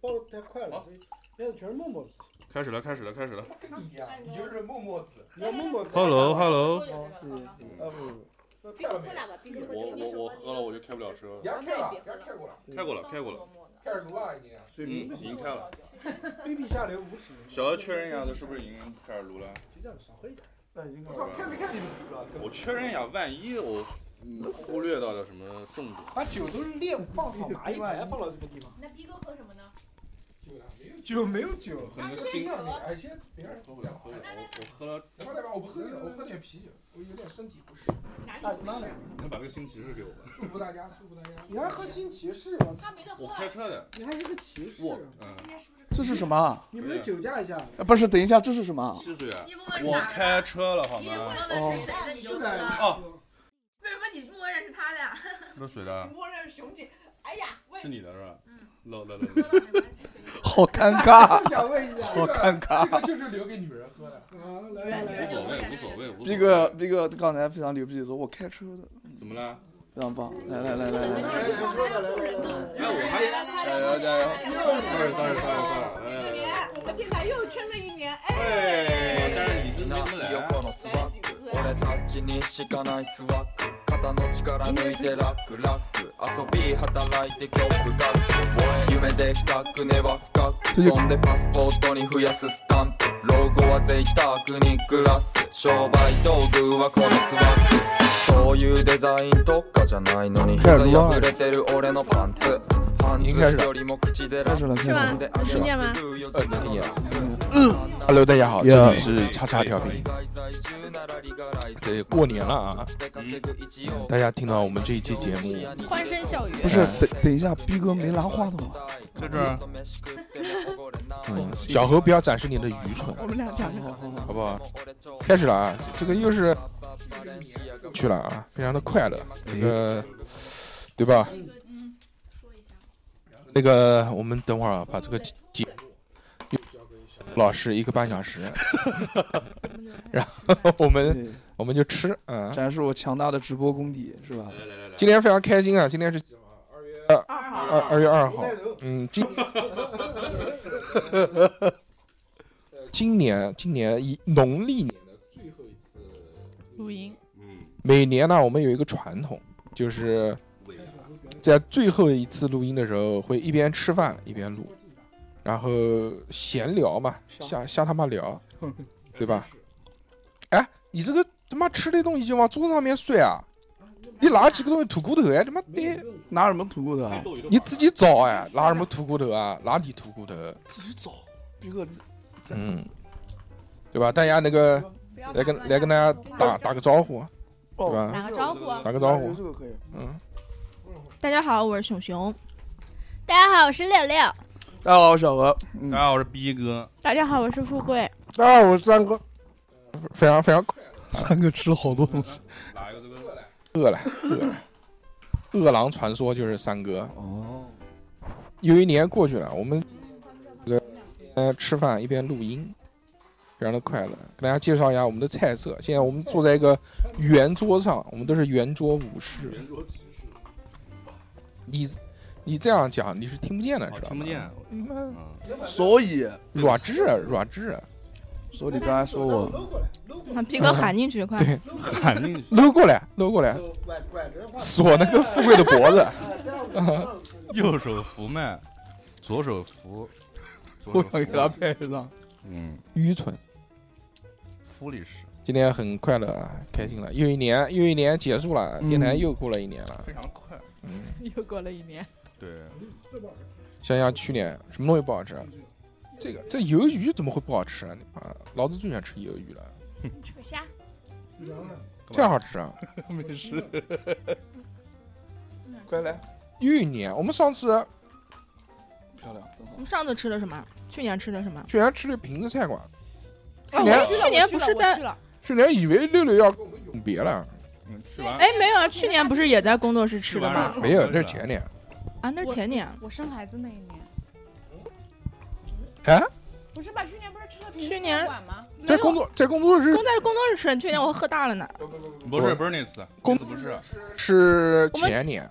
报太快了，所以现在全是默默。开始了，开始了，开始了。跟你一样，你就是默默子。你要默默子。 Hello，Hello，哦，是哦，啊不呃，别喝两个，别我喝这个我我喝了，我就开不了车。牙开了，牙开过了，不不，开过了，开过了。了。开始读了已经。水平不已嗯经行开了。 ，baby 下流无耻。小姚确认一下，他是不是已经开始撸了？就这样少喝一点。那已经我够操了，。看没看你们读了？我确认一下，万一我嗯忽略到了什么重点。把酒都是练放好拿一排放到这个地方，那逼哥喝什么呢？酒了，没有酒没有酒。可能新心疆的。哎，先等一下，喝不了，喝不了。我我喝了，等会儿等会儿，我不喝酒，我喝点啤酒，我有点身体不适。哪大里姨不哎妈是来？，你能把这个新骑士给我吧？祝福大家，祝福大家。你还喝新骑士？我操，他没得喝我。开车的，你还是个骑士。啊我嗯，今天是不是？这是什么？你不能酒驾一下？呃不是，等一下，这是什么？七岁啊，你问问我哪儿开的？车了好你问吗？哦问谁的？你就是知道的。了。哦，为什么你默认是他的呀？热水的，默认熊姐。哎呀，喂是，你的是吧？嗯，漏漏漏。没关系。好尴尬，就想问一下。好尴尬。这个就是留给女人喝的。啊，来来无所来，谓，无所谓，无所谓。逼哥，逼哥刚才非常牛逼，说我开车的，怎么了？非常棒。来来来哎来来，谁说的？来来来哎，我还加油加油！sorry sorry sorry sorry，来来来。我们电台又撑了一年，哎，哎，但是你今天没来。横のスワック俺たちにしかないスワック肩の力抜いてラックラック遊び働いて極楽夢で深く根は深くそんでパスポートに増やすスタンプ老後は贅沢に暮らす商売道具はこのスワックそういうデザインとかじゃないのに膝破れてる俺のパンツパンツよりも口でラ开始ッ了，开始了。プ是念吗？呃，你也 Hello，大家好，这里是叉叉调频。这过年了啊，嗯大家听到我们这一期节目，欢声笑语。不是，等等一下，逼哥没拿话筒吗？嗯在这儿，嗯，小何不要展示你的愚蠢，我们俩讲什好好好好不好？开始了啊，这个又是去了啊，非常的快乐，这个对吧？嗯，说一下。那个我们等会儿啊，把这个节老师一个半小时，然后我们对，我们就吃啊。展示我强大的直播功底，是吧？来来来来，今天非常开心啊，今天是二号。二二月二号带，走。嗯，今 今年今年以农历年的最后一次录音。嗯，每年呢，我们有一个传统，就是尾牙，在最后一次录音的时候，会一边吃饭一边录，然后闲聊嘛，瞎瞎他妈 聊，对吧？哎，你这个他妈吃的东西就往桌子上面摔啊！你拿几个东西吐骨头哎，他妈的！拿什么土骨头哎啊？你自己找哎，拿什么吐骨头啊？拿你吐骨头？自己找。逼哥，嗯，对吧？大家那个来跟来跟大家打打个招呼，啊对哦，吧？打个招呼。啊打个招有呼，这个可以。嗯，大家好，我是熊熊。大家好，我是六六。大家好，我是小何。大家好，哎我是逼哥。大家好，我是富 贵。大家好，我是三哥。非常非常 三哥吃了好多东西。哪一个这个？饿了，饿了。饿狼传说就是三哥。哦，又一年过去了，我们呃吃饭一边录音，非常的快乐。给大家介绍一下我们的菜色。现在我们坐在一个圆桌上，我们都是圆桌武士。圆桌骑士。你你这样讲你是听不见的，知道哦吗？听不见。嗯。嗯，所以，弱智，弱智。所以你刚才说我， 搂过来，搂过来把逼啊哥喊进去，快！对搂过来肯定是搂过来，搂过来，手拐拐着话。锁那个富贵的脖子。 啊，这 样子。右手扶麦，左手扶，左我手想扶给他拍一张。嗯，愚蠢。夫里士，今天很快乐啊，开心了，又一年又一年结束了，电台嗯又过了一年了。非常快。嗯， 又过了一年。对，想想去年什么东西不好吃？这个这鱿鱼怎么会不好吃啊？你妈，老子最喜欢吃鱿鱼了，吃个虾。最好吃啊！没事。快来，又一年，我们上次漂亮，很好我。们上次吃的什么？去年吃的什么？居然吃的瓶子菜馆，去啊年我去了去年不是在我去了去年以为六六要永别了，嗯，去完哎，没有啊，去年不是也在工作室吃的吗？没有，那是前年。啊，那是前年。我生孩子那一年，哎，不是吧？去年不是吃了去年馆吗？在工作在工作日工在工作室吃的，去年我喝大了呢。不是不是那次，公不是，是我们前年，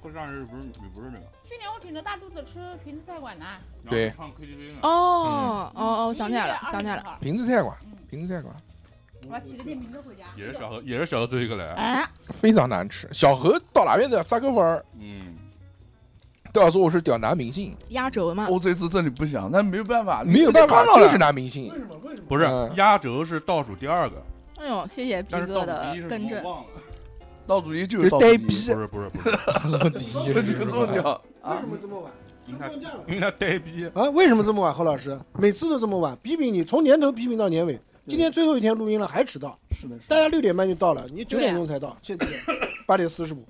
会上日不是不是那个，去年我挺着大肚子吃平时菜馆的，对唱 KTV 呢。哦哦哦，想起来了1月，想起来20了，号，瓶子菜馆嗯，瓶子菜馆我要骑个电瓶车回家。也是啊小何，也是小何最后一个来。啊哎，非常难吃，小何到哪边都要扎个弯儿，嗯，都要说我是屌男明星，压轴嘛。我这次真的不想，但没有办法，没有办法看，到就了是男明 星为。什么？为什么？不是嗯，压轴是倒数第二个，哎呦，谢谢皮但是哥倒数的第一是什更么正我。忘了。倒数第一就就是是倒数呆第逼一，不是不是不是，第一这个重是吧要为啊什！么这么晚？应不该能这样了因为他呆逼。啊？为什么这么晚？何老师每次都这么晚，批评你，从年头批评到年尾。今天最后一天录音了，还迟到。是的，是大的，家六点半就到了，你九对啊点钟才到，现在 八点四十五。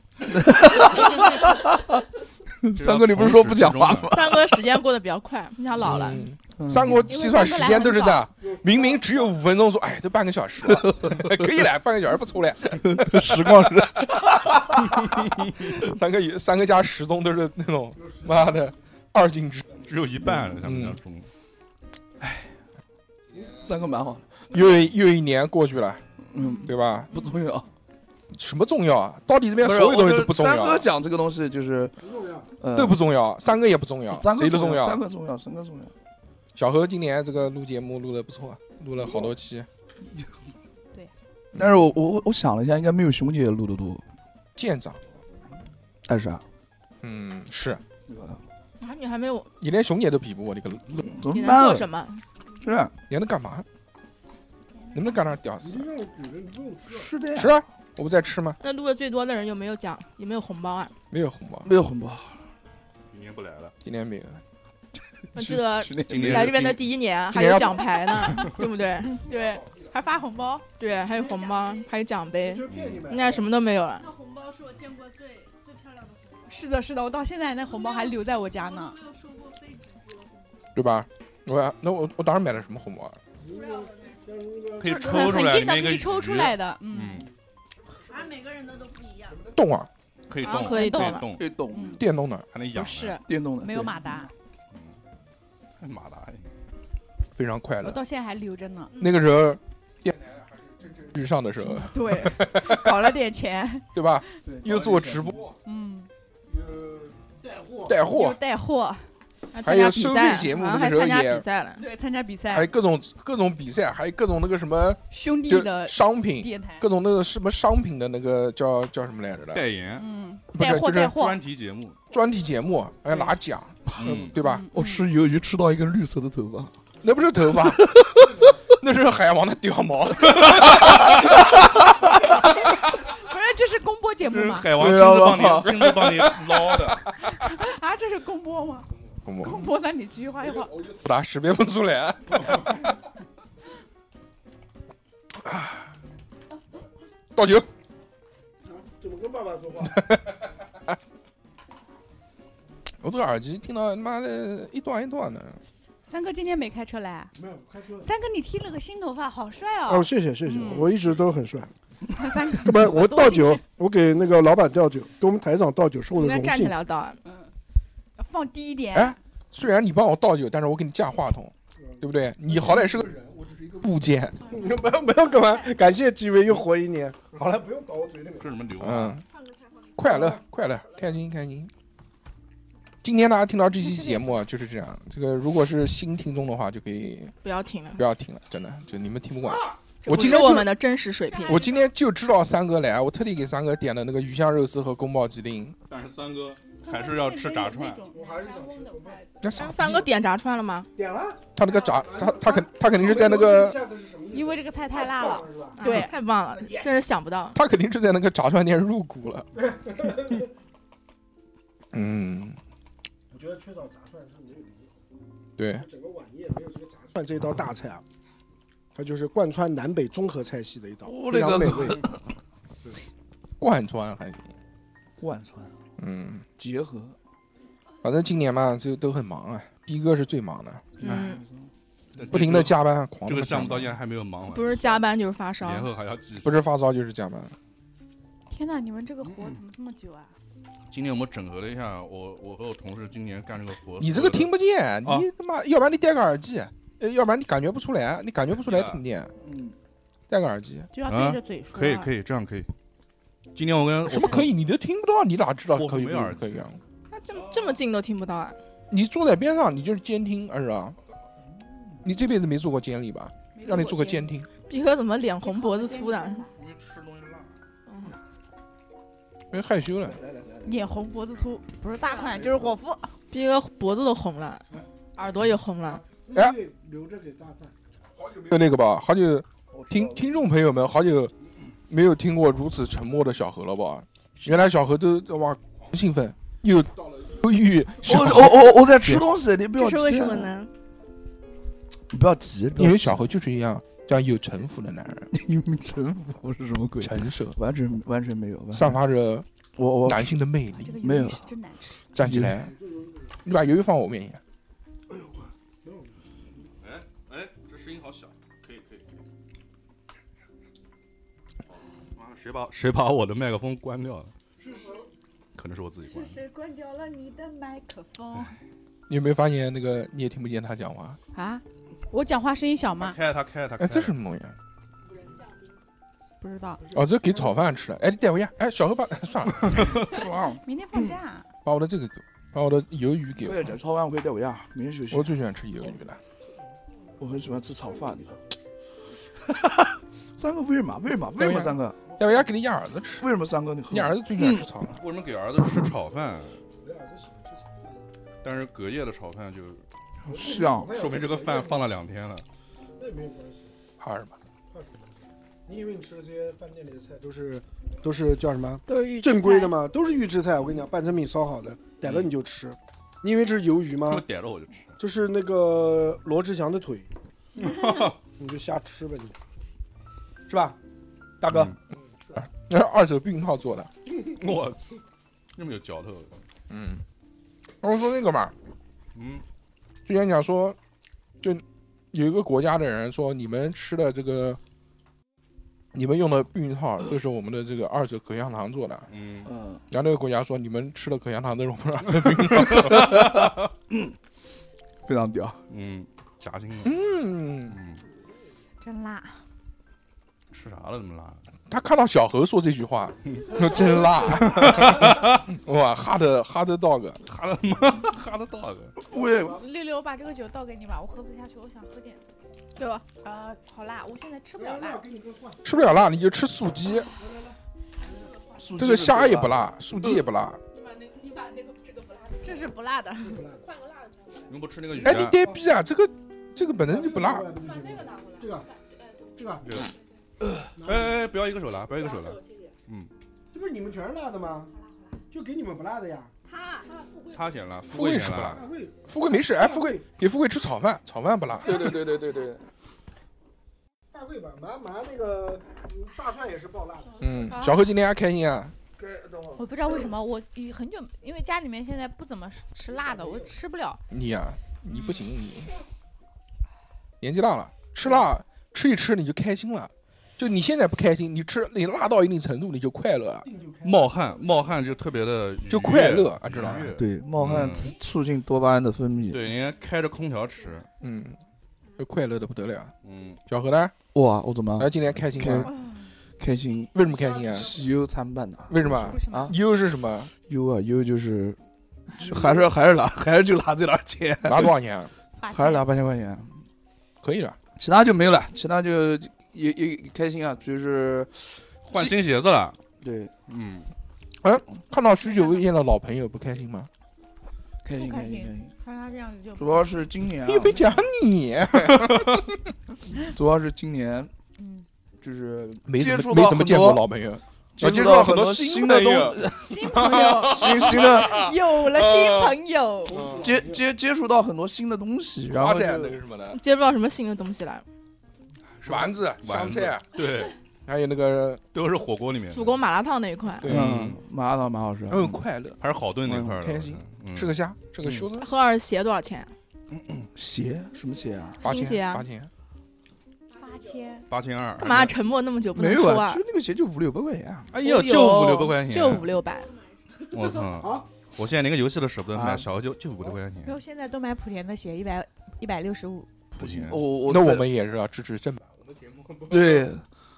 三哥，你不是说不讲话吗？三哥时间过得比较快，你想老了，嗯嗯三国计算时间都是的，明明只有五分钟，说哎，都半个小时 了，可以了，半个小时不错了。 时光是三个有三个加时钟都是那种妈的二进制，只有一半了，他们嗯要中。三哥蛮好的，又一又一年过去了，嗯，对吧？不重要，什么重要啊？到底这边不所是有东我西就都不重三哥要，啊讲这个东西就是不重要，呃都不重要，三个也不重要，三谁哥都重三要。哥重要，三哥重要。小何今年这个录节目录的不错，录了好多期。但是我我我想了一下，应该没有熊姐录的多，舰长，哎是啊，嗯，是对吧？啊，你还没有，你连熊姐都比不过，你个怎你么能办做啊？什么？是你能干嘛？能不能干点屌你丝嗯就？让我举着，你不用吃了。是的呀吃，啊！我不在吃吗？那录的最多的人有没有奖？有没有红包啊？没有红包，没有红包，今年不来了，今年没有。我记得去年今年来这边的第一年还有奖牌呢，对不对？对，还发红包，对，还有红包，还有奖杯，就是骗你们。现在什么都没有了。那红包是我见过最最漂亮的红包，是的，是的，我到现在那红包还留在我家 呢。我没有收过非主播红包。对吧？我那我我当时买了什么红包啊？可以就是抽出很来很里硬面一的，可个以抽鱼出来的，嗯，嗯，反正每个人的都不一样。动啊，可以啊动，可以动动，了动，被动嗯电动的，还能养啊不呢。是电动的没有对马达，哎马达，非常快我乐。到现在还留着呢。那个时候，电台还是蒸蒸日上的时候，啊对， 搞了点钱，对吧？对又做直播嗯，带又货，带货，还还参加有比收赛，费节目好像那还时候参加也比赛了。对，参加比还赛，哎有各种各种比赛，还有各种那个什么兄弟就的商品，电台，各种那个什么商品的那个叫叫什么来着的，代言嗯，不带是货就是带货，专题节目，专题节目，还要拿奖，嗯，对吧？嗯我吃鱿鱼吃到一根绿色的头发，那不是头 发，那是海王的屌毛， 不是，这是公播节目这是吗？海王对亲啊自帮我你亲自帮你捞的，啊，这是公播吗？我公播，那你继续画一画。打识别不 出来。倒酒，怎么跟爸爸说话？我这个耳机听到他妈的一段一段的，三哥今天没开车来啊，没有开车。三哥你剃了个新头发，好帅哦，哦！谢谢谢谢嗯，我一直都很 帅。三哥，不是我多倒新酒鲜，我给那个老板倒酒，给我们台长倒酒是我应的该荣站 起幸。来倒啊。嗯，放低一点。哎虽然你帮我倒酒，但是我给你架话筒，对不对？你好歹是个人，我只是一个部件，你说不要不要干嘛？感谢几位又活一年。好了，不用搞我嘴里面。这是什么流啊？嗯，换个菜，换个菜。快乐快乐，开心开心。今天大家听到这期节目啊，就是这样。这个如果是新听众的话，就可以不要停了，不要听了，真的，就你们听不惯。这我啊不今是天我就们的真实水平。我今天就知道三哥来，我特地给三哥点的那个鱼香肉丝和宫保鸡丁。但是三嗯哥还是要吃炸串，我还是想吃那傻逼三哥点炸串了吗？点了，他那个炸，他他肯他肯定是在那个因为这个菜太辣了，了。啊对太棒 了，真是想不到。他肯定是在那个炸串店入股了。 嗯，我觉得缺少炸串是没有理由，对，整个晚宴没有这个炸串这道大菜啊，它就是贯穿南北综合菜系的一道哦我，非勒个常美味。 贯穿还行。贯穿嗯，结合，反正今年嘛，就都很忙啊。逼哥是最忙的，嗯，不停的加班，狂这个地加项班目到现在还没有忙完，不是加班就是发烧。年后还要继续。不是发烧就是加班。天哪！你们这个活怎么这么久啊？今天我们整合了一下，我我和我同事今年干这个活，你这个听不见，啊你他妈，要不然你戴个耳机，呃要不然你感觉不出来，你感觉不出来听不见，嗯，戴个耳机。就要啊对着嘴说啊。可以可以这样可以。今天我跟我什么可以？你都听不到，你哪知道我可以没不有耳可以啊？那这么这么近都听不到啊？你坐在边上，你就是监听，二啊，你这辈子没做过监理吧？让你做个监听，毕哥怎么脸红脖子粗嗯的？因为害羞了。脸红脖子粗，不是大款就是伙夫。毕哥脖子都红了，耳朵也红了。哎，留着给大饭。就那个吧，好久听听众朋友们好久没有听过如此沉默的小何了吧？原来小何都哇兴奋，又又欲我我我我在吃东西，你不要这急是啊为什么？呢？你不要急，因为小何就是一样这样有城府的男人，你们臣服是什么鬼？成熟，完全完全没有，完全散发着我我男性的魅力。这个没鱿有鱼是真难吃。站起来，嗯你把鱿鱼放我面前。哎哎，这声音好小，可以可以可以。妈，谁把谁把我的麦克风关掉了？可能是我自己关的。谁关掉了你的麦克风你有没有发现那个你也听不见他讲话？啊？我讲话声音小吗？开了它，开了它。哎，这是是什么东西啊？不知道，哦，这给炒饭吃的。哎，你带回家。哎，小何把算了，哇，明天放假。啊把我的这个给我，把我的鱿鱼给我我也。讲炒饭，我可以带回家，明天休息我。最喜欢吃鱿鱼了。我很喜欢吃炒饭的。 三哥为什么？为什么？为对什么呀三哥？带回家给你家儿子吃。为什么三哥你喝？你儿子最喜欢吃炒饭。为什么给儿子吃炒饭？但是隔夜的炒饭就像啊说明这个饭放了两天了。那没有关系，还有什么？你以为你吃的这些饭店里的菜都是都是叫什么都是预制正规的菜吗？都是预制菜，我跟你讲，半成品烧好的，逮了你就吃。你以为这是鱿鱼他吗们？逮着我就吃。这是那个罗志祥的腿，你就瞎吃吧你，是吧，大哥？嗯那是 二手避孕套做的。我操，那么有嚼头。嗯。我说那个嘛，嗯，之前讲说，就有一个国家的人说，你们吃的这个，你们用的避孕套都是我们的这个二手口香糖做的。嗯，嗯，然后那个国家说，你们吃的口香糖都是我们的。 非常屌。嗯，夹心的。嗯，嗯，真辣！吃啥了？这么辣？他看到小何说这句 话，说真辣， 哇，hard hard dog，哈了妈，哈了到的。我也六六，我把这个酒倒给你吧，我喝不下去，我想喝点，对吧？啊，好辣，我现在吃不了辣。吃不了辣你就吃素 鸡，这个虾也不，辣，素鸡也不辣。你把那个，你把那个这个不辣的，这是不辣的，换个辣的菜过来，你们不吃嗯那个鱼哎，啊？你呆逼啊，这个这个本身就不辣，把那个拿过来。这个把，呃，这个这个哎哎，不要一个手拉，不要一个手拉拿。手谢谢。这不是你们全是辣的吗？就给你们不辣的呀。他他富贵，他先拉，富富贵先是不拉辣。大贵，富贵没事，哎，富贵给富贵吃炒饭，炒饭不辣。对对对对对对，大贵吧，麻麻那个嗯大蒜也是爆辣的。嗯，小何今天还开心啊，我不知道为什么，我已很久，因为家里面现在不怎么吃辣的，我吃不了。你呀、你不行，你年纪大了，吃辣吃一吃你就开心了，就你现在不开心，你吃你辣到一定程度你就快乐了。啊冒汗，冒汗就特别的愉悦就快乐啊知道吧愉悦对，冒汗嗯促促进多巴胺的分泌。对，人家开着空调吃，嗯，就快乐的不得了。嗯，小何呢？哇，我怎么哎，今天开心吗？啊开心？为什么开心嗯啊？喜忧参半呐。为什么？为什么？啊忧是什么？忧啊忧就是， 还是还是拿 还是就拿这点钱，拿多少钱啊？把还是钱拿八千块钱，可以啊了，其他就没有了，其他就也也开心啊，就是换新鞋子了，对嗯，看到许久未见的老朋友不开心吗？开心不开开心心开心。看他这样子就主要是今年啊，因为讲你主要是今年嗯，就是没怎接触么没到怎么很见过多老朋友，接接触触到到很很多多新新的的东东新朋友新新的有了新朋友，接接接触到很多新的东西，然花后菜啊就嗯那个什么的，接不到什么新的东西了。丸子、啊香丸子菜，对，还有那个都是火锅里面的主攻麻辣烫那一块，对，嗯，麻辣烫蛮好吃，很有快乐。还是好炖那块儿的，嗯开心嗯，吃个虾，吃个修子，喝点鞋多少钱？鞋什么鞋啊？八新鞋千，啊八？千，八千，八千二，干嘛沉默那么久不没能有说啊，就那个鞋就五六百块钱啊，哎呦，就五六百块钱，就哦五，六百。我操！我现在连个游戏都舍不得买，啊小何就就五六块然钱，后现在都买莆田的鞋，一百一百六十五，不行我，我那在我们也是要支持正版，对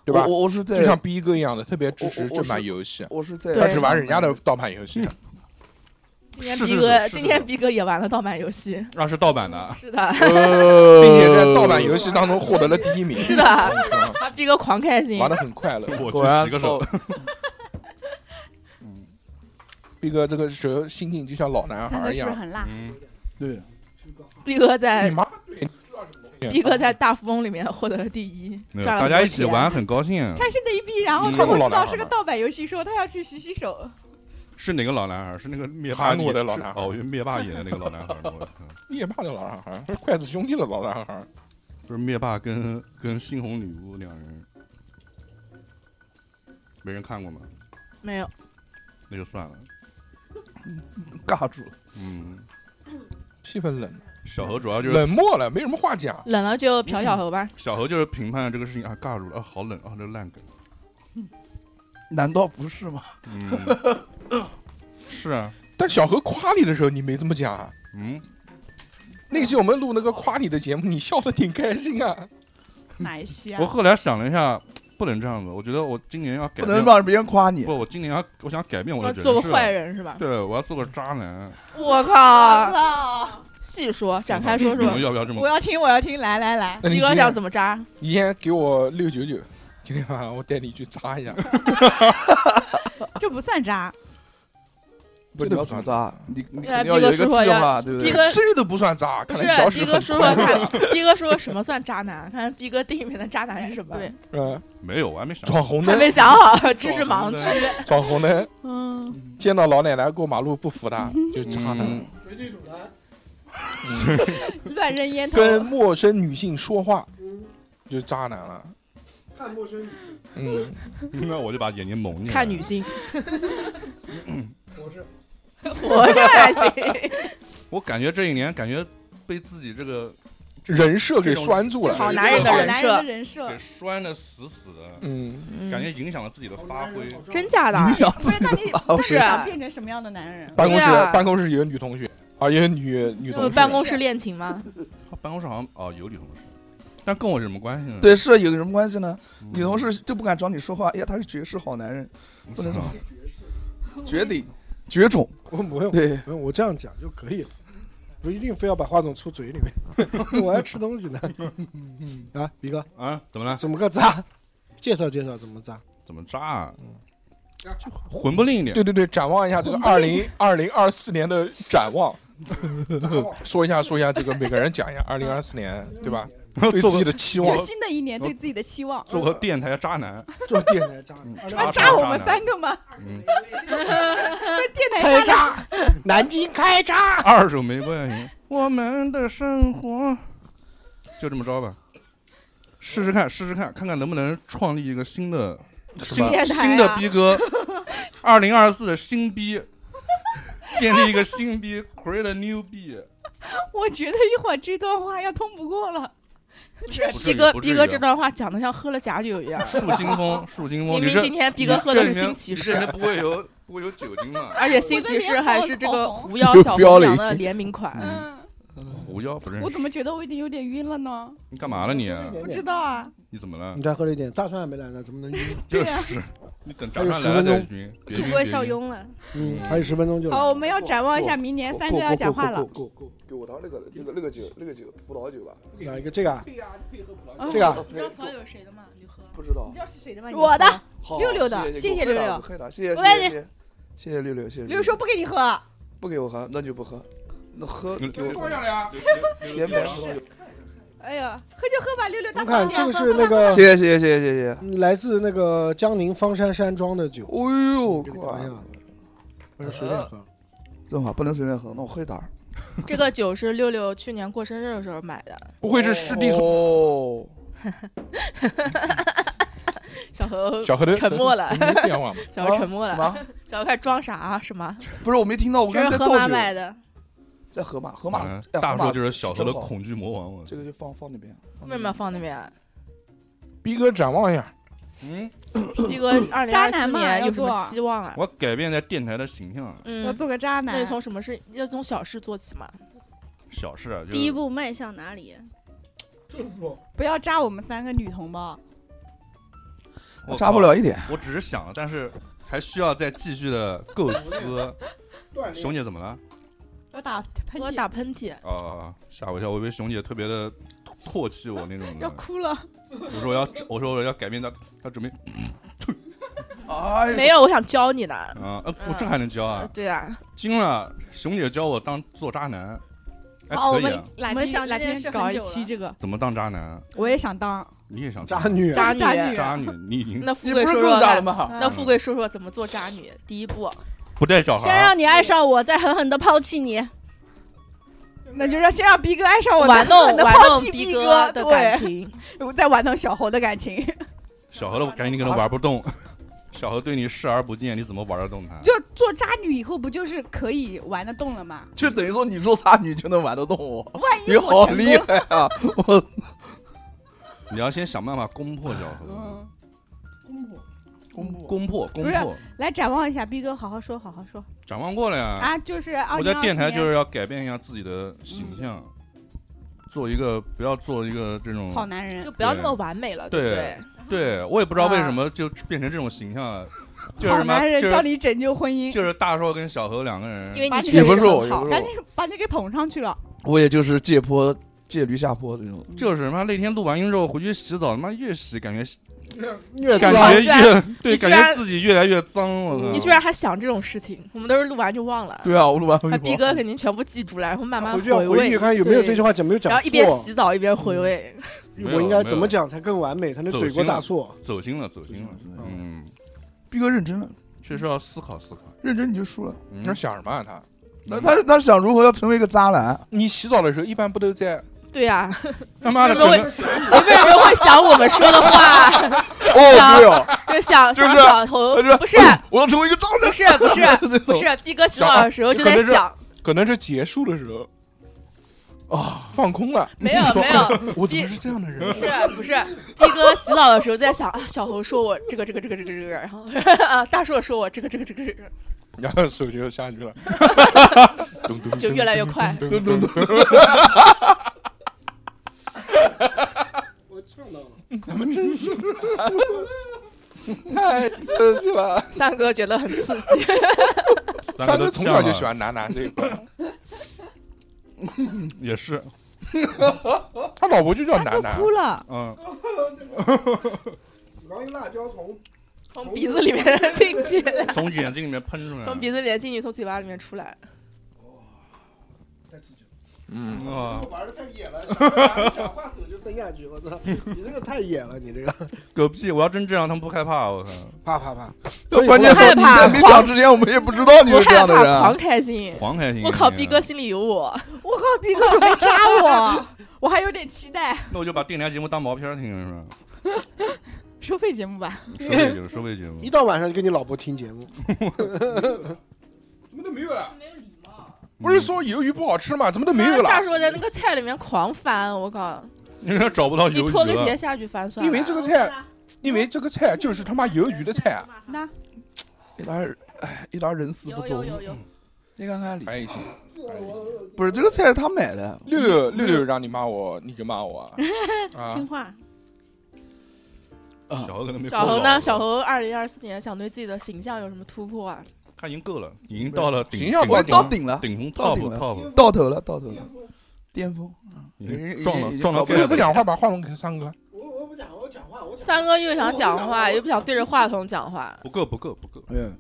对吧我？我我是在就像逼哥一样的，特别支我持我正版啊是游戏，啊我是在他只玩人家的盗版游戏，今天是逼是哥，是是今天逼哥也玩了盗版游戏， 那是盗版 的，是的，呃嗯并且在盗版游戏当中获得了第一名，是的嗯他逼哥狂开心玩。的很快乐。我去洗个手。毕哥这个时候心境就像老男孩三哥啊一是不是样，很辣？嗯，对，逼哥在你妈逼哥在大富翁里面获得了第一，没有，大赚了很多家一起钱啊玩很高兴。他是那一逼，然后嗯他那会个知老道男是孩个嘛盗版游戏，说他要去洗洗手。是哪个老男孩？是那个灭霸韩国的演老男孩是哦，灭霸演的那个老男孩。我操灭霸的老男孩，是筷子兄弟的老男 孩。就是灭霸跟跟猩红女巫两人，没人看过吗？没有，那就算了。尬住了。嗯，气氛冷，小何主要就是冷漠了，没什么话讲。冷了就瞟小猴吧。小何就是评判这个事情啊，尬住了啊，好冷啊，这烂梗。难道不是吗？嗯， 是啊，但小何夸你的时候，你没这么讲啊。嗯，那期我们录那个夸你的节目，你笑得挺开心 啊。哪一期啊我？后来想了一下，不能这样子，我觉得我今年要改不变能，让别人夸你。不，我今年要我想改变我要的人做个设，坏人是吧？对，我要做个渣男。我啊靠，操！细说，展开说你说们。要不要这么我？要听，我要听，来来来，那你逼今哥想天怎么扎？你先给我六九九，今天晚上我带你去扎一下。这不算渣，不这你都要不怎么算扎？渣，你你呃肯定要有一个逼哥说计要划，对不逼对？哥这都不算渣，不看是来小史逼哥很说快说乐。看， 逼哥说什么算渣男？看逼哥定义里面的渣男是什么？对， 嗯，没有，我还没想。闯红还没灯，想好，知识盲哦区。闯红灯，嗯，见到老奶奶过马路不扶她，就渣男。嗯绝地阻拦，嗯 乱扔烟头， 跟陌生女性说话，就渣男了。嗯看陌生女，嗯，那我就把眼睛蒙起来。看女性，我是活着还行。我感觉这一年感觉被自己这个人设给拴住好了。男人的好人男人设的，人设给，拴的死死的，嗯，感觉影响了自己的发挥。嗯真假的？啊影响不自是己那的你发不挥是是想变成什么样的男人？办公室对啊办公室有女同学啊，有女女那同么学。办公室恋情吗？他办公室好像哦有女同事，但跟我有什么关系呢？对，是有什么关系呢？嗯，女同事就不敢找你说话，哎呀，他是绝世好男人，不能说啊绝顶绝种， 我不用对，不用，我这样讲就可以了，不一定非要把话筒出嘴里面， 我还吃东西呢。啊，比哥，啊，怎么了？怎么个渣？介绍介绍怎么渣？怎么渣啊？就混不吝一点。 对对对，展望一下这个二零二零二四年的展望，说一下说一下这个，每个人讲一下二零二四年，对吧？对自己的期望这，新的一年对自己的期望，做个电台渣男，做 电台渣嗯，啊渣扎我们三个吗？嗯，不是电台渣男，南京开渣，二手玫瑰，我们的生活，就这么着吧，试试看，试试看，看看能不能创立一个新的新电台啊新的逼哥，二零二四的新逼，建立一个新逼，create a new 逼，我觉得一会儿这段话要通不过了。不至于逼哥，不至于啊逼哥这段话讲的像喝了假酒一样。树新风，树新风，明 你明这今天逼哥喝的是你这里新面骑你这里士，面不会有不会有酒精嘛？而且新骑士还是这 个狐妖有小标红娘了的联名款。嗯，狐妖不认我识，怎么觉得我已经有点晕了呢？你干嘛了你？不知道啊，你怎么了你？再喝了一点，大蒜还没来呢，嗯怎么能晕？就对啊是你等炸还有弹10来了分再钟晕，别主晕播别笑晕晕了，嗯，还有十分钟就来。哦好，我们要展望一下明年三哥要讲话了。给我当那个那个那个酒，那个酒葡萄酒吧，哪一个？这个啊，哦啊这个啊你知道朋友是谁的吗？你就喝。不知道你。知道是谁的吗？我的好六六的谢谢给我六六喝一打谢谢我来谢谢，谢谢六六，谢谢刘叔不给你喝，不给我喝，那就不喝，那喝嗯给我坐下来啊！甜点。哎呀，喝就喝吧，六六我大们方看点这。个是那个嗯谢谢谢谢谢谢谢谢。来自那个江宁方山山庄的酒，哎呦，给你尝一乖下，不是随便喝。正好不能随便喝，那我喝一打。 这个酒是六六去年过生日的时候买的。不会是师弟所哦，小何小何的沉默了你嗯没变化吗？小啊何沉默啊什了，么？小何开始装傻啊？什么？不是我没听到，我这刚才是在河倒马酒，买的，在河马，河马啊。哎大河马叔就是小时候的真好恐惧魔王，我这个就放放那边。为什么要放那 边啊？逼哥展望一下，嗯，逼哥，二零渣二男四嘛年有要什做么期望啊？我改变在电台的形象，啊嗯，个渣那你从什么事？要从小事做起嘛。小事啊，就是第一步迈向哪里？政府不要扎我们三个女同胞。我靠扎不，了一点，我只是想了，但是还需要再继续的构思，锻炼熊姐怎么了？我打喷我打喷嚏啊，吓我一跳，我以为熊姐特别的唾弃我那种要的。哭了，我说我要，我说我要改变她，她准备。哎呀没有，我想教你呢。啊，呃我这还能教啊？对啊，惊了，熊姐教我当做渣男，哎，哦，我可以们啊，我们想哪天搞一期这嗯个，怎么当渣男？啊我也想当。你也想渣女啊渣女渣女，你已经那富你贵不说是说更渣看了吗？那富贵说说怎么做渣女，第一步，不带小孩先儿，让你爱上我，再狠狠的抛弃你。那就让先让逼哥爱上我，玩弄能玩抛弄弃逼逼哥的感情，对再玩弄小猴的感情，小何了，赶紧跟他玩不动。 小何对你视而不见，你怎么玩得动他？ 就做渣女以后不就是可以玩得动了吗？就等于说你做渣女就能玩得动我，万一你我好成厉功了，害啊！我你要先想办法攻破小何，嗯，攻破，攻破，不攻是破，来展望一下，逼哥，好好说，好好说展望过了呀。啊！就是2024我在电台就年是要改变一下自己的形象，做一个不要做一个这种好男人，就不要那么完美了，对不对？对我也不知道为什么就变成这种形象了，就是好什么男人就教是你拯救婚姻，就是大硕跟小何两个人，因为把你你确不实是我，也很不好是把我你，把你给捧上去了， 我也就是借坡借驴下坡这种。就是他妈那天录完音之后回去洗澡，他妈越洗感觉虐感渣觉你居然越对，你居感然觉自己越来越脏，我操！你居然还想这种事情，我们都是录完就忘嗯了。对啊，我录完回那去逼哥肯定全部记住了，然后慢慢回去要回味，忆看有没有对这句话讲没有讲错。然后一边洗澡一边嗯回味。没我有应该没怎有么讲才更完美，才能走怼过心大了错？走心了，走心了，嗯嗯，逼哥认真了，确实要思考思考。认真你就输了。嗯那想什么啊他？那他他想如何要成为一个渣男？你洗澡的时候一般不都在对啊呀，他妈的，为什么整个你为什么会想我们说的话？哦，对哦，就想是想不是小猴他，不是哎我要成为一个渣不男。是不是不是，逼哥洗澡的时候就在可能是想，可能是结束的时候啊，放空了，哎没有没有，我怎逼么是这样的人？不是不是，逼哥洗澡的时候在想啊，小猴说我这个这个这个这个这个，然后 啊大硕说我这个这个这个这个，然后手就下去 了，咚咚就越来越快咚咚咚咚咚我呛到了。太刺激了！三哥觉得很刺激。三三都哥从小就呛喜了，欢男男这一块，也是，他老婆就叫啊他男都男。哭了，嗯，我刚用辣椒从从鼻子里面进去，从眼睛里面喷出来，从鼻子里面进去，从嘴巴里面出来。太刺激了，嗯，啊，玩的太野了，想挂手就伸下去，我操！你这个太野了，你这个狗屁！我要真这样，他们不害怕，我操！怕 怕怕！ 关键害是你怕在没讲之前，我们也不知道你我是这害样的怕，狂人。啊开心。黄开心，我靠，逼哥，心里有我。我靠，逼哥准备扎我， 我还有点期待，那我就把电台节目当毛片儿听了，收费节目吧，是吧？收费节目，收费节目一，到晚上就跟你老婆听节目，怎么都没有了？没有礼貌，不是说鱿鱼不好吃吗？怎么都没有大了？硕在那个菜里面狂翻，我靠！你说找不到你鱿脱个鱼鞋了，下去翻算了。因为这个是菜，吧因为这个菜就是他妈鱿鱼的菜啊！那一打人，哎，一打人死不有足有。有有，你看看，哎行，不是这个菜是他买的，六六六六让你骂我，你就骂我 啊！啊听，话，啊嗯小何可能没小过猴脑呢？子小猴二零二四年想对自己的形象有什么突破啊？他已经够了，已经到了顶形象顶我顶到顶了，顶峰到顶 top 了 top，到头了，到头了，巅峰。已已经经撞已了经撞到搞不不最是了后不讲话，把话筒给三哥。我我不讲，我讲话，我讲三哥又想讲话，又不想对着话筒讲话。不够不够不够，嗯，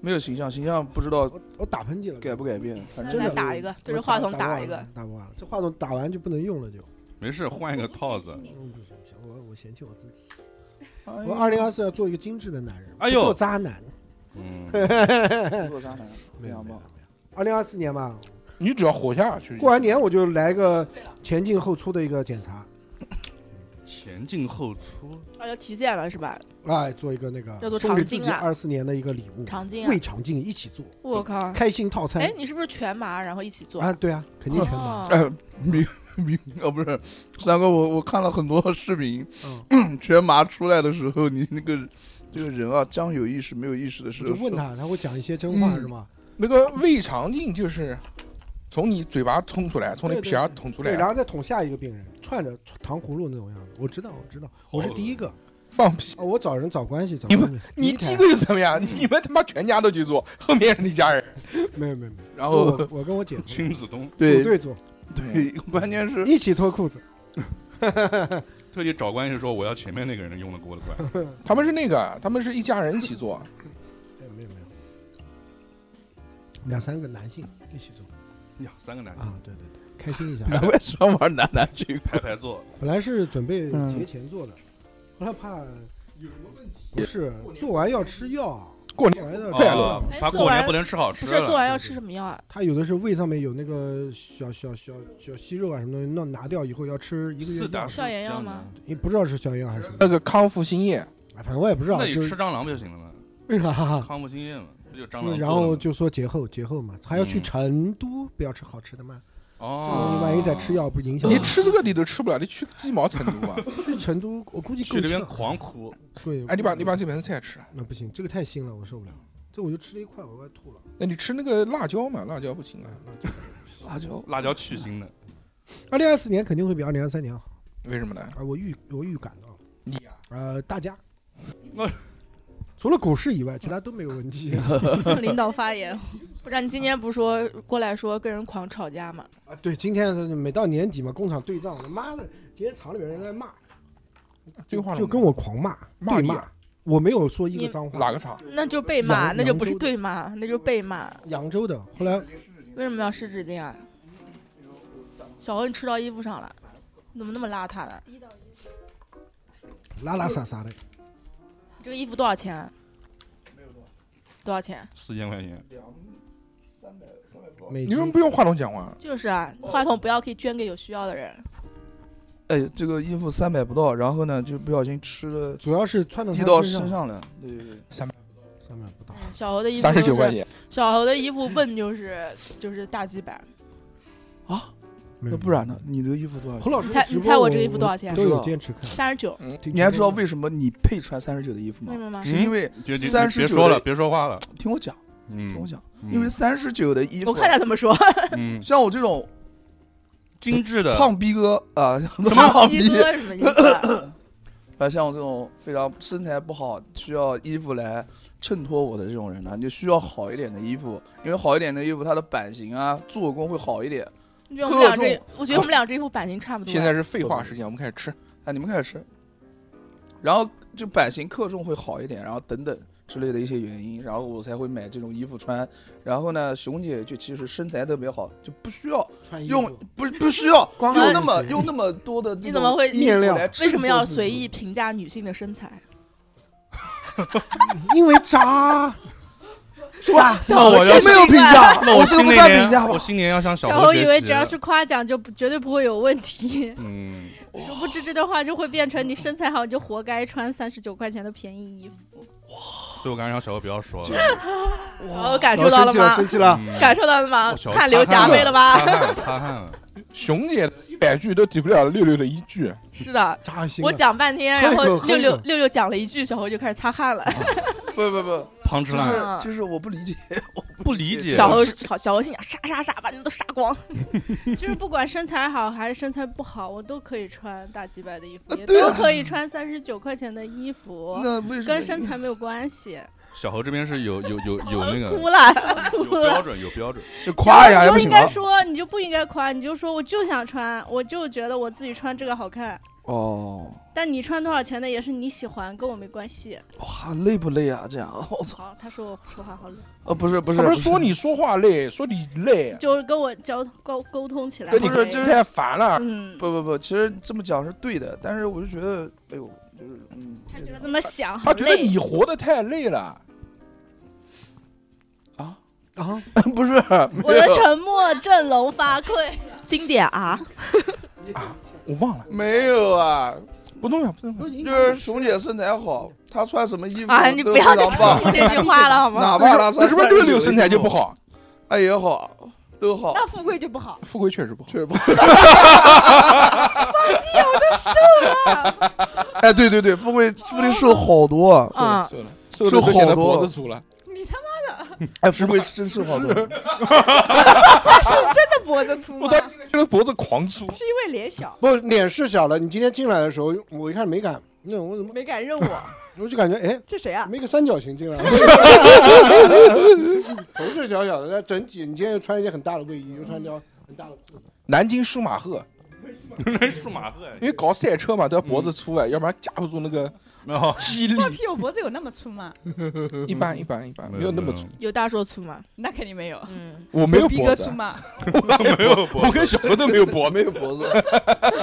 没有形象，形象不知道我我打喷嚏了，改不改变，反正那真来的打一个，对着话筒打一个。，打不完了，这话筒打完就不能用了，就没事换一个套子。嗯不行不行，我我嫌弃我自己，哎我二零二四要做一个精致的男人，哎呦不做渣男，嗯，哎做渣男，没有非常没有棒。二零二四年嘛，你只要活下去。过完年我就来个前进后出的一个检查，前进后粗，啊，要体检了是吧？哎，做一个那个要做送给肠自镜己啊二四年的一个礼物，肠镜啊胃！肠镜一起做，我靠！开心套餐哎，你是不是全麻然后一起做？啊，对啊，肯定全麻，哦哎，明明 哦不是，三哥，我我看了很多视频，嗯，全麻出来的时候，你那个这个人啊，将有意识没有意识的时我候，就问他，他会讲一些真话嗯是吗？那个胃肠镜就是从你嘴巴冲出来，从你皮儿捅出对，然来。后再捅下一个病人，串着糖葫芦那种样子，我知道，我知道，我是第一个，啊放屁！我找人找关系，找哦你关们系。你第一个又怎么样？ 你们他妈全家都去做，后面是你家人。没有没有没有。然后我我跟 我姐夫亲子东组队做，对关键是一起脱裤子。特地找关系说我要前面那个人用的 锅的关，他们是那个，他们是一家人一起做。哎没有没有，两三个男性一起做，呀，三个男啊，对对对，开心一 下。难 怪上玩男男这一排排坐，本来是准备嗯节前做的，后来怕有什么问题？不是，做完要吃药，过年完要对吃了药哎他过年不能吃好吃不是做完要吃什么 药啊？他有的是胃上面有那个小小小小息肉啊什么东西，弄拿掉以后要吃一个月药，消炎药吗？也不知道是消炎药还是什么，哎那个康复新液，反正我也不知道那。你就吃是 蟑螂不就行了吗？为啥？康复新液嘛，不就蟑螂？然后就说节后节后嘛，还要去成都，不要吃好吃的嘛。这个东嗯哦西，万一再吃药不影响？你吃这个你都吃不了，你去鸡毛程度啊！去成都，我估计去够那边呛。狂哭，对，哎，你把你把这盘菜吃了，那不行，这个太腥了，我受不了。这我就吃了一块，我快吐了。那你吃那个辣椒嘛？辣椒不行啊，辣椒辣椒去腥的，二零二四年肯定会比二零二三年好为什么呢？啊！我预我预感到了，你呀，呃，大家我除了股市以外，其他都没有问 题。向领导发言， 不然你今天不是说过来说跟人狂吵架吗？啊，对，今天每到年底嘛，工厂对账，我的妈的，今天厂里边人在骂，对话了吗就跟我狂骂，骂对你啊骂，我没有说一你个脏话。哪个厂？那就被骂，扬那就不是对骂，那就是被骂。扬州的，后来为什么要湿纸巾啊？小何，你吃到衣服上了，你怎么那么邋遢呢？拉拉撒撒的，这个衣服多少钱啊？多少钱？四千块钱，美你金为什么不用话筒讲话？就是啊，话筒不要，可以捐给有需要的人。哎，这个衣服三百不到，然后呢就不小心吃了，主要是穿到滴他到身身上上了。对对对，三百上面不到。小何的衣服、就三是、十九块钱，小猴的衣服问就是就是大鸡版，那不然呢？你这个衣服多少钱？何老师你猜的直播你猜我这个衣服多少钱都有坚持看。三十九。嗯，挺你还知成道功的为什么你配穿三十九的衣服吗为？什么吗？是因为别别三别十九说了，别说话了，听我讲，听我嗯讲，嗯因为三十九的衣服，我看他怎么说。嗯，像我这种精致的胖逼哥啊，什大胖逼鸡？哥什么意思啊？啊，像我这种非常身材不好，需要衣服来衬托我的这种人呢，你就需要好一点的衣服，因为好一点的衣服它的版型啊、做工会好一点。我觉得我们俩各这种，我觉得我们俩这一副版型差不多。现在是废话时间，我们开始吃。哎，你们开始吃，然后就版型克重会好一点，然后等等之类的一些原因，然后我才会买这种衣服穿。然后呢，熊姐就其实身材特别好，就不需要穿衣服用不不需要光用看那就么行用那么多的你怎么会面料？为什么要随意评价女性的身材？因为 渣，是吧？小猴我真就是没有一评个价，那我这新个啊不的一算评价年，吧我？新年要向小小猴侯学以习。为只要是夸奖就不绝对不会有问题，嗯，殊不知这段话就会变成你身材好你就活该穿三十九块钱的便宜衣服。所以我刚才让小何不要说了，然后哦感受到了吗？哦气了嗯感受到了吗哦我小？汗流浃背擦了吧？汗了，擦汗了，熊姐一百句都抵不了六六的一句，是的，扎心了。啊我讲半天，喝一然口后喝六一六口六六讲了一句，小侯就开始擦汗了。不不不，胖吃就烂，是就是我不理解，我不理解小侯小小侯心想：杀杀杀，把你们都杀光。 就是不管身材好还是身材不好，我都可以穿大几百的衣服，啊也对啊都可以穿三十九块钱的衣服，那为什么跟身材没有关系。小侯这边是有有有有那 哭个有了，标准有标准， 就夸一下你也嗯哎就不应行吗该？说，你就不应该夸，你就说我就想穿，我就觉得我自己穿这个好看。哦，但你穿多少钱的也是你喜欢，跟我没关系。哇，累不累啊？这样，我操，好，他说我说话好冷，呃，不是不是，他不是说你说话累，说你累，就是跟我交沟沟通起来。跟你对就是太烦了。嗯，不不不，其实这么讲是对的，但是我就觉得，哎呦，就是嗯，他这觉得个这么想好他觉得累。你活得太累了，啊，不是，我没有的沉默振聋发 聩。经典啊！我忘了，没有啊，不重要，不嗯重要。就是熊姐身材好，她穿什么衣服啊，你都不非要再常棒重，复这句话了 好吗？哪怕她那穿是不是六六身材就不？好？哎也好，都好，那富贵就不 好。富贵确实不好确。实不 好。 哎，对对对，富贵富贵瘦好多啊，瘦啊，瘦了，瘦瘦好都显得多脖子粗了。哎，富贵真瘦好多。真的脖子粗我吗？操，这个脖子狂粗，是因为脸小。不，脸是小了。你今天进来的时候，我一看没敢，那我怎么没敢认我？我就感觉哎，这谁啊？没个三角形进来，头是小小的，但整体你今天又穿一件很大的卫衣，又穿一条很大的裤子，南京舒马赫，那是数码鹤因为搞赛车嘛，都要脖子粗啊，要不然架不住那个哦肌力。放屁！我脖子有那么粗吗？一般一般一般，没有那么粗。有大硕粗 吗？那肯定没有。嗯，我没有逼脖哥子粗吗？我没有，我跟小何都没有脖，没有脖子。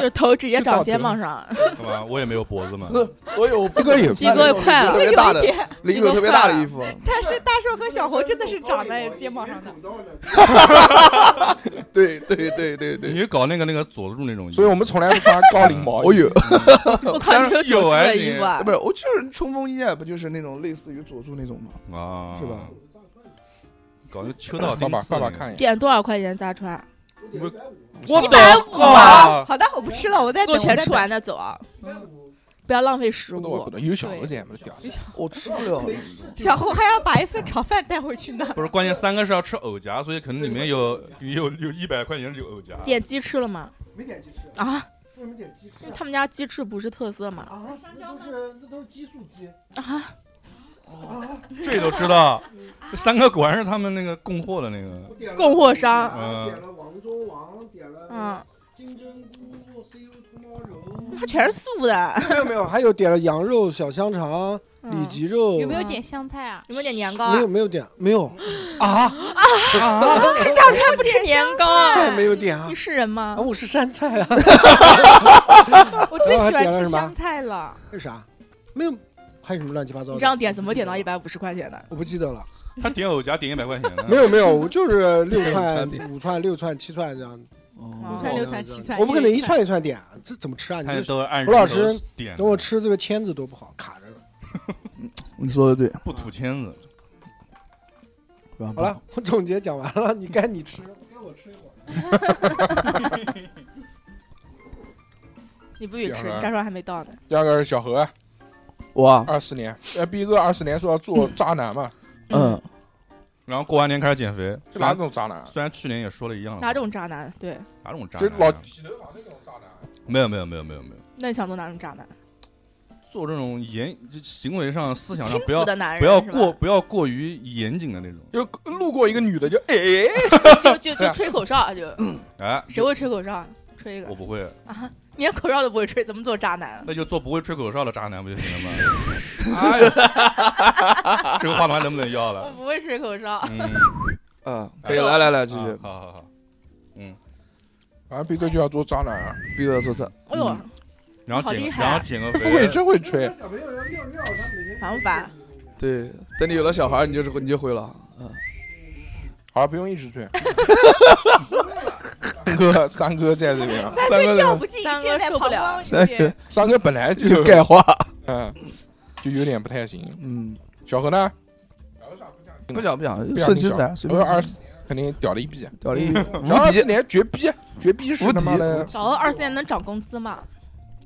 就头直接长肩膀上。干嘛？我也没有脖子嘛。啊 所以我逼哥也逼哥也快了特别大的有一点，领口特别大的衣服。 但是大硕和小猴真的是长在肩膀上的。对对对对对，你搞那个那个佐助那种衣服，所以我们从来不穿高领毛衣。 我有，我靠，你当然有有佐助哎的你衣服啊 不？是，我就是冲锋衣啊，不就是那种类似于佐助那种吗？啊，是吧？搞那秋道爸丁爸四爸爸那个看一眼，点多少块钱咋穿？我一百五啊好的，我不吃了，我再给我等。全我再吃等完再走啊！不要浪费食不多不物。多，有小猴子也没屌丝。我吃不 了。小猴还要把一份炒饭带回去呢。不是，关键三个是要吃藕夹，所以可能里面 有有有一百块钱是有藕夹。点鸡翅了吗？没点鸡翅啊，为什么点鸡翅因为他们家鸡翅不是特色嘛。啊？那都是那都是激素鸡啊，啊！这都知道，这三个果然是他们那个供货的那个。我点了供货商啊点了王中王，点了嗯，金针菇、CU 葱包肉，它全是素的。 没有没有，还有点了羊肉小香肠、里脊肉，有没有点香菜 啊？哦有没有点年糕啊没？有没有点没有啊，是赵川不 吃 年糕啊？再没有点啊你。是人吗啊，？我是山菜啊，我最喜还欢点了什吃么香菜了。还有啥？没有，还有什么乱七八糟你的？这样点怎么点到一百五十块钱的？我不记得了。他点藕夹点一百块钱呢。没有没有，我就是六差串点、五串、六串、七串这样。哦嗯五串、六串、七串，我不可能一人串一串点，这怎么吃啊？你他这都是按胡老师人头点的，等我吃这个签子多不好，卡着了。你说的对，不吐签子。好了，，我总结讲完了，你该你吃，该我吃一会儿。你不许吃点，儿炸串还没到呢。第二个是小何啊，我啊二四年，呃，逼哥二四年说要做渣男嘛，嗯，然后过完年开始减肥，就哪种渣男？虽然去年也说了一样的话，哪种渣男？对，哪种渣就男啊？老啊没有没有没有没有没有，那你想做哪种渣男？做这种严就行为上、思想上轻不浮要的男人不要是吧过不要过于严谨的那种。就路过一个女的就哎，就就就吹口哨就，哎，谁会吹口哨？吹一个我不会，啊！你连口哨都不会吹，怎么做渣男？啊那就做不会吹口哨的渣男不就行 了吗？哎呀，这个话筒还能不能要我了？不会吹口哨， 嗯，嗯，可以，来来来，继啊续，好好好，嗯，反正逼哥就要做渣男啊，逼哥做菜。哎呦，然后好减厉个害啊然后减个不啊会肥，真会吹，小朋友要尿尿，他每天烦不烦？对，等你有了小孩，你就是你就会了。嗯，好，不用一 直吹。三哥，三哥在这边啊， 三个掉人不进，三哥现在受不膀了胱有点。三哥本来就就钙化。嗯，就有点不太行。嗯，小何呢？不讲不讲，不想顺听其小自然，随何便二十年肯定屌了一逼，屌了一小何无二十敌。年绝逼，啊绝逼是无他妈敌的小何二四年能涨工资吗？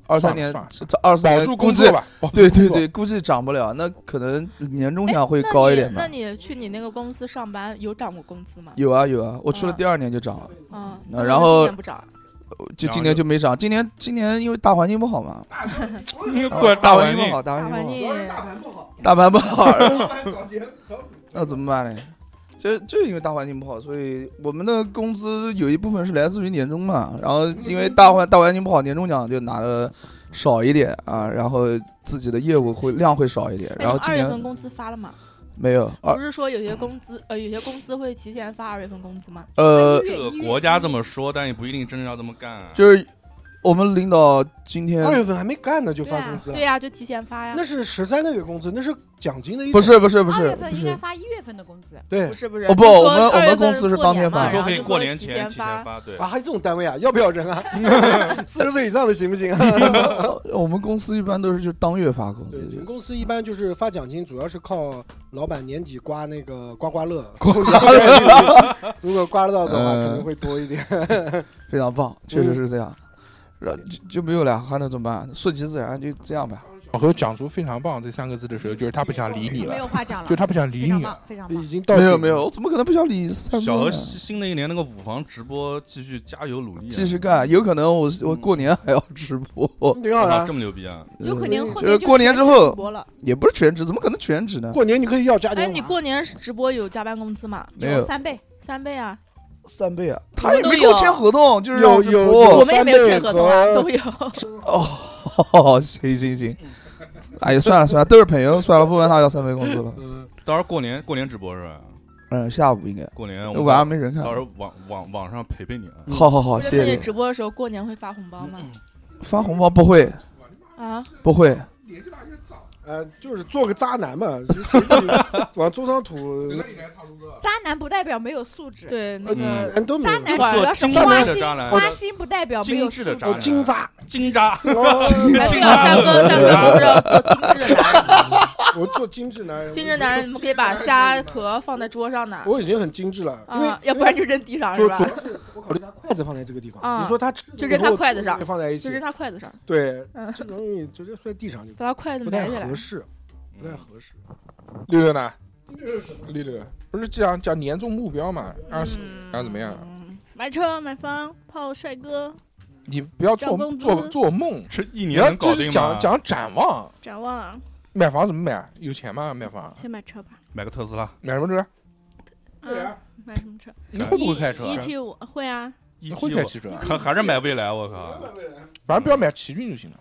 二算了三年算了，这二三保年住估工计作吧，哦保住对对工作对，，估计涨不了，那可能年终奖会哎那高一你点吧那。你去你那个公司上班有涨过工资吗？有啊有啊，我去了嗯第二年就涨了，啊，那为嗯然什么后今年不涨，就然今后年就就没涨。今年今年因为大环境不好嘛，你怪大环环不境好，啊大大环环境境主要是大盘不好，不好，大盘不好，嗯大盘早节早股。那怎么办呢？就就因为大环境不好，所以我们的工资有一部分是来自于年终嘛。然后因为大环大环境不好，年终奖就拿的少一点啊，然后自己的业务会量会少一点。哎，然你后们今二月份年啊工资发了吗？没有不二是说有些工资呃有些公司会提前发二月份工资吗？呃，这个国家这么说，但也不一定真的要这么干啊。就是我们领导今天二月份还没干呢就发工资啊了对，呀，就提前发呀那。是十三个月工资，那是奖金的一种不是不是不二是月不份应该是，发一月份的工资，对不是不是，哦不就说我们2我们月份公司是当天过发年就说嘛然可以后哎就过会年提前提前发。发，对啊，，还有这种单位啊？要不要人 啊？四十岁以上的行不行啊？ 我们公司一般都是就当月发工对，资我就们。公司一般就是发奖金，主要是靠老板年底刮那个刮刮乐。 如果刮得到的话，嗯可能会多一点。非常棒，确实是这样。然后就就没有了，还能怎么办？顺其自然，就这样吧。小何讲出“非常棒”这三个字的时候，就是他不想理你了，没有话讲了就他不想理你了，非常棒非常嗯 棒已经到没有没有我怎么可能不想理小何新新的一年那个五房直播继续加油努力、啊，继续干，有可能我我过年还要直播， 挺好的啊这么牛逼啊嗯有可能后面就是就过年之全职后直播了也不是全职，怎么可能全职呢？过年你可以要啊加哎，你过年直播有加班工资吗？没有有三倍，三倍啊！三倍啊，我他们也都没跟我有签合同，就是有让我直有播有我们也没有三倍签合同啊和都有哦，行行行，哎呀，算了算了，都是朋友，算了，不问他要三倍工资了。到时候过年过年直播是吧？嗯，下午应该过年晚上没人看到，时候网网网上陪陪你啊。好好好不是谢那谢你直播的时候过年会发红包吗？发红包不会啊，不会，呃，就是做个渣男 嘛，就随地往桌上吐。渣男不代表没有素质，对，那个嗯嗯都没渣有男做主要是精花致的心，渣男花心不代表没有素质。哦金渣，金渣，哦金渣三哥三哥不是要做精致的啊男人吗 我做精致男人，精致男人，你们可以把虾壳放在桌上呢，我已经很精致了，因为啊，要不然就扔地上是主主吧？要是我考虑他筷子放在这个地方，啊，你说他吃就扔他筷子上，放在一起就，扔他筷子上，对，嗯，这个东西直接摔地上就把他筷子不太埋起来合。适，不嗯太合适。六六呢？六六不是讲讲年终目标嘛？二十然后怎么样？买车买房嗯泡帅哥，你不要做涨工资做做梦，这一年能搞定吗讲讲展望，展望啊，买房怎么买？有钱吗？买房先买车吧。买个特斯拉，买什么车？啊，买什么车？你会不会开车 E T 五会啊。一会开汽车啊还还是买蔚来？我靠！反正不要买奇骏就行了。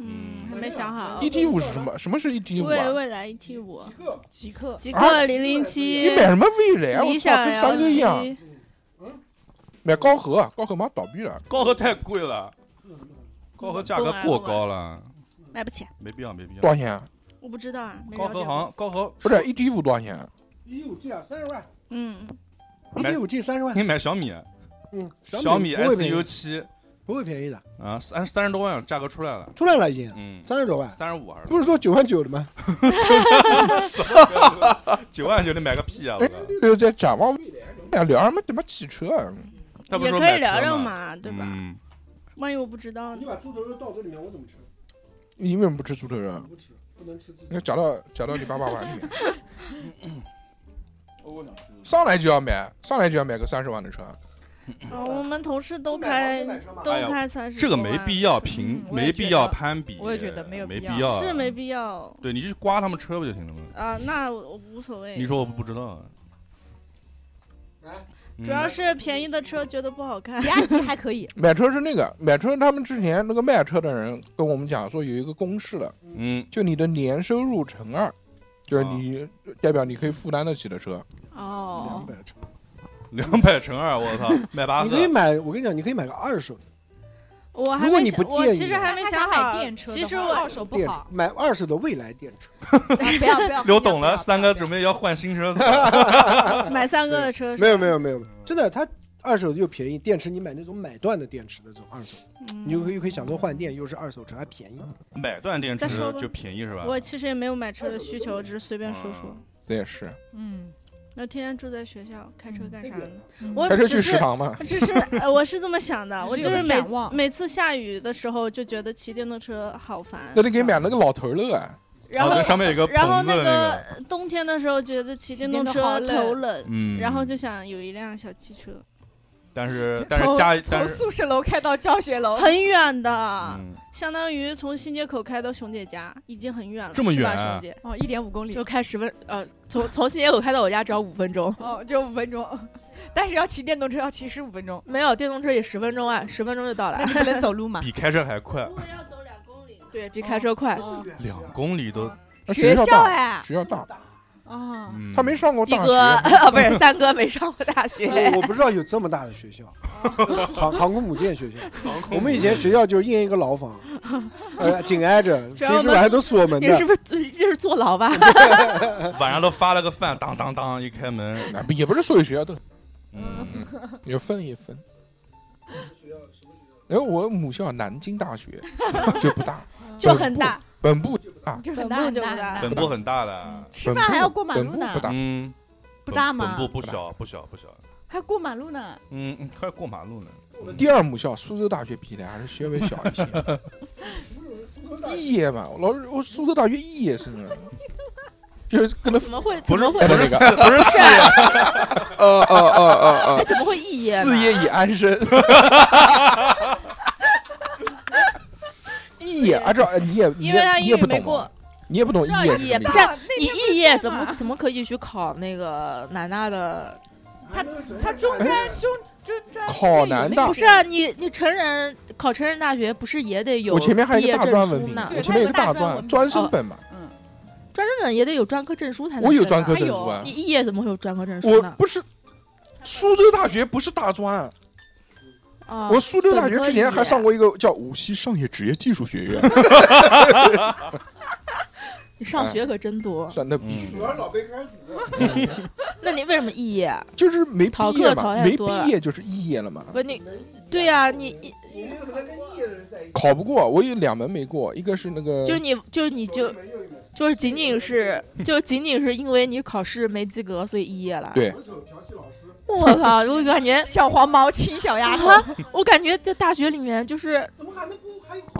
嗯，还没想啊好。 E T 五是什么？什么是 E T 五未啊？未来 E T 五，极客，极啊客零零七。你买什么蔚来啊？我理操，想跟三哥一样 LG。买高和，啊高和马上倒闭了。高和太贵了，高和价格过高了，买不起，没必要，没必要。多少钱啊？我不知道啊，没高了和解好像过。高和不是 E T 五多少钱？一五 G 啊，三十万，嗯，一买 T 五 G 三十万你，买小米，嗯，小米不会 S 便 U 宜，七不会便宜的，啊，三三十多万价格出来了，出来了已经，嗯，三十多万，三十五还是不是说九万九的吗？九万就能买个屁啊！我靠六六在展望未来，你俩聊什么他妈汽车啊？他不也是说可买以聊车聊吗？嘛，对吧？嗯，万一我不知道呢你？把猪头肉倒这里面，我怎么吃？你为什么不吃猪头肉？不吃，不能吃自己你。讲到讲到你爸爸碗里面，上来就要买，上来就要买个三十万的车。啊，我们同事都开都嗯哎呦开三十，这个没必要评，嗯我也没觉必要得攀比，我也觉得没有没必必要要，啊是没必要对，你就去刮他们车不就行了吗？啊。那我我无所谓。你说我不知道啊，嗯主要是便宜的车觉得不好看，比亚迪还可以，买车是那个买车，他们之前那个卖车的人跟我们讲说有一个公式的，嗯，就你的年收入乘二，就是你、代表你可以负担得起的车。哦，两百乘二，我操，买八你个可以买，我跟你讲，你可以买个二手的，我还如果没你想不我介其意实还没他想想好买电车的其实话我二手不电好，啊买二手的未来电车。不要不要。 刘懂了，三哥准备要换新车子了，买三哥的车是没有吧没有没有，真的，它二手的又便宜，电池你买那种买断的电池的这种二嗯手，你就可以又可以享受换电，又是二手车还便宜。 买断电池再说吧就便宜是吧？我其实也没有买车的需求，只是随便说说。这也是嗯，那天天住在学校，开车干啥呢？嗯我开车只去是食堂嘛我只是呃，我是这么 想的，我只就是有是个每展望每次下雨的时候就觉得骑电动车好烦。那你可以买那个老头乐啊，然后哦对上面有个然后棚子的个冬天的时候觉得骑电动骑电动车好冷头冷，嗯然后就想有一辆小汽车，但是但从是家但从是宿舍楼开到教学楼，很远的，啊嗯，相当于从新街口开到熊姐家已经很远了，这么是吧远啊兄弟？哦，一点五公里就，开十分，呃，从从新街口开到我家只要五分钟，哦，就五分钟， 但是要骑电动车要骑十五分钟，没有电动车也十分钟啊，十分钟就到那了你，不能走路嘛？比开车还快，要走两公里，对 比开车快。两公里 都，那哦学校校大，哎，学校大，啊，嗯他没上过一大哥学，啊，不是三哥没上过大学，我我不知道有这么大的学 校，航航空母舰学校。我们以前学校就印一个牢房，呃，紧挨着，主要我平们时晚上都锁门你是的。不是这是坐牢吧？晚上都发了个饭，当当当一开门， 那不也不是所有学校都嗯，有分也分。然后我母校南京大 学就不 大，就很大，本部就不大，这本很部 大很就不大大很本大，部很大的，吃饭还要过马本路部不呢，大，嗯，不大吗本？部不小不小不小，还过马路呢，嗯，嗯快过马路了，第二母校苏州大学比起来还是稍微小一些。一夜嘛，我老是我苏州大学一夜生的，就是跟他怎么会不怎是么会不是四是不是四夜，哦哦哦哦哎哦，怎么会一夜呢四夜以安身，一夜啊，这哎你也你因为他也你也英语不没懂过啊，你也不懂一让夜肄是业什么意不是思，哦你肄业怎么怎么可以去考那个南大的？他他中专中中专考南大不是啊，你你成人考成人大学不是也得有我前面还有一毕个大业证专文书凭呢，我前面有一个大专专升本嘛，专升本也得有专科证书才能。我有专科证书啊你肄业怎么哦会有专科证书我呢？不是苏州大学不是大专。啊我苏州大学之前还上。过一个叫无锡商业职业技术学 院，你上学可真多，算那必须，要老被开那你为什么肄业啊？就是没毕逃业课逃嘛，太没多了毕业就是肄业了嘛，不，你对呀，你你们怎么能跟艺人在一起？考不过，我有两门没过，一个是那个就是你就是你就就是仅仅是就仅仅是因为你考试没及格，所以肄业了。对，我靠！我感 觉小黄毛亲小丫头，我感觉在大学里面就是怎么还能不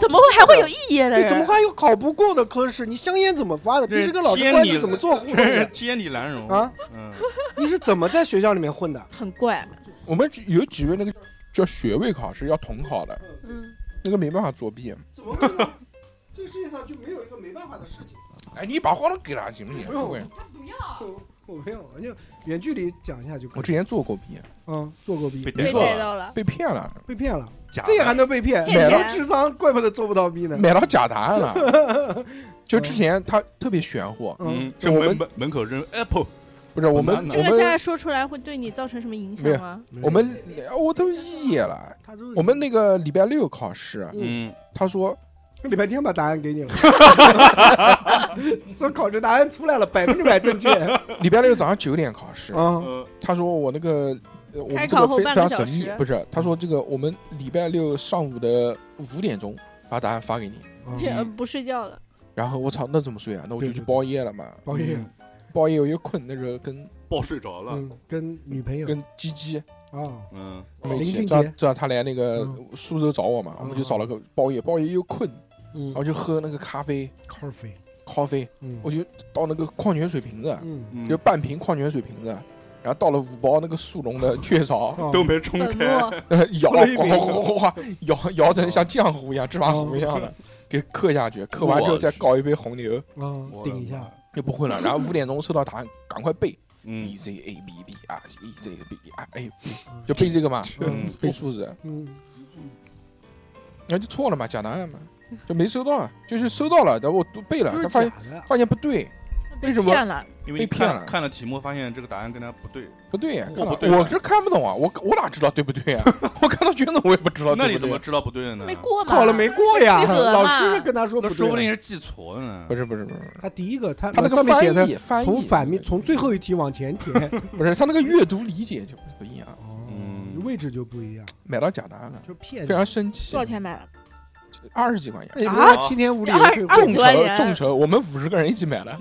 怎么会还会有肄业的人？对，怎么还有考不过的科室？你香烟怎么发的？这平时跟老师接关你系怎么做互 动这是的？接你难容啊！嗯，你是怎么在学校里面混的？很怪？我们有几位那个叫学位考试要统考的，嗯，那个没办法作弊。这个世界上就没有一个没办法的事情。哎，你把话筒给他行不行？不用会， 我没有，我就远距离讲一下就可以。我之前做过弊，嗯，做过弊，没做被骗了，被骗了，假的这还能被骗？骗你钱这智商，怪不得做不到弊呢。买到假答案了。就之前他特别玄乎，嗯，就这我门们门门口扔 Apple，不是我们很我这个现在们说出来会对你造成什么影响没有吗？，我们我都肄业了。我们那个礼拜六考试，嗯，他说礼拜天把答案给你了， 说考试答案出来了，百分之百正确。礼拜六早上九点考试，嗯呃他说我那个呃我开们这考个后非半非个常小神秘时，嗯不是？他说这个我们礼拜六上午的五点钟把答案发给你，呃嗯 不睡觉了，然后我操，那怎么睡啊？那我就去包夜了嘛，包夜嗯，包夜我又困，那时候跟抱睡着了，嗯，跟女朋友，跟鸡鸡哦啊，嗯，他们一林起，俊知道杰知道他来那个苏州找我嘛，我们就找了个包夜，包夜又困，嗯然后就喝那个咖啡，咖啡，咖啡，我就倒那个矿泉水瓶子，嗯就半瓶矿泉水瓶子，然后倒了五包那个速溶的雀哦啊巢，都没嗯冲开 呃摇喝了一哗瓶哗哗哗摇摇成像浆糊一样、芝麻糊一样的， 给嗑下去，嗑完之后再搞一杯红牛，嗯，顶一 下，就不混了。然后五点钟收到答案，赶快背。嗯 E Z A B B 啊，E Z A B 啊，哎，就背这个嘛，嗯背数字，嗯，然后就错了嘛，假答案嘛，就没收到，啊，就是收到了，但我都背了都，是他发现假 的发现不对，为什么啊因为被你骗看了，看了题目发现这个答案跟他不对，不对呀，货不对我版是看不懂啊，我我哪知道对不对啊？ 我看到卷子我也不知道对啊不对，那你怎么知道不对的呢？过考了没过 呀？老师是跟他说那对说不定了是记错呢。不是不是不是，他第一个他他那个上面写翻译的翻译从反面从最后一题往前填，嗯不是他那个阅读理解就不一样，位置就不一样，买到假答案了，就骗非常生气多少，钱买的？二十几块钱啊七天无理由二退二十众几万筹元众筹，我们五十个人一起买的，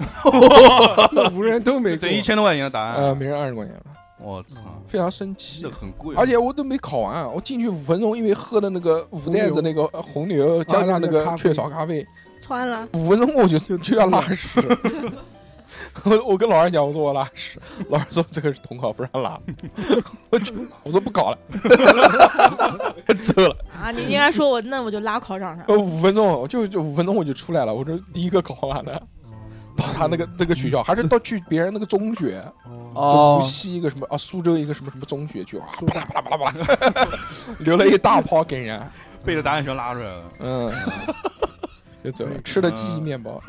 五人都没等一千多块钱的答案，呃，每人二十块钱吧，我哦操，非常生气，这很贵，嗯而且我都没考完啊，我进去五分钟，因为喝的那个五袋子那个呃红牛加上那个雀巢咖啡，穿了。五分钟我就就要拉 屎。我我跟老师讲，我说我拉屎，老师说这个是统考，不让拉。 我就我说不搞了，走了。啊，你应该说我那我就拉 考场上。呃，五分钟，我就就五分钟我就出来了。我这第一个考完的，哦到他那个那个学校，还是到去别人那个中学，哦就无锡一个什么啊，苏州一个什么什么中学去，哇，啪啦啪啦啪啦啪啦， 留了一大泡给人家，背着答案全拉出来了。 嗯，就走了，嗯吃了记忆面包。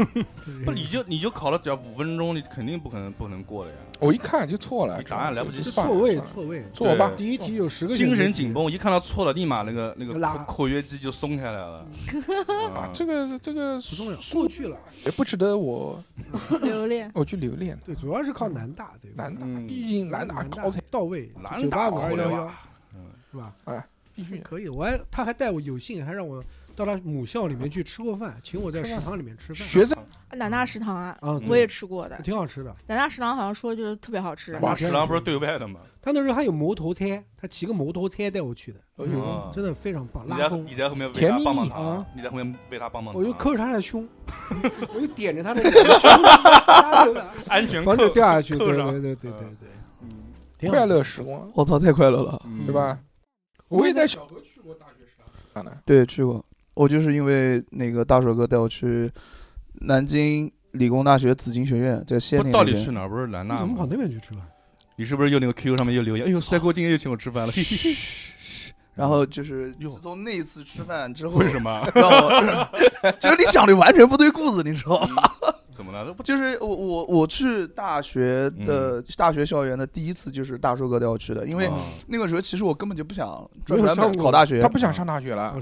不，你就你就考了只要五分钟，你肯定不可能不能过的呀。我一看就错了，你答案来不及嗯就算算了错位算了错位错吧。第一题有十个选精神择题紧绷，一看到错了，立马那个那个拉括括约肌就松开来 了。啊，这个这个不重要，过去了，也不值得我留恋。我去留恋。对，主要是靠南大这个嗯嗯南大，毕竟南大高材到位，南九大八五口二的幺吧幺，是吧？哎，必须演。可以，我还他还带我有幸还让我到他母校里面去吃过饭，请我在食堂里面吃饭。学着奶大食堂啊嗯，我也吃过的，挺好吃的。奶大食堂好像说就是特别好吃。哇食堂不是对外的吗？他那时候还有摩托车，他骑个摩托车带我去的，哎啊呦真的非常棒，你在嗯拉风。你在后面为甜他蜜帮帮蜜他啊！，你在后面为他帮啊帮他。我就抠着他的 胸，我就点着他的 胸，安全防止扣掉下去。扣对上对对对对对，嗯挺好快乐时光， 我操，太快乐了，嗯嗯对吧？我也在小何去过大学食堂啊呢。对，去过。我就是因为那个大手哥带我去南京理工大学紫金学院，在县里不那边。到底去哪儿不是南大你怎吗么跑那边去吃饭？你是不是又那个 QQ 上面又留言？哎呦，帅哥今天又请我吃饭 了。嘿 嘿嘿然后就是自从那一次吃饭之后，为什 么让我 就是你讲的完全不对故事，你知道吗？怎么了？就是我我我去大学嗯的、大学校园的第一次就是大叔哥带我去的，因为啊哦那个时候其实我根本就不想没专有门上过考大学，他不想上大学了，啊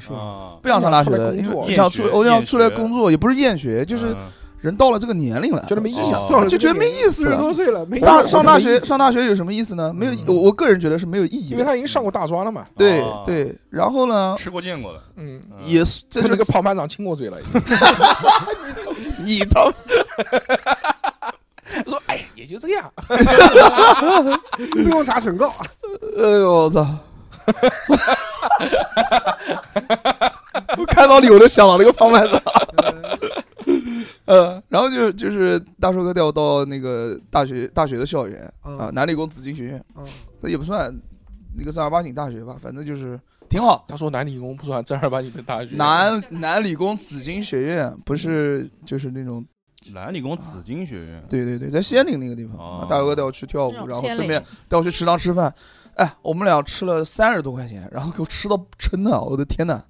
不想上大学哎出来，工因为作我想出我想出来工作，也不是厌学，就是嗯嗯人到了这个年龄了，觉得没意思哦就觉得没意思四十多岁了没大意思上大没学意思嗯上大学有什么意思呢？没有，我我个人觉得是没有意义的，因为他已经上过大专了嘛。对哦对，然后呢？吃过见过的，嗯，也是这跟就那是个胖班长亲过嘴了已经。你他 说哎，也就这 样，不用查审告。哎呦我操！ 我看到你我都想到那个胖班长。嗯 呃，然后就就是大硕哥带我到那个大学大学的校园嗯啊，南理工紫金学院嗯，那也不算一个正儿八经大学吧，反正就是挺好。他说南理工不算正儿八经的大学，南南理工紫金学院不是就是那种南嗯理啊工紫金学院，对对对，在仙林那个地方，啊哦大哥带我去跳舞，那然种后仙顺林便带我去食堂吃饭。哎，我们俩吃了三十多块钱，然后给我吃到撑的，我的天呐，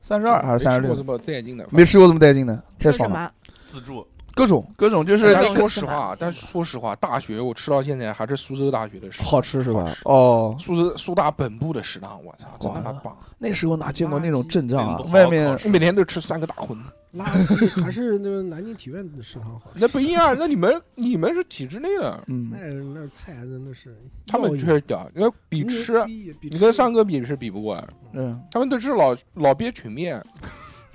三十二还是三十没吃过六这？么带劲的，没吃过这么带劲的，太爽了。自助。各种各种就是但那个说实话，啊但是说实话，大学我吃到现在还是苏州大学的食堂好吃是吧？哦，苏州苏大本部的食堂，我操，真他妈棒！那时候哪见过那种阵仗啊不好！外面吃每天都吃三个大荤，垃圾还是那个南京体院的食堂好吃。那不一样。那你们你们是体制内的，嗯那，那菜真的是，他们确实屌，因为比吃牛逼，比你跟上哥比是比不过来。嗯，他们都是老老鳖曲面，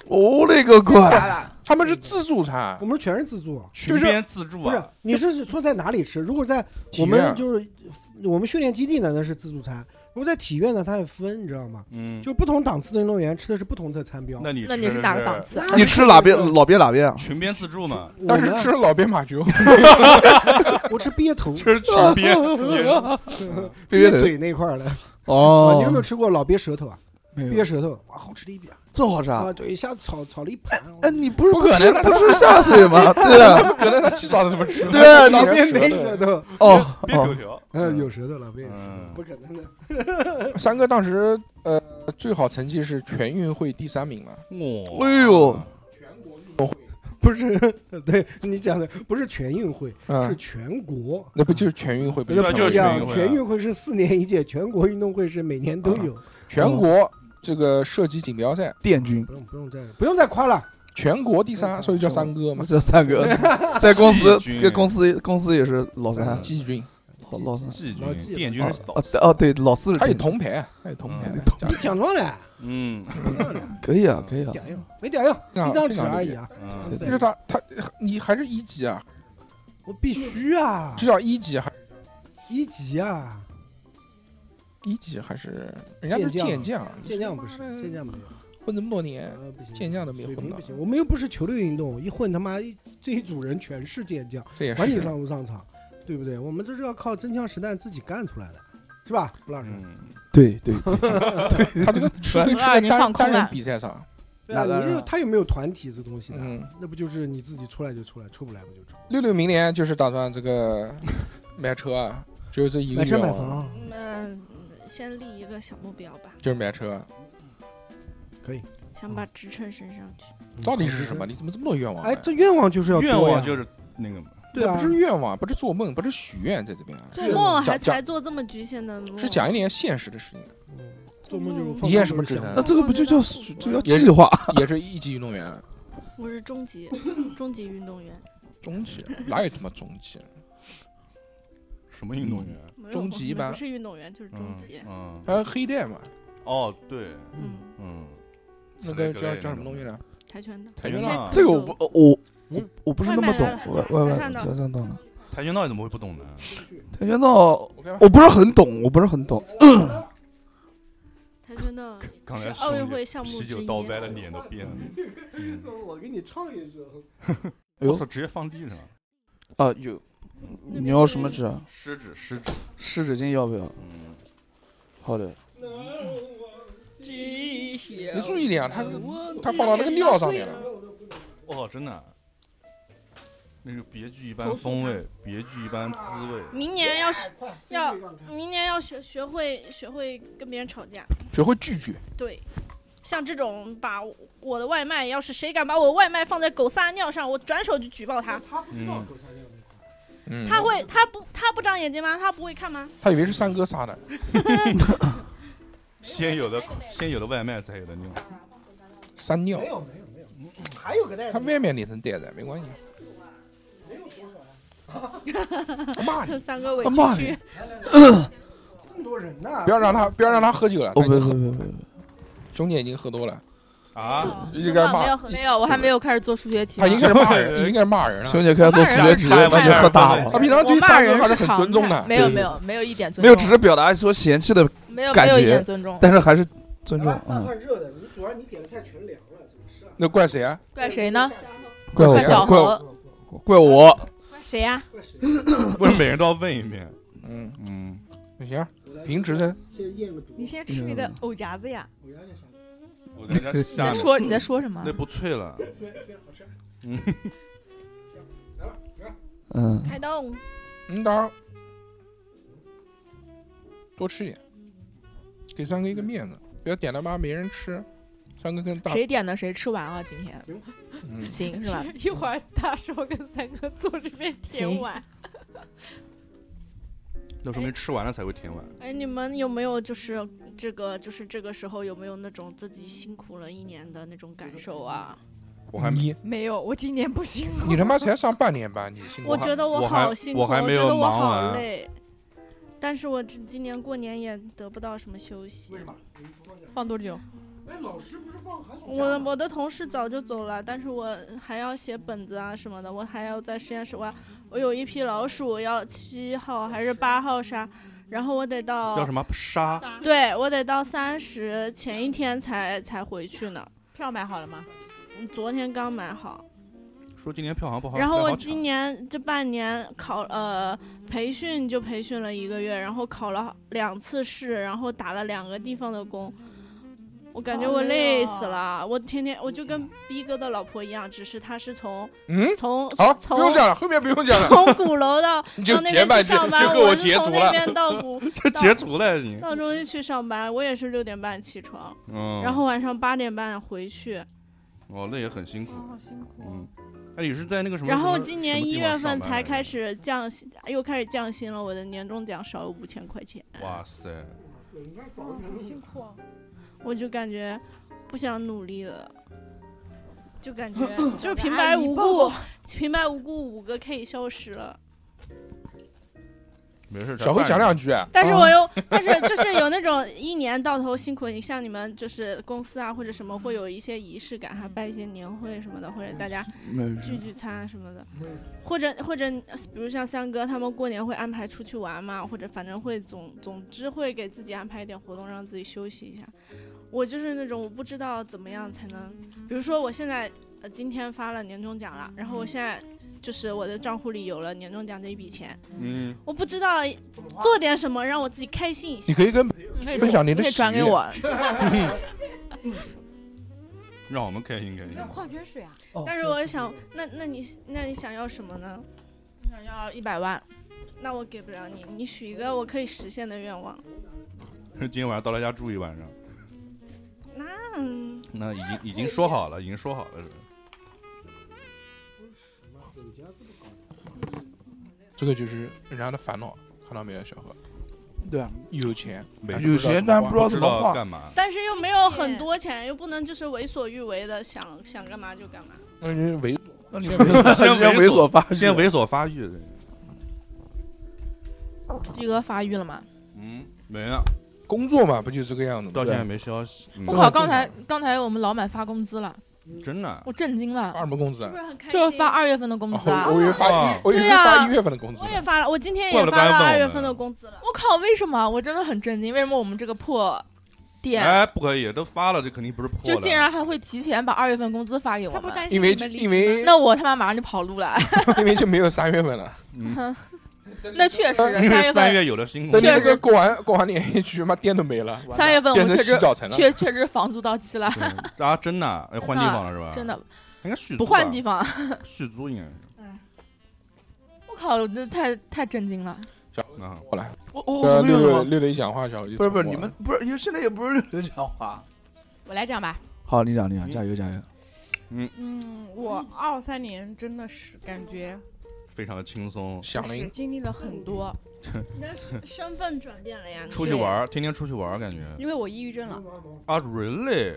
我勒个乖！他们是自助餐我，们全是自助啊，群就是编自助啊不是，你是说在哪里吃？如果在体我院们就是我们训练基地呢，那是自助餐；如果在体院呢，它也分，你知道吗？嗯就不同档次的运动员吃的是不同的餐标。那你那你是哪个档次啊你吃哪边老边哪边啊？群编自助嘛？但是吃老鳖马球，我吃 鳖头，吃群 鳖鳖嘴那块儿的。哦啊你有没有吃过老鳖舌头啊？没有鳖舌头，哇，好吃的一逼啊！这好吃啊！啊！对，一下炒炒了一盘。哎，你不是不可能不是下水吗？对啊，可能他鸡爪子怎么吃？对啊，老鳖你没舌头。哦哦，条，嗯，有舌头老鳖，不可能的。 三哥当时呃最好成绩是全运会第三名嘛，嗯哇，哎呦，不是，对你讲的不是全运会，嗯是全国。那不就是全运会？不那不一样，全全运会是四年一届，全国运动会是每年都有。全国这个射击锦标赛殿军不用不用再不用再夸了，全国第三，所以叫三哥嘛，这三个在公司季，军在公司公司也是老三，季军，老老三，季老军季殿军是哦哦对，老四是他有殿军铜牌，啊他有铜牌，你奖状嘞，嗯，可以啊，可以啊，屌用没屌用，一张纸而已啊。嗯就是他他你还是一级啊，我必须啊，至少一级还一级啊，一级还是人家是健将，健将不是健将没有，混这么多年，健将都没水混平到不，行。我们又不是球类运动，一混他妈一这一组人全是健将，这也管你是上不上场，对不对？我们这是要靠真枪实弹自己干出来的，是吧，布嗯老师？嗯对对，他这个吃亏吃在单单人比赛上，对啊，那当然你有了他有没有团体这东西呢嗯？那不就是你自己出来就出来，出不来不就出？六六明年就是打算 这个买车啊，只有这一个买车愿买望房，啊嗯，先立一个小目标吧，就是买车，嗯可以。想把职称升上去。到底是什么？你怎么这么多愿望？啊哎，这愿望就是要多呀愿望就是那个嘛，对啊这不是愿望，不是做梦，不是许愿，在这边啊做梦哦还讲才讲做这么局限的梦，是讲一点现实的事情。 嗯做梦就是你现在什么职称？那这个不就叫就叫也是计划？也是一级运动员，我是中 级，中级运动员，中级哪有这么中级？什么运动员？没有中级一我们般不是运动员就是中级。嗯，还有黑带嘛，哦，对，嗯嗯，那个叫叫什么东西呢？跆拳道跆拳道，这个我不我我我不是那么懂，我我我上道这上道呢？跆拳道你怎么会不懂呢？跆拳道我不是很懂，我不是很懂。跆拳道刚是才奥运兄弟会项目啤之酒一。倒歪了，脸都变了。我给你唱一首。哎我操，直接放地上了。啊，有你要什么纸啊？食指，食指，湿纸巾要不要？嗯好的。你你注意点，啊他这个他放到那个料上面了。哦，真的，那是别具一投般诉风他味，别具一般滋味。明年要学要，明年要学学会学会跟别人吵架。学会拒绝，对，像这种把我的外卖，要是谁敢把我外卖放在狗撒尿上，我转手就举报他。嗯嗯，他会，他不，他不长眼睛吗？他不会看吗？他以为是三哥杀的，先有的，先有的外卖，再有的尿。三尿没。有没有没有，嗯还有个袋他子。啊外面那层袋子没关系，骂你，三哥委骂屈你屈。这么多人呢，不要让他不要让他喝酒了。哦他已经不喝不不不不，兄弟已经喝多 了啊，应该哦没骂有，没有，我还没有开始做数学题呢。他已经开始骂 人，已经开始骂人了。啊兄弟开始做数学题，把你喝大了。他平常我对骂三哥人还是是很尊重的，没有没有没有一点尊重，没有，只是表达说嫌弃的没有感没有一觉点尊重，但是还是尊重饭嗯。饭啊热的，你主要你点的菜全凉了，怎么吃啊？ 那怪谁啊？怪谁呢？怪我怪小怪何我，怪我，谁呀、不是每人都要问一遍。嗯嗯，那行，凭职称。先咽个毒。你先吃你嗯的藕夹子呀，我在家下在面说你在说什么那不脆了。嗯，嗯，开动！嗯，当然多吃点，给三哥一个面子，不要点他妈没人吃。三哥跟大谁点的谁吃完啊？今天嗯行是吧？ 一会儿大叔跟三哥坐这边舔碗。那说明吃完了才会舔碗。哎，你们有没有就是这个就是这个时候有没有那种自己辛苦了一年的那种感受啊？我还 你没有，我今年不辛苦。你他妈才上半年班，你辛苦我还。觉得我还好辛苦，我我还没有觉得我忙好完累。但是我这今年过年也得不到什么休息。放多久？哎，老师不是放寒暑我的我的同事早就走了，但是我还要写本子啊什么的，我还要在实验室，我要我有一批老鼠要七号还是八号杀，然后我得到叫什么沙？ 对我得到三十前一天才才回去呢，票买好了吗？嗯昨天刚买好。说今年票房不好，然后不太我好抢今年这半年考呃培训就培训了一个月，然后考了两次试，然后打了两个地方的工，我感觉好我累累哦死了。我天天我就跟逼哥的老婆一样，只是他是从嗯从好，从不用讲了，后面不用讲了。从鼓楼到你 就到那截边半去句上班，就和我是截从图那了边 到鼓 这截图了你。到中心去上班，我也是六点半起床，嗯，然后晚上八点半回去。哦，那也很辛苦。好辛苦。哦嗯，哎，你是在那个什么？然后什么今年什么一地方月份上班才来着开始降薪，又开始降薪了，我的年终奖少了五千块钱，哇塞，嗯辛苦。哦我就感觉不想努力了，就感觉就是平白无故，平白无故五个 K 消失了。没事。小辉讲两句，但哦是我又， 但是就是有那种一年到头辛苦，你像你们就是公司啊或者什么会有一些仪式感，还办一些年会什么的，或者大家没有聚聚餐啊什么的，或者或者比如像三哥他们过年会安排出去玩嘛，或者反正会总总之会给自己安排一点活动，让自己休息一下。我就是那种我不知道怎么样才能，比如说我现在呃今天发了年终奖了，然后我现在就是我的账户里有了年终奖这一笔钱，嗯，我不知道做点什么让我自己开心一下。你可以跟可以分享你的可以喜转给悦我。让我们开心开心 没。矿泉水啊？但是我想，那那你那你想要什么呢？我想要一百万，那我给不了你，你许一个我可以实现的愿望。今天晚上到他家住一晚上，嗯，那已经已经说好了，已经说好了是吧。这个就是人家的烦恼，看到没有，小何？对啊，有钱，没但有是钱但花不知道怎么花干嘛？但是又没有很多钱，又不能就是为所欲为的想想干嘛就干嘛。那你猥，那你先先猥琐发育先猥琐发育。逼哥发育了吗？嗯，没了，工作嘛，不就这个样子吗？到现在没消息。嗯我靠，刚才刚才我们老板发工资了，真的啊，我震惊了。发什么工资啊？就是发二月份的工资啊！哦我以为发一啊我以为对呀发一月份的工资我也发了，我今天怪也不得发刚了才问我二们月份的工资了。我靠，为什么？我真的很震惊，为什么我们这个破店哎，不可以，都发了，这肯定不是破就竟的。然还会提前把二月份工资发给我们？心因为你们离因职为吗那我他妈马上就跑路 了。因为就没有三月份 了。那确实，因为三月三份月有了新等工你那作个过完过完年 一去，妈店都没了，三嗯月份我变们成确洗实脚城了。确确实房租到期了，啊，真的啊，哎换地方了是吧？真的，应该续租不吧换地方。续租应该是。我靠，我这太太震惊了。小啊过来，我我呃我怎么六又六了六六一讲话，小不是不是，你们不是，现在也不是刘讲话。我来讲吧。好，你讲你讲，加油加油。嗯，嗯，我二三年真的是感觉非常的轻松。就是经历了很多，身份转变了呀，出去玩儿，天天出去玩儿，感觉嗯因为我抑郁症了。啊，really？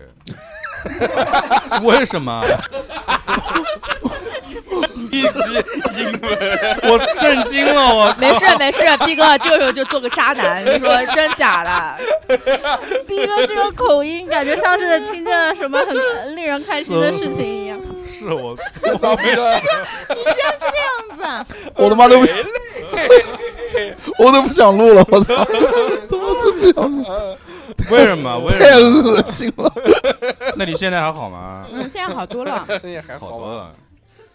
为什么？一句英文，我震惊了，我靠没事没事，毕哥这时候就做个渣男，你说真假的？逼哥这种口音，感觉像是听见了什么 很令人开心的事情一样。是我， 傻逼 了，你居然这样子！我他妈都不，我都不想录了，我操，他妈真不想录。为什么？为什么？太恶心了。那你现在还好吗？嗯现在好多 了现在还好呃好多了。啊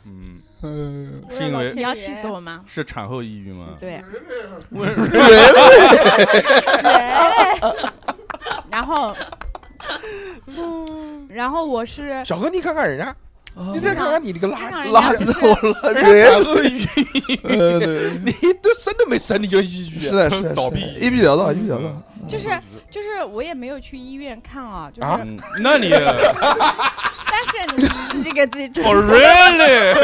嗯，嗯是因为你要气死我吗？是产后抑郁嗯吗？对，为人什么哎 然后，然后我是小何，你看看人家，哦你再看看你这个垃圾垃圾我垃圾人家产后抑呃对郁，你都生都没生你就抑郁，是的是的是的倒闭抑郁潦倒抑郁潦倒就是就是我也没有去医院看啊，就是，啊？那你但是你自己给自己注哦，really？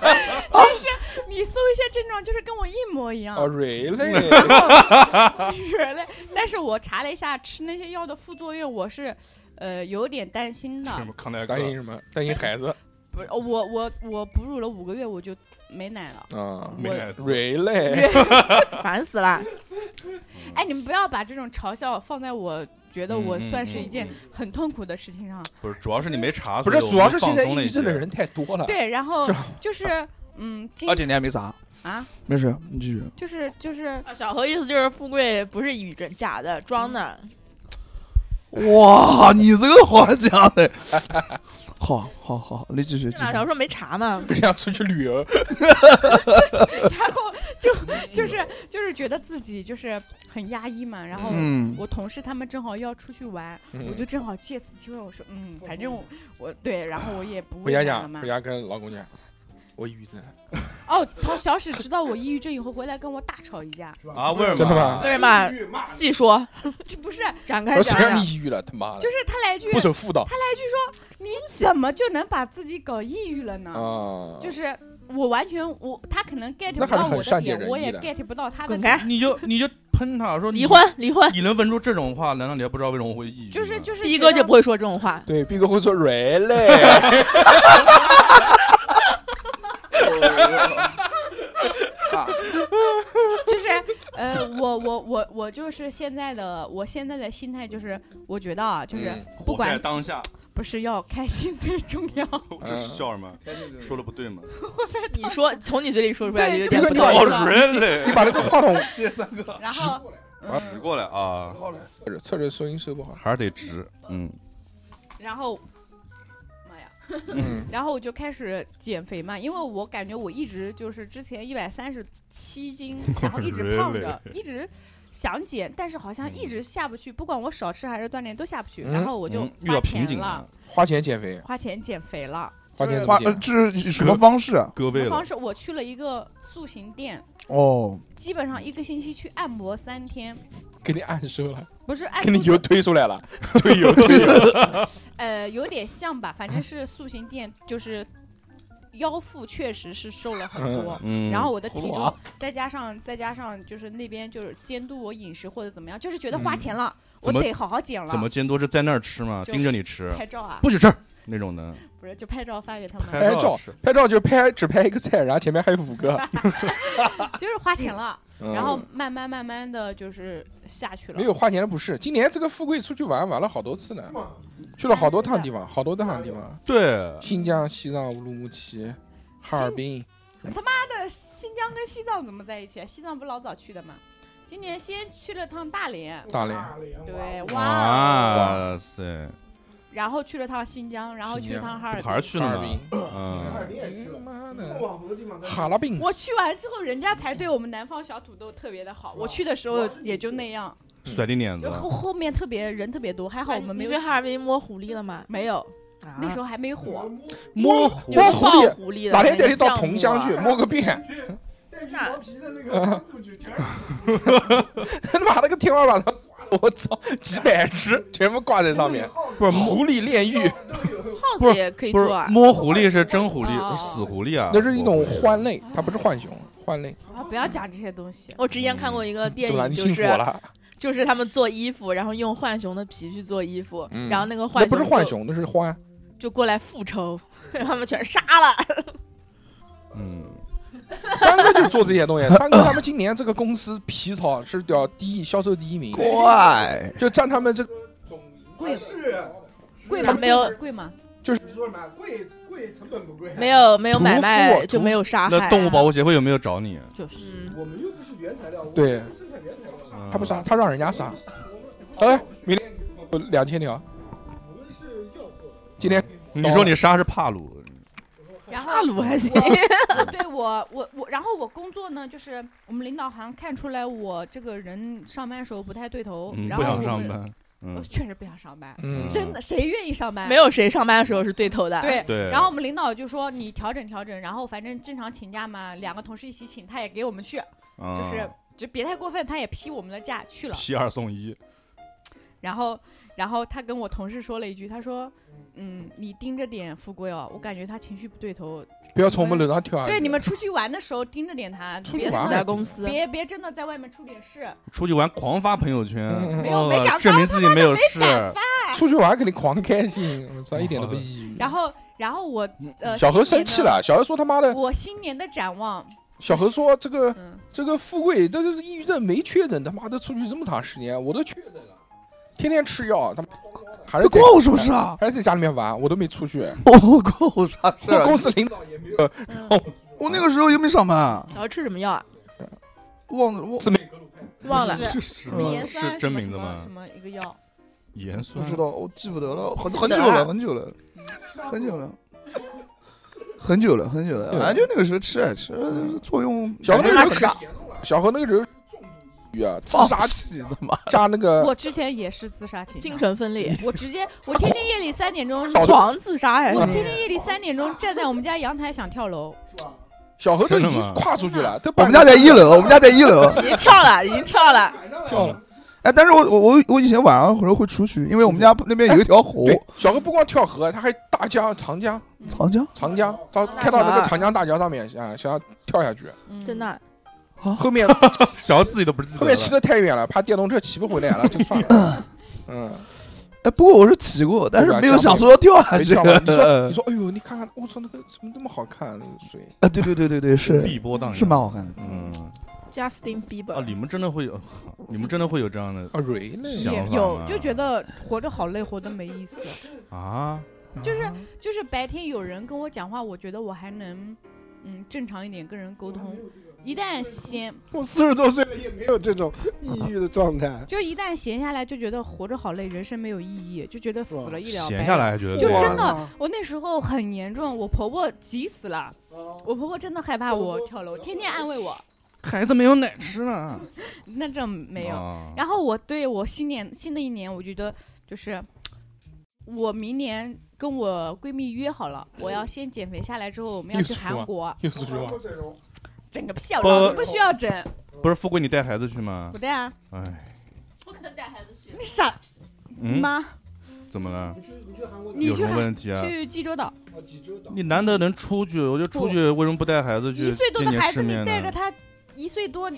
但是你搜一些症状，就是跟我一模一样。哦，really？嗯人类，但是我查了一下吃那些药的副作用，我是呃有点担心的。什么康乃担心什 么？担心孩子不是，哦我我我哺乳了五个月，我就没奶了。啊？没孩子，really？烦死了！哎，你们不要把这种嘲笑放在我觉得我嗯嗯嗯算嗯是一件嗯很痛苦的事情上。不是，主要是你没查，不是，所以主我要们是现在放松了抑郁一些症的人太多了。 对，然后是就是嗯，今而且你还没啥，啊，没事，你继续。就是就是小何意思就是富贵不是抑郁症，假的，装的。嗯哇，你这个好讲的，好好好，你继续继是吧？续。小何说没查嘛，不想出去旅游，然后就就是就是觉得自己就是很压抑嘛，然后嗯我同事他们正好要出去玩，嗯我就正好借此机会，我说嗯，反正我我对，然后我也不回问家他了讲，嘛回。家跟老公讲，我抑郁症。哦，他小史知道我抑郁症以后回来跟我大吵一架， 啊？为什么？真的吗为什么？细说，不是展我开说讲谁让讲你。抑郁了？他妈的！啊就是他来一句不守妇道他来一句说你怎么就能把自己搞抑郁了呢？啊，就是我完全我他可能 get 那不还是到很我善的解点，人我意也的 get 不到他的滚点。 你就你就喷他说你离婚离婚你能闻出这种话，难道你还不知道为什么会抑郁？就是就是逼觉哥得就不会说这种话。对，毕哥会说 really，就是呃，我我我我就是现在的我现在的心态就是，我觉得啊，就是嗯不活在管当下，不是要开心最重要。我嗯这是笑什么？说的不对吗？你说从你嘴里说出来对有就点是不这懂个。哦，really？你把那个话筒谢谢三哥。然后直过来啊，测着测着收音收不好，还是得直。嗯，然后，妈呀嗯！然后我就开始减肥嘛，因为我感觉我一直就是之前一百三十七斤，然后一直胖着 Really？一直想减，但是好像一直下不去，不管我少吃还是锻炼都下不去，嗯然后我就嗯遇花到瓶钱颈了，花钱减肥，花钱减肥了。花钱花怎嗯呃么减？这是什么方式？啊胳什么方式？我去了一个塑形店，哦，基本上一个星期去按摩三天，给你按收了，不是按给你摩油推出来了， 推油推油。呃，有点像吧，反正是塑形店，就是腰腹确实是瘦了很多，嗯嗯然后我的体葫芦重娃再加上再加上就是那边就是监督我饮食或者怎么样，就是觉得花嗯钱了，怎么我得好好减了。怎么监督是在那儿吃吗？就盯着你吃，拍照啊不许吃那种的。不是就拍照发给他们，拍照，拍照就拍只拍一个菜，然后前面还有五个。就是花钱了，嗯然后慢慢慢慢的就是下去了。 没有花钱的不是，今年这个富贵出去玩玩了好多次呢，去了好多趟地方，好多趟地方，对，新疆、西藏、乌鲁木齐、哈尔滨，他妈的，新疆跟西藏怎么在一起啊？西藏不老早去的吗？今年先去了趟大连，大连，对，哇哦，啊哇塞，然后去了趟新疆，然后去了趟哈尔滨，还是去了呢，哈嗯，尔滨也去了，妈的，往不的地方哈拉滨，我去完之后，人家才对我们南方小土豆特别的好。我去的时候也就那样，甩你脸子就，后后面特别人特别多，还好我们没你有去哈尔滨摸狐狸了吗？没有，啊那时候还没火。摸狐摸狸抱狐狐狸狸，的哪天带你那到个桐项乡目去啊摸个遍， 那把那个天花板上 挂了，我操，几百只 全部挂在上面，不是狐狸炼狱，耗不子是也可以不是做啊。摸狐狸是真狐哦狸，死狐狸啊，那是一种獾类，它不是浣熊，獾类，啊，不要讲这些东西。我之前看过一个电对吧？影，你就信是佛了？就是他们做衣服，然后用浣熊的皮去做衣服，嗯然后那个浣那熊不是就浣熊，那是獾。就过来复仇，他们全杀了。嗯，三哥就做这些 东西。三哥他们今年这个公司皮草是屌第一销售第一名，怪，就占他们这个贵是贵吗没有贵吗？就是你说啊什么贵贵成本不贵，没有没有买屠卖夫就没有杀害啊。那动物保护协会有没有找你？嗯，我们又不是原材料，我们对不是生产原材料，嗯他不杀，他让人家杀。哎，明天两千条，我们是药货。今天嗯你说你杀是帕鲁，然后大鲁还行。我对我我我，然后我工作呢，就是我们领导好像看出来我这个人上班时候不太对头，嗯，哦然不后想我上们，班，我嗯，确实不想上班，嗯，真的谁愿意上班？没有谁上班的时候是对头的。对对然后我们领导就说你调整调整，然后反正正常请假嘛，两个同事一起请，他也给我们去，嗯就就是就别太过分，他也批我们的假去了。批啊二送一，然后然后他跟我同事说了一句，他说。嗯，你盯着点富贵哦，我感觉他情绪不对头。不要从我们楼上跳下去。对，你们出去玩的时候盯着点他，啊出去别玩嗯死还在公司别别真的在外面出点事，出去玩狂发朋友圈， 没有哦没敢发证明自己没有事，敢发。出去玩肯定狂开心，我操，一点都不抑郁。然后然后我呃，小何新生年的气了，小何说他妈的，我新年的展望，小何说这个嗯，这个富贵，这个是抑郁症没确诊，他妈的出去这么长时间，我都确诊了，天天吃药，他妈还是在关我什么事啊？还是在家里面玩，我都没出去。我关我啥事哎我啊？公司领导也没有，我那个时候又没上班，然后吃什么药啊？忘了我是没忘了。是是什嗯么盐酸是真名字什么吗什？么一个药，盐不酸知道，我记不得了，很记不很得久了了，很久了，很久了。很久了，很久了，对反正就那个时候吃啊吃，作用小何感觉那还个时少候，小何那个时候是重度抑郁啊，自放杀屁他妈！加那个呃我之前也是自杀倾向精，神分裂，我直接我天天夜里三点钟，搞我得狂自杀还嗯天是？天夜里三点钟站在我们家阳台想跳楼，小何都真已的吗经跨出去了，都我们家在一楼，我们家在一楼。已经跳了，已经跳了。跳了。 哎，但是我我我我以前晚上有时候会出去，因为我们家那边有一条河，对，小何不光跳河，他还大江、长江、嗯长江长江，到大开到那个桥长江大桥上面啊，想要跳 下去，嗯真，的，后面小何自己都不记得后了 面，骑的太远了，怕电动车骑不回来了，就算了。 嗯，哎，不过我是骑过，但是啊没有想说要跳哎下没跳吧？去。你说呃你说，哎呦，你看看，我操，那个怎么那么好看、那个水，啊，对对对对对，是碧波荡漾是蛮好看的。嗯 Justin 啊， Bieber，你们真的会有， 你们真的会有这样的啊，蕊嘞，想也法有吗就觉得活着好累，活得没意思，啊？ 就是就是白天有人跟我讲话，我觉得我还能嗯正常一点跟人沟通，一旦闲我四十多岁了也没有这种抑郁的状态。就一旦闲下来就觉得活着好累，人生没有意义，就觉得死了一啊了百闲了。下来还觉得啊就哇真的，我那时候很严重，我婆婆急死了，我婆婆真的害怕我跳楼，天天安慰我，孩子没有奶吃了，那这没有。啊然后我对我新年新的一年，我觉得就是我明年跟我闺蜜约好了，我要先减肥下来之后，我们要又去出韩啊国又出去玩。 整个屁啊，不呃老子不需要整，不是富贵，你带孩子去吗不？对啊，哎，不可能带孩子去你傻嗯，吗？怎么了？你有去什么韩问题啊？去济州岛，你难得能出去，我就出去，为什么不带孩子去一岁多见的见孩世子，你面带着呢？ 他一岁多，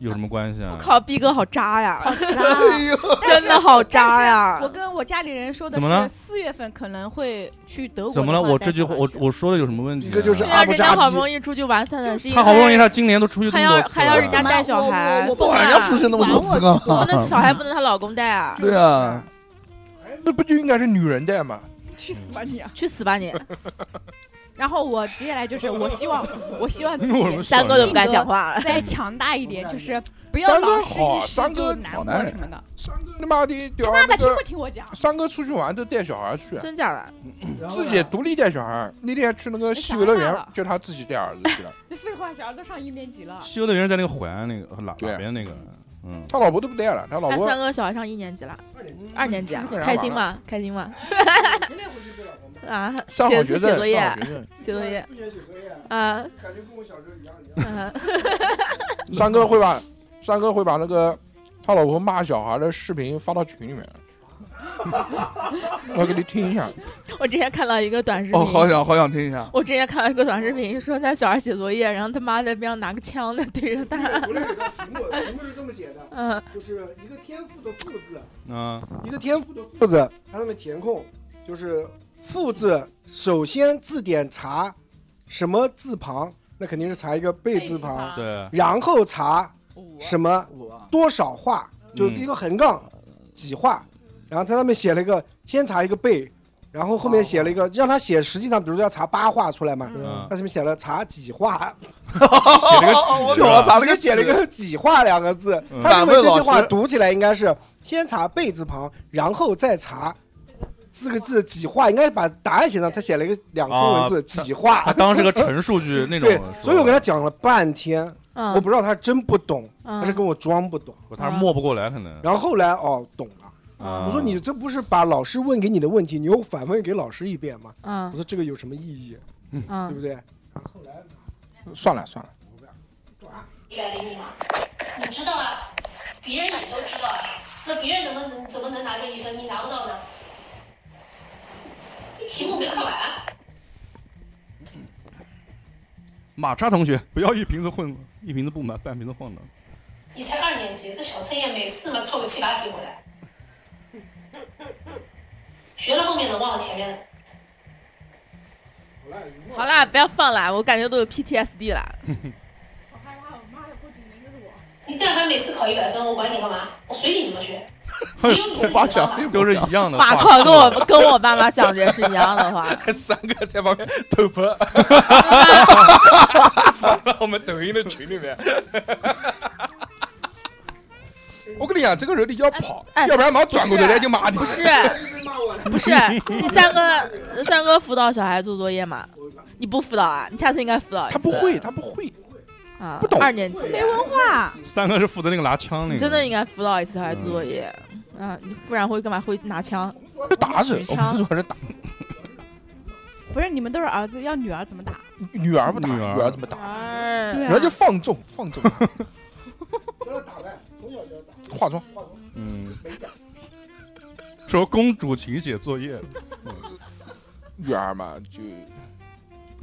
有什么关系啊？靠，逼哥好渣呀！好渣 哎真的好渣但呀是！我跟我家里人说的怎么是了四月份可能会去德国。怎么了？我这句话，我我说的有什么问题啊？这就是对呀，人家好不容易出去玩三两次，他好不容易他今年都出去这还么要多次还要了人家带小孩，我我我疯了人家出去那么多次啊干嘛 那小孩不能她老公带啊！对啊， 那不就应该是女人带吗？去 死吧你！去死吧你！然后我接下来就是，我希望， 我希望自 我们己三哥都不敢讲话了性格 再强大一点，就是不要三老哥是好，一时三就哥难过什么的。三哥他妈的屌，啊他那个妈的听不听我讲？三哥出去玩都带小孩去，真假的？自己独立带小孩。那天去那个西游乐园，就他自己带儿子去了，那废话，小孩都上一年级了，西游乐园在那个淮安那个哪哪边那个？嗯，他老婆都不带了，他老他婆三哥小孩上一年级了，二年级啊出去干，啥开心玩吗？开心吗？啊，上好写学写生作业上好学生，写 作业不写写作业啊，感觉跟我小时候一样一样。嗯三哥会把三哥会把那个他老婆骂小孩的视频发到群里面，我给你听一下。 我之前看到一个短视频，哦，好想好想听一下。我之前看到一个短视频，说他小孩写作业，然后他妈在边上拿个枪在对着他。昨天有个题目，题目是这么写的，嗯，就是一个天赋的赋字，嗯，一个天赋的赋字，它上面填空，就是赋字，首先字典查什么字旁，那肯定是查一个贝字旁，对然后查什么多少画，就一个横杠几画，然后在上面写了一个，先查一个贝。然后后面写了一个，让他写，实际上比如说要查八画出来嘛，嗯他上面写了查几画，写哦了个几我是吧啊查了个写了 个几画两个字嗯，他认为这句反问老话师读起来应该是先查贝字旁，然后再查四个字几画，应该把答案写上。他写了一个两个中文字啊几画，他当是个陈述句那种对，说所以我跟他讲了半天，嗯我不知道他真不懂，嗯他是跟我装不懂。他是默不过来，可能。然后后来哦懂了。啊我说你这不是把老师问给你的问题，你又反问给老师一遍吗？嗯我说这个有什么意义？嗯对不对？算了算了，来给你吗？你知道啊，别人也都知道，啊那别人怎么能怎么能拿着一分，你拿不到呢？你题目没看完，啊马叉同学，不要一瓶子混，一瓶子不满，半瓶子晃 荡。你才二年级，这小测验每次嘛错个七八题回来，学了后面的忘了前面的。好啦，不要放啦，我感觉都有 PTSD 啦。你但凡每次考一百分，我管你干嘛？我随你怎么 学。我爸哎啊讲都是一样的马话术。啊靠，跟我跟我爸妈讲的也是一样的话。 三个在旁边抖播，发到我们抖音的群里面。我跟你讲，这个人你要跑，哎要不然马上转过头来就骂你。不是，不是，你三哥三哥辅导小孩做作业吗？你不辅导啊？你下次应该辅导一次。他不会，他不会啊，不懂二年级没文化，三个是负责那个拿枪那你个。真的应该辅导一次小孩做作业。啊，你不然会干嘛？会拿枪？打死举我们枪说是打不是你们都是儿子，要女儿怎么打？女儿不打，女儿女儿怎么打？哎对啊女儿就放纵 放纵她， 从小就要打化妆。嗯，说公主请写作业，女儿嘛就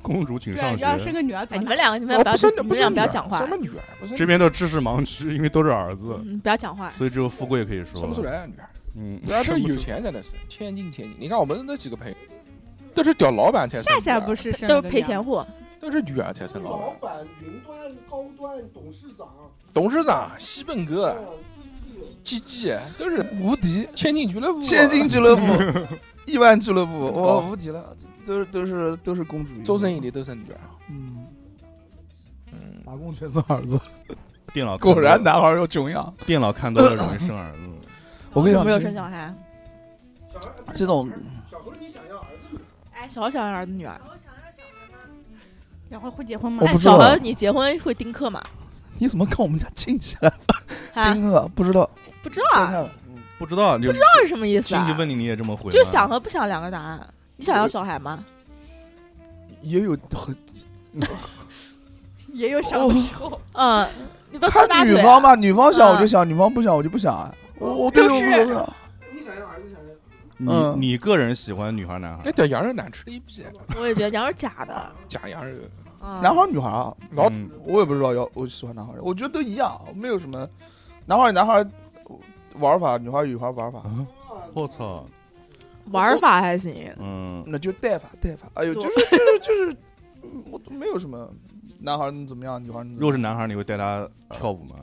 公主请对啊，上你要生学。个女儿怎哎，么你打？们两个，你哦们俩不要，生的你哦不们俩生不要女儿讲话什。么女儿？不是这边都知识盲区，因为都是儿子，嗯，不要讲话。所以只有富贵可以说。生不出来啊，女儿。嗯，女儿这生不出有钱真的是千金千金。你看我们那几个朋友，都是屌老板才生女夏儿，夏不是生都了是个赔女儿钱货，都是女儿才生老老板。板、云端、高端、董事长，董事长、西本哥、鸡鸡都是无敌，千金俱乐部，千金俱乐 部亿万俱乐部，更高我无敌了，都是都是都是公主。周深一类都是女儿。嗯，打工全是儿子，电脑看果然多男孩有穷养。电脑看多了容易生儿 子。我跟你讲，没有生小孩。啊这种哎，小想要儿子女儿，然后会结婚吗？我哎，不知道小孩你结婚会丁克吗？你怎么看我们家亲戚了？啊丁哥不知道，不知道啊，不知道，不不知道是什么意思亲啊戚问你，你也这么回吗？就想和不想两个答案。你想要小孩吗？也有很 也有小的哦时候。嗯，你不要说大看女腿啊。方吧，女方想我就嗯想，女方不想我就不想啊。哦我我就这个是无所谓啊你嗯你个人喜欢女孩男孩？那屌羊肉难吃的一逼， 我也觉得羊肉假的。假羊肉。嗯，啊男孩儿女孩儿啊，老我也不知道要我喜欢男孩儿，我觉得都一样，没有什么男孩儿男孩儿玩法，女孩儿女孩儿玩法，嗯我操，玩法还行，嗯，那就带法带法，哎呦，就是就是就是，嗯我都没有什么男孩儿能怎么样，女孩儿能怎么样如果是男孩儿，你会带他跳舞吗？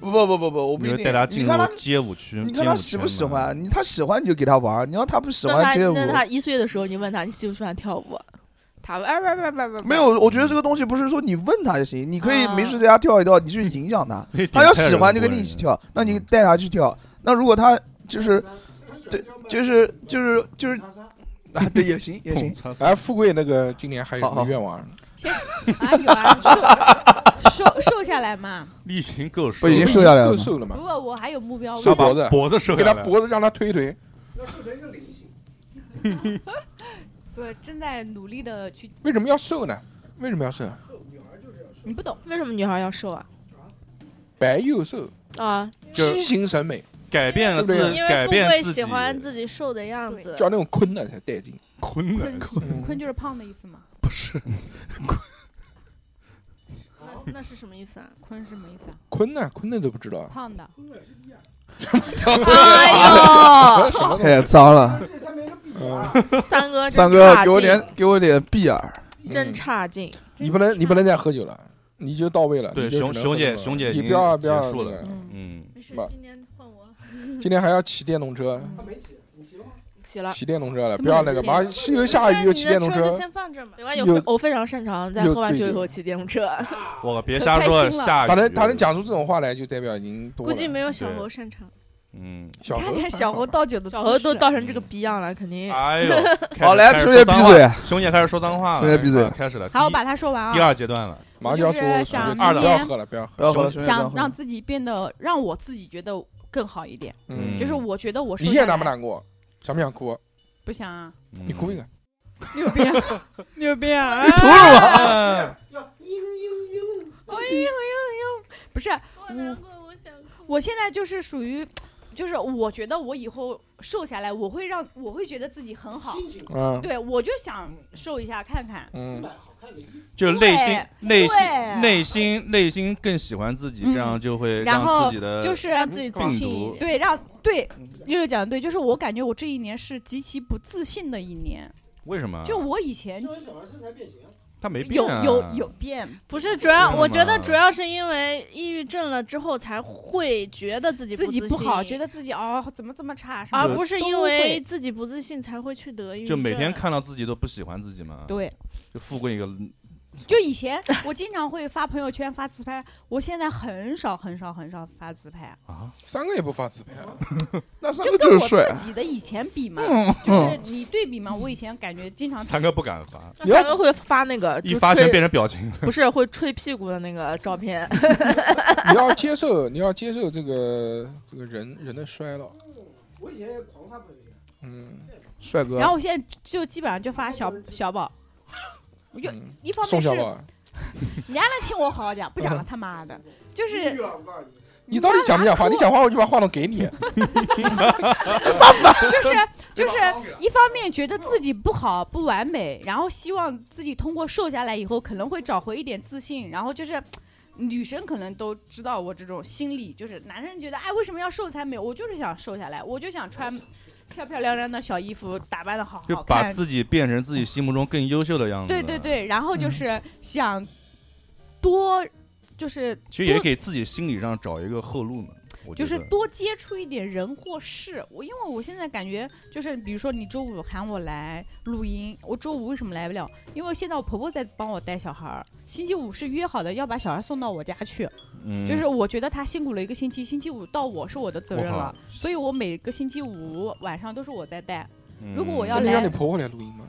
不不不不不，我不你一会定带他你进看入他街舞区？你街看他舞喜圈不喜吗？欢，你他喜欢你就给他玩儿，你要他不喜那他欢街舞，那他一岁的时候，你问他你喜不喜欢跳舞，他哎不不不不不没有，我觉得这个东西不是说你问他就行，你可以没事在家跳一跳，你去影响他可以，他要点菜喜欢就人跟过你一人起跳，那你带他去跳。那如果他就是，对，就是就是就是，啊，对，也行也行。哎，富贵那个今年还有什么愿望？先啊有啊，瘦瘦瘦下来嘛。力行够瘦，不已经瘦下来了够吗瘦了嘛如？果我还有目标，瘦我脖子，脖子瘦给下他来脖子让他推一推。我正在努力的去，为什么要瘦呢？为什么要瘦？你不懂为什么女孩要瘦啊？白又瘦， 啊，畸形审美，改变了对不对自，改变因为富贵自己喜，欢自己瘦的样子，叫那种坤的才带劲。坤坤嗯坤就是胖的意思嘛？不是，那那是什么意思啊？坤是什么意思啊？坤呢？坤的都不知 道。胖的。哎 什么呦，东西 太脏了。三哥真三哥差给我点劲给我点碧尔，真差劲，你不能，你不能再喝酒了，你就到位了。对你就熊只能熊喝姐这种熊姐已你经不要不结要束那了个嗯没事不，今天换我。今天还要骑电动车，起了。骑电动车了，怎不么要有那一个，天马上西游下雨又骑电动车，放这嘛没关系，有我我非常擅长在有喝完醉酒以酒后骑电 动车。我别瞎说，下雨他能他能讲出这种话来，就代表已经多估了。计没有小猴擅长。嗯，小看何看小猴倒酒的姿势，小何都倒成这个嗯逼样了，啊嗯肯定。哎 呦，开好始来开始兄说弟脏闭话嘴熊姐开始说脏话了，哎兄弟闭嘴开始了，好，我第把它说完啊。第二阶段了，马我上就要就做所是想谓明的天不要喝了，不要喝了，不要喝了熊兄弟想让自己变得，让我自己觉得更好一点。嗯就是我觉得我瘦你现在下来难不难过？想不想哭？不想啊，嗯你哭一个。牛逼啊， 牛逼啊！你吐了吗嗯啊哎呦哎呦哎呦！不是我，我现在就是属于，就是我觉得我以后瘦下来，我会让我会觉得自己很好。嗯对，我就想瘦一下看看。嗯，就内心对内心对嗯内心内心更喜欢自己，这样就会然让后自己呃的就是病毒对，让嗯对，六六讲的对，就是我感觉我这一年是极其不自信的一年。为什么？啊就我以前他没变有啊有有变，不是主要，嗯我觉得主要是因为抑郁症了之后才会觉得自己自己不不好，自信觉得自己哦怎么这么差，而不是因为自己不自信才会去得抑郁就症。每天看到自己都不喜欢自己嘛。对，就富贵一个，就以前我经常会发朋友圈发自拍，我现在很少很少很少发自拍，啊三个也不发自拍啊，那三就个跟就我是帅啊自己的以前比嘛嗯，就是你对比嘛，我以前感觉经常三哥不敢发，那三哥会发那个，一就发全吹变成表情。不是会吹屁股的那个 照片。你要接受，你要接受这个这个人人的衰老。我以前也狂发朋友圈，嗯，帅哥然后我现在就基本上就发小小宝，我就一方嗯面宋是小宝，你还能听我好好讲，不讲了他妈的，嗯就是你到底讲不讲话？你讲话我就把话筒给你。就是就是一方面觉得自己不好不完美，然后希望自己通过瘦下来以后可能会找回一点自信，然后就是。女生可能都知道我这种心理，就是男生觉得，哎，为什么要瘦才美？我就是想瘦下来，我就想穿漂漂亮亮的小衣服，打扮的好就好把看。自嗯己变成自己心目中更优秀的样子。对对，对，然后就是想多，就是其实也多给自己心理上找一个后路嘛。我觉就是得多接触一点人或事。我因为我现在感觉就是，比如说你周五喊我来录音，我周五为什么来不了？因为现在我婆婆在帮我带小孩儿，星期五是约好的要把小孩送到我家去。嗯就是我觉得她辛苦了一个星期，星期五到我是我的责任我了靠，所以我每个星期五晚上都是我在带。如果我要嗯那你让来你，婆婆来录音吗？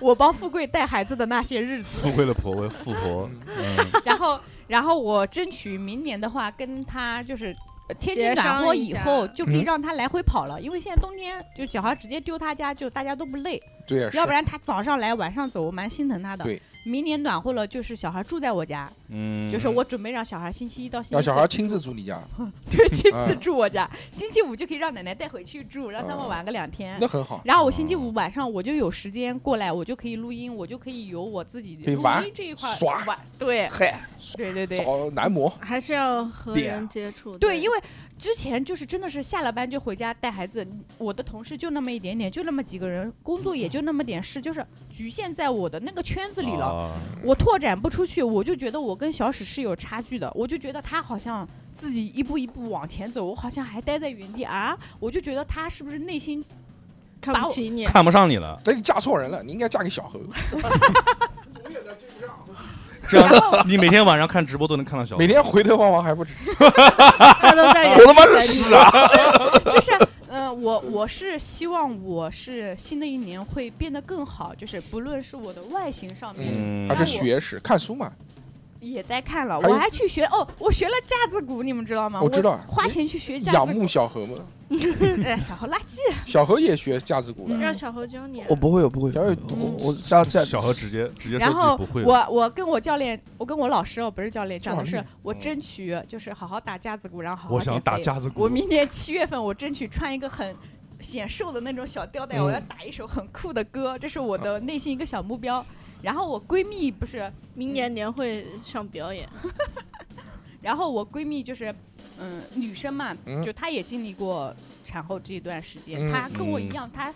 我帮富贵带孩子的那些日子富，贵的婆婆，富婆，嗯， 然后，然后我争取明年的话，跟他就是呃天气协暖商和一以下后，就可以嗯让他来回跑了。因为现在冬天就小孩直接丢他家，就大家都不累。对啊是要不然他早上来晚上走，我蛮心疼他的。对明年暖和了，就是小孩住在我家，嗯就是我准备让小孩星期一到星期让五小 孩亲自住你家，对，亲嗯哦自住我家，星期五就可以让奶奶带回去住，让他们玩个两天，那很好然后我星期五晚上我就有时间过来，我就可以录音，我就可以有我自己可以录玩音这一块耍玩，对，嗨，对对对，找男模，还是要和对啊人接触。对，因为之前就是真的是下了班就回家带孩子，我的同事就那么一点点，就那么几个人，工作也就那么点事，就是局限在我的那个圈子里了。啊我拓展不出去，我就觉得我跟小史是有差距的，我就觉得他好像自己一步一步往前走，我好像还待在原地啊，我就觉得他是不是内心看不起你看不上你了，那你嫁错人了，你应该嫁给小猴。这 样你每天晚上看直播都能看到小。 每天回头望望还不止，他都在我他妈是屎 啊！就是，嗯、我我是希望我是新的一年会变得更好，就是不论是我的外形上面，嗯，那还是我学识看书嘛，也在看了，还有我还去学哦，我学了架子鼓，你们知道吗？我知道啊花钱去学架仰子鼓慕，小猴嘛。 哎小猴垃圾，小何也学架子鼓嗯的，让小猴教你啊。我不会，我不会，嗯我我下下小何直接直接然说后自己不会了，我我跟我教练，我跟我老师哦，不是教练，讲的教是嗯练我争取就是好好打架子鼓，然后好好我想减打肥架子鼓我明年七月份我争取穿一个很显瘦的那种小吊带，嗯我要打一首很酷的歌，这是我的内心一个小目标。然后我闺蜜不是明年年会上表演，然后我闺蜜就是，嗯，女生嘛，嗯就她也经历过产后这一段时间，嗯她跟我一嗯样，她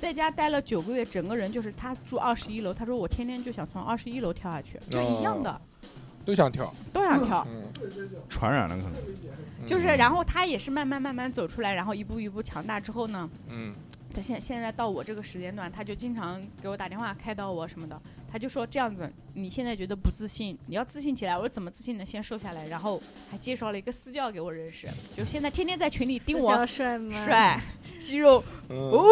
在家待了九个月，整个人就是她住二十一楼，她说我天天就想从二十一楼跳下去，哦就一样的，都想跳，嗯都想跳。嗯传染了可能。啊就是，然后她也是慢慢慢慢走出来，然后一步一步强大之后呢，嗯，她现现在到我这个时间段，她就经常给我打电话开导我什么的，她就说这样子，你现在觉得不自信，你要自信起来。我说怎么自信呢？先瘦下来，然后还介绍了一个私教给我认识，就现在天天在群里盯我私教帅吗 帅肌肉，嗯哦，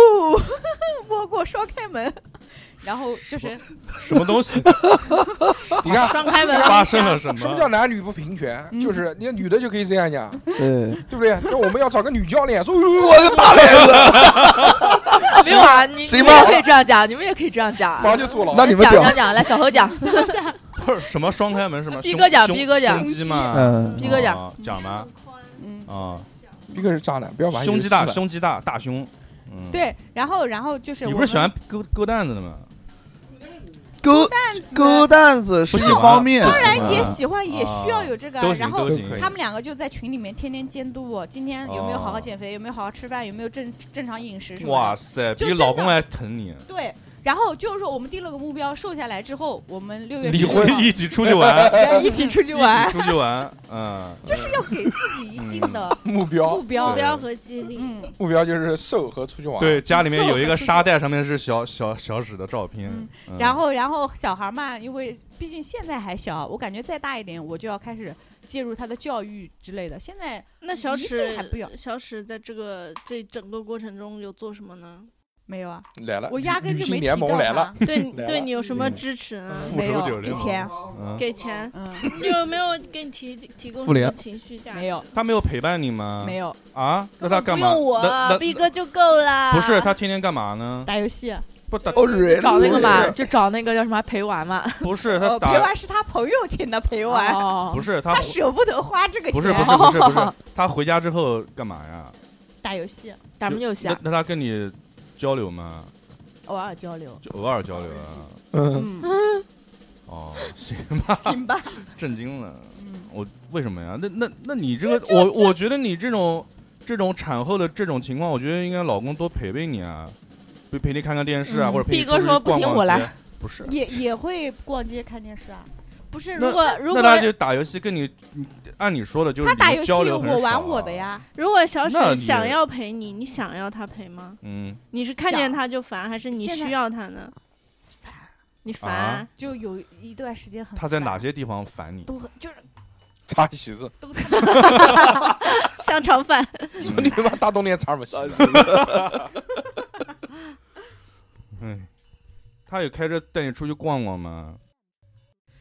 摸过双开门，然后就是什么嗯东西？嗯你看 双开门啊发生了什么什 么叫男女不平权？嗯就是你看女的就可以这样讲，对，对不对？那我们要找个女教练，说哎 我要打脸了没有啊，你谁你骂们也我可以这样讲，你们也可以这样讲。马上就坐牢来那你们讲表讲讲，来小何讲，不是什么双开门什 么？逼胸哥讲胸逼哥讲胸肌嘛，嗯逼哥讲啊讲吧，嗯 啊，逼哥是渣男，不要玩胸肌大，游戏了胸肌大，大胸，嗯，，对，然后然后就是你我不是喜们欢勾勾蛋子的吗？勾勾蛋子是一方面，啊当然也喜欢，也需要有这个啊都。行然后都行他们两个就在群里面天天监督我，今天有没有好好减肥，有没有好好吃饭，有没有正正常饮食什么哦的。哇塞，就比真的老公还疼你，对，然后就是说我们定了个目标，瘦下来之后，我们六月离16号婚一起出去玩，一 起出去玩一起出去玩，嗯， 就是要给自己一定的目标目标、目标和激励。嗯，目标就是瘦和出去玩。对，家里面有一个沙袋，上面是小小小史的照片，嗯然后然后小孩嘛，因为毕竟现在还小，我感觉再大一点，我就要开始介入他的教育之类的。现在那小一岁史还不要，小史在这个这整个过程中有做什 么呢？没有啊，来了，我压根就女性没联提盟到来他了，对你来对了你有什么支持呢？复仇者联盟嗯给钱，嗯，有没有给你提提供妇什么联情绪价值？没有，他没有陪伴你吗？没有啊，那他干不嘛？用那我那逼哥就够啦。不啊是他天天干嘛呢？打游戏，啊不打哦找那个 嘛，就找那个叫什么陪玩嘛。不是呃他陪打玩是他朋友请的陪玩，哦不是他 他舍不得花这个钱，啊不是不是不是不 是他回家之后干嘛呀？打游戏，打什么游戏啊？那那他跟你交流吗？偶尔交流。就偶尔交流啊？嗯， 哦， 行吧，行吧，嗯震惊了。我为什么呀？那那那你这就个，我我觉得你这种这种产后的这种情况，我觉得应该老公多陪陪你啊，陪陪你看看电视啊，嗯或者陪你 B 哥说不行出去逛逛我来街，不是。也也会逛街看电视啊。不是，那如果如果那他就打游戏，跟你你按你说的，就是他打你游戏，交流很我玩少啊我的呀。如果小那史你想要陪你，你想要他陪吗？嗯，你是看见想他就烦，还是你现在需要他呢？你烦 啊，就有一段时间很他在哪些地方烦你？都很就是擦席 子，香肠饭。呃你他妈大冬天擦什么席？嗯，他有开车带你出去逛逛吗？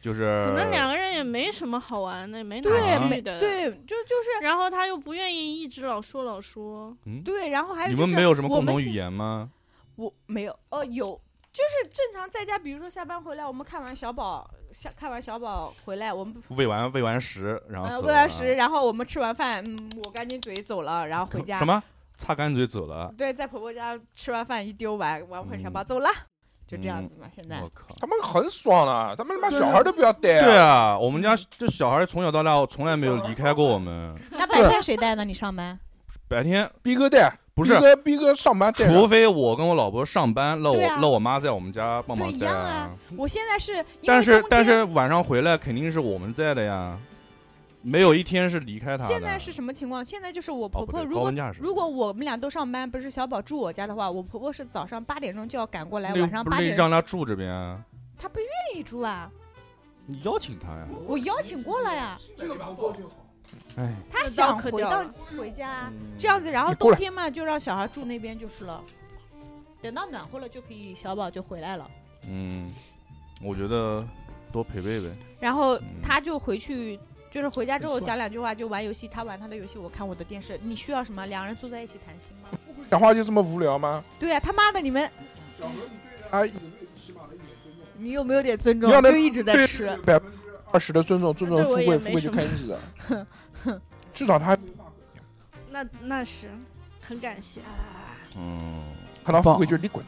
就是可能两个人也没什么好玩的，也哎没哪对儿没去的。对，就就是，然后他又不愿意一直老说老说，嗯对，然后还有你就们是没有什么我共们同现语言吗？我没有，哦，有，就是正常在家，比如说下班回来，我们看完小宝，下看完小宝回来，我们喂完喂完食，然后呃走喂完了食，然后我们吃完饭，嗯，我干净嘴走了，然后回家什么擦干嘴走了，对，在婆婆家吃完饭一丢完，玩会小宝走了，就这样子嘛。现在嗯我靠，他们很爽了，他们他妈小孩都不要带。对，啊，我们家这小孩从小到大从来没有离开过我们。那 白天谁带呢？你上班？白天逼哥带，不是逼哥逼哥上班带啊着，除非我跟我老婆上班，那我对啊那我妈在我们家帮忙对一带样啊。我现在是因但为是冬但是天晚上回来肯定是我们在的呀，没有一天是离开她现在的。是什么情况？现在就是我婆哦不婆对如高果温假是如果我们俩都上班，不是小宝住我家的话，我婆婆是早上八点钟就要赶过来，那又晚上不八是点让她住这边啊，她不愿意住啊，你邀请她呀？我邀请过了呀，这个不过就好。哎，她那想刀可回掉到了回家啊嗯这样子，然后你过冬来天嘛就让小孩住那边就是了，等到暖和了就可以小宝就回来了，嗯，我觉得多陪陪呗。然后他就回去。就是回家之后没错讲两句话，就玩游戏，他玩他的游戏，我看我的电视。你需要什么？两人坐在一起谈心吗？讲话就这么无聊吗？对呀、他妈的，你们啊，你有没有点尊你要能就一直在对吃。百分之二十的尊重，尊重对我富也贵，富没贵什就么看日子。 至少他那那是很感谢。啊嗯，看到富贵就是你滚，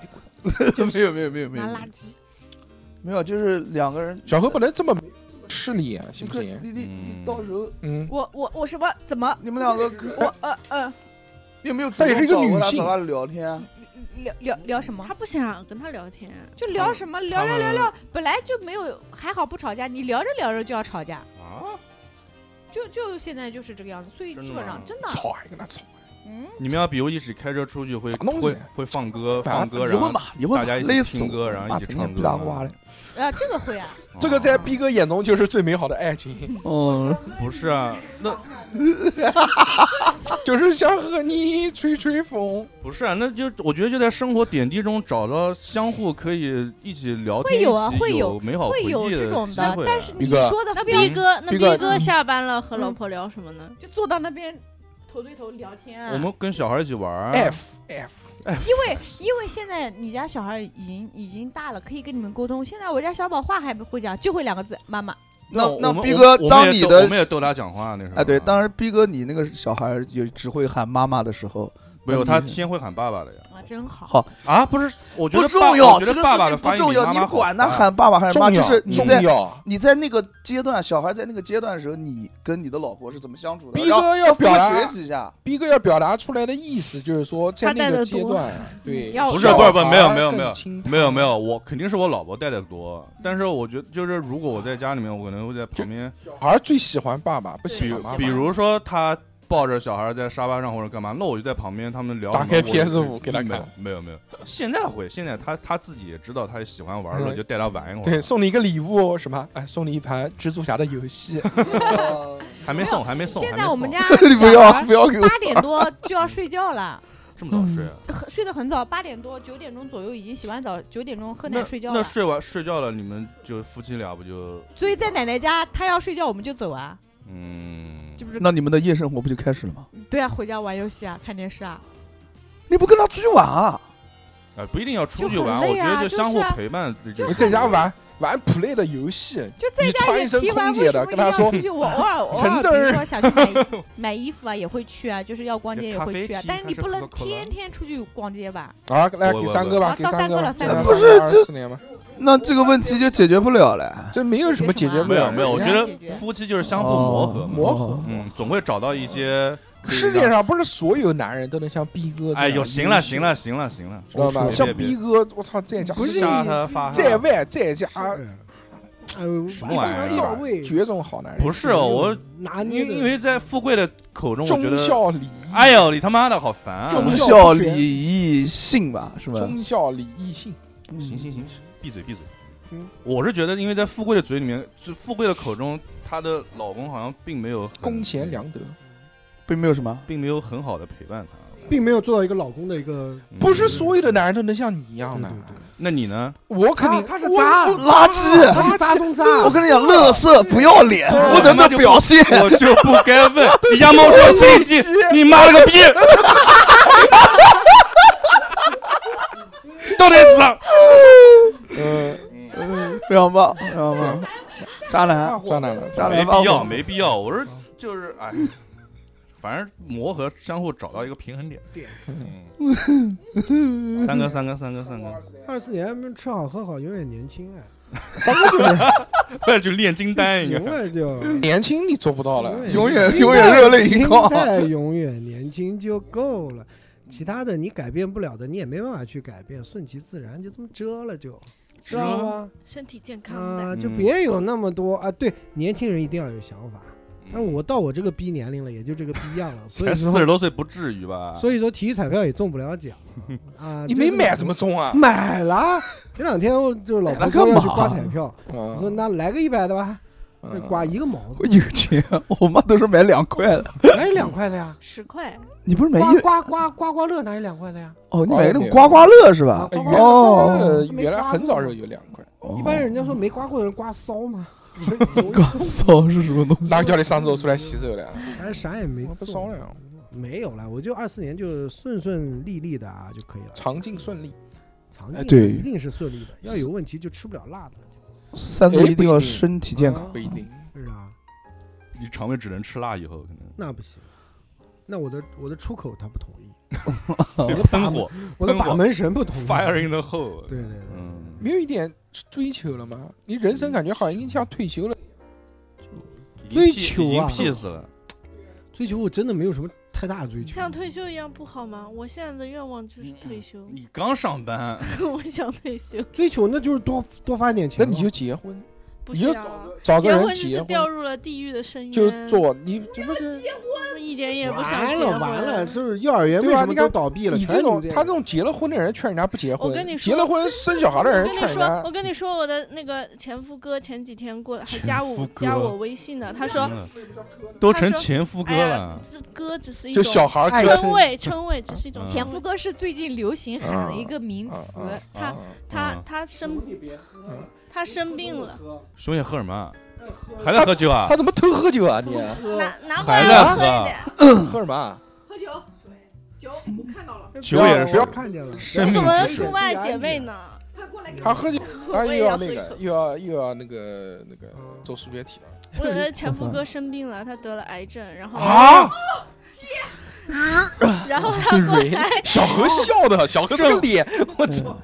你滚。没有没有没有没有，圾。没有，就是两个人，小何不能这么势利啊，行不可行？你你你到时候，嗯，我我我什么怎么？你们两个可我呃呃有没有主她也是动一个女找过他性找他聊天啊？聊聊聊什么？他不想跟他聊天，就聊什么聊聊他们聊聊，本来就没有还好不吵架，你聊着聊着就要吵架，啊，就就现在就是这个样子，所以真的基本上吗真的吵还跟他吵，嗯，你们要比如一起开车出去会东西会会放歌反正放歌，离然后婚吧离婚大吧家一累起死听我歌，然后妈一起整天唱不歌嗯搭嘛。呱嘞啊这个会啊，这个在逼哥眼中就是最美好的爱情。哦，不是啊，那就是想和你吹吹风。不是啊，那就我觉得就在生活点滴中找到相互可以一起聊天，会有啊一起会有有美 好会回有忆这种机的会，但是啊你说的那非常 B 哥，那逼哥嗯 B 哥下班了和老婆聊什么呢？就坐到那边头对头聊天啊，我们跟小孩一起玩儿啊哎 F F，因为因为现在你家小孩已经已经大了，可以跟你们沟通。现在我家小宝话还不会讲，就会两个字妈妈。那我那们逼我哥我们当也你逗的我们也逗他讲话那啊时候哎，对，当时逼哥你那个小孩就只会喊妈妈的时候，没有那他你先会喊爸爸的呀。啊，真好。好啊，不是，我觉不得重爸要，我觉这得个爸爸事的情发不音重比要，妈你妈好管他发喊爸爸还是妈，重就要是你重在要你在那个阶段，小孩在那个阶段的时候，你跟你的老婆是怎么相处的？逼然哥后要互表达学习一下。逼哥要表达出来的意思就是说，在那个阶段，对，要不是小不是不孩是没有没有没更有亲没有没有，我肯定是我老婆带的多，但是我觉得就是如果我在家里面，我可能会在旁边，小孩最喜欢爸爸，不喜比欢妈妈。比如说他抱着小孩在沙发上或者干嘛，那我就在旁边他们聊什么。打开我就 PS5 给他没有看没有没有，现在会现在他他自己也知道他喜欢玩了，嗯就带他玩一会儿。对，送你一个礼物，什么？哎，送你一盘蜘蛛侠的游戏。啊还没送还没送，现还在没我们送家 你不要不要给我八点多就要睡觉了，这么早睡啊？很睡得很早，八点多九点钟左右已经洗完澡，九点钟喝奶睡觉那了。睡完睡觉了，你们就夫妻俩不就所以在奶奶家，她要睡觉我们就走啊，嗯？这不是那你们的夜生活不就开始了吗？对啊，回家玩游戏啊，看电视啊，你不跟他出去玩啊？啊，不一定要出去就很玩，我累觉啊得就是相互啊陪伴这我种。们在家玩玩 play 的游戏，就在你家穿也一身提完空为姐什的，么一跟定他要说出去？我 偶尔偶尔，橙比子如说儿，想去买衣 买衣服啊，也会去啊，就是要逛街也咖啡会去啊厅，但是你还不是能 Coca-Cola 天天出去逛街吧？嗯啊，来我给我三哥吧我，给到三三哥哥吧了，给三三哥了哥不二是十四年吧，那这个问题就解决不了了。这没有什么解决不没有了的没有，我事觉情得夫妻就是相互磨哦合嘛，磨合。嗯，总会找到一些可以世让界上不是所有男人都能像逼哥这样哎呦，行了优秀行了行了行了，知道吧？别像别别逼哥，我操，在家不是啊杀他发在汗外在家，哎哎什么玩意到儿？位，啊绝种好男人。不是哦我拿因因为在富贵的口中，我觉忠孝得礼义，哎呦，你他妈的好烦啊！忠孝孝不绝礼义信吧，是吧？忠孝礼义信。嗯行行行，闭嘴闭嘴。嗯我是觉得，因为在富贵的嘴里面，就富贵的口中，她的老公好像并没有公贤良嗯德，并没有什么，并没有很好的陪伴她。嗯并没有做到一个老公的一个，不是所有的男人都能像你一样啊的。那你呢？我肯啊定他是渣我我垃圾他是渣中渣。我跟你讲，乐色不要脸，无能的表现。我就不该问 你家猫说心里记，你妈了个逼！都得死！非常棒，非常棒，渣男，渣男了，渣男，没必要，没必要。我是就是哎，反正磨合，相互找到一个平衡点。嗯，三哥，三哥，三哥，三哥，二四年吃好喝好，永远年轻哎。那 就炼金丹 一行个。了就，年轻你做不到了，永远永远热泪盈眶心态永远年轻就够了。其他的你改变不了的，你也没办法去改变，顺其自然，就这么遮了就，知道吗？身体健康啊，嗯呗，就别有那么多啊！对，年轻人一定要有想法。但是我到我这个逼年龄了，也就这个逼样了，所才以嗯四说，十多岁不至于吧？所以说体育彩票也中不了奖啊！ 你就没是买怎么中啊？买了，前两天我就是老婆了说干要去嘛刮彩票，嗯我说那来个一百的吧，嗯刮一个毛我有钱，我妈都是买两块的。哪有两块的呀？十块，你不是买刮一刮刮刮刮乐哪有两块的呀？哦，你买那种刮刮乐是吧？哎原哦，呃原来很早时候有两块，一般人家说没刮过的人刮骚嘛，刮骚是什么东西？哪个叫你上周出来洗手了？哎，啥也没不做骚了，没有了，我就二四年就顺顺利利的啊就可以了，长进顺利。长哎进对一定是顺利的，要有问题就吃不了辣的了，三哎哥一不定一要定身体健康。不一定，是啊，你肠胃只能吃辣，以后可能那不行，那我的我的出口他不同意，喷火，我的喷把火门神不同意， ，fire in the hole。对对对，嗯，没有一点追求了吗？你人生感觉好像已经像退休了。已经追 P- 求已经啊 peace 了。追求我真的没有什么太大的追求，像退休一样不好吗？我现在的愿望嗯就是退休， 你刚上班，我想退休，追求那就是多多发点那钱嘛，你就结婚，不你就想啊。找个结人婚就结是婚，掉入了地狱的深渊，就是做你这不是我一点也不想完结了婚。完了，就是幼儿园为对吧？啊什么你都看倒闭了，你全这是种这他样这种结了婚的人劝人家不结婚，我跟你说结了婚生小孩的我人跟劝你人说，家我跟你说，我的那个前夫哥前几天过来，还前加夫我哥加我微信呢。他说行嗯嗯了都他成说前夫哥哎呀了：“。这哥只是一就种小孩爱结情称谓，称谓只是一种嗯前夫哥是最近流行喊的一个名啊词，啊他啊哎他嗯他生他生病了，兄弟喝什么啊？哎还在喝酒啊他？怎么偷喝酒啊你？拿拿过还来在我喝喝一啊点。？喝什么啊？喝酒，酒，我看到了，酒也不是嗯要啊看见了，生我命怎么之水出。卖姐妹呢？快过来看。 他喝酒，他 我又也要要喝那一个口又要又要那个那个做数学 题了。我的前夫哥生病了，他得了癌症，然后啊！ 嗯然后他过来， 小何笑的，小何这个脸，我操！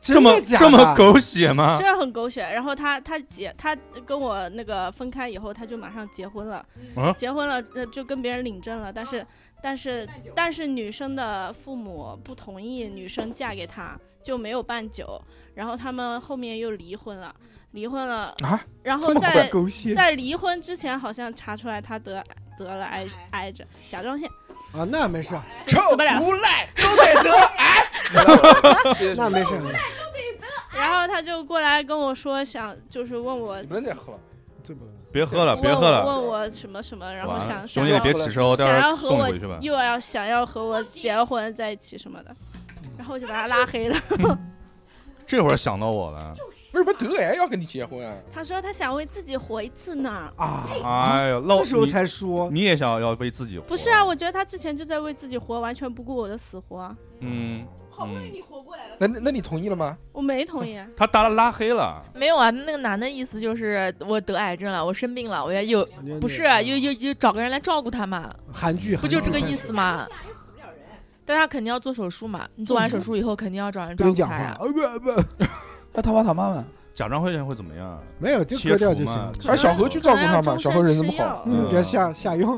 这这么这啊么狗血吗？真的很狗血。然后他他结他跟我那个分开以后，他就马上结婚了，啊结婚了呃就跟别人领证了，但是但是但是女生的父母不同意女生嫁给他，就没有办酒，然后他们后面又离婚了，离婚了啊，然后这么快在狗 血，在离婚之前好像查出来他得得了癌癌症，甲状腺，啊，那没事，死死不 了。无赖都得得癌。那没事，然后他就过来跟我说想就是问我你不能再喝了。这不别喝了，问别喝我了。问我什么什么，然后完想了，想兄弟你要别起身哦，待想会要儿和送你我回去吧。又要想要和我结婚在一起什么的，嗯然后我就把他拉黑了。 这会儿想到我了，为什么得癌要跟你结婚啊？他说他想为自己活一次呢。啊，哎呀，那这时候我才说你你也想要为自己活？不是啊，，我觉得他之前就在为自己活，完全不顾我的死活啊。嗯，好不容易你活过来了，那那你同意了吗？我没同意啊，他搭了拉黑了，没有啊，那个男的意思就是我得癌症了，我生病了，我要有不是啊又又又找个人来照顾他嘛，韩剧，不就这个意思吗？但他肯定要做手术嘛，你做完手术以后肯定要找人不照顾能讲他话呀。啊，不不，那他爸他妈妈，甲状腺会怎么样？没有就切割除掉就行嘛了。让小何去 照顾他可能嘛。要小何人这么啊终身吃药 好，啊嗯，给他下下药，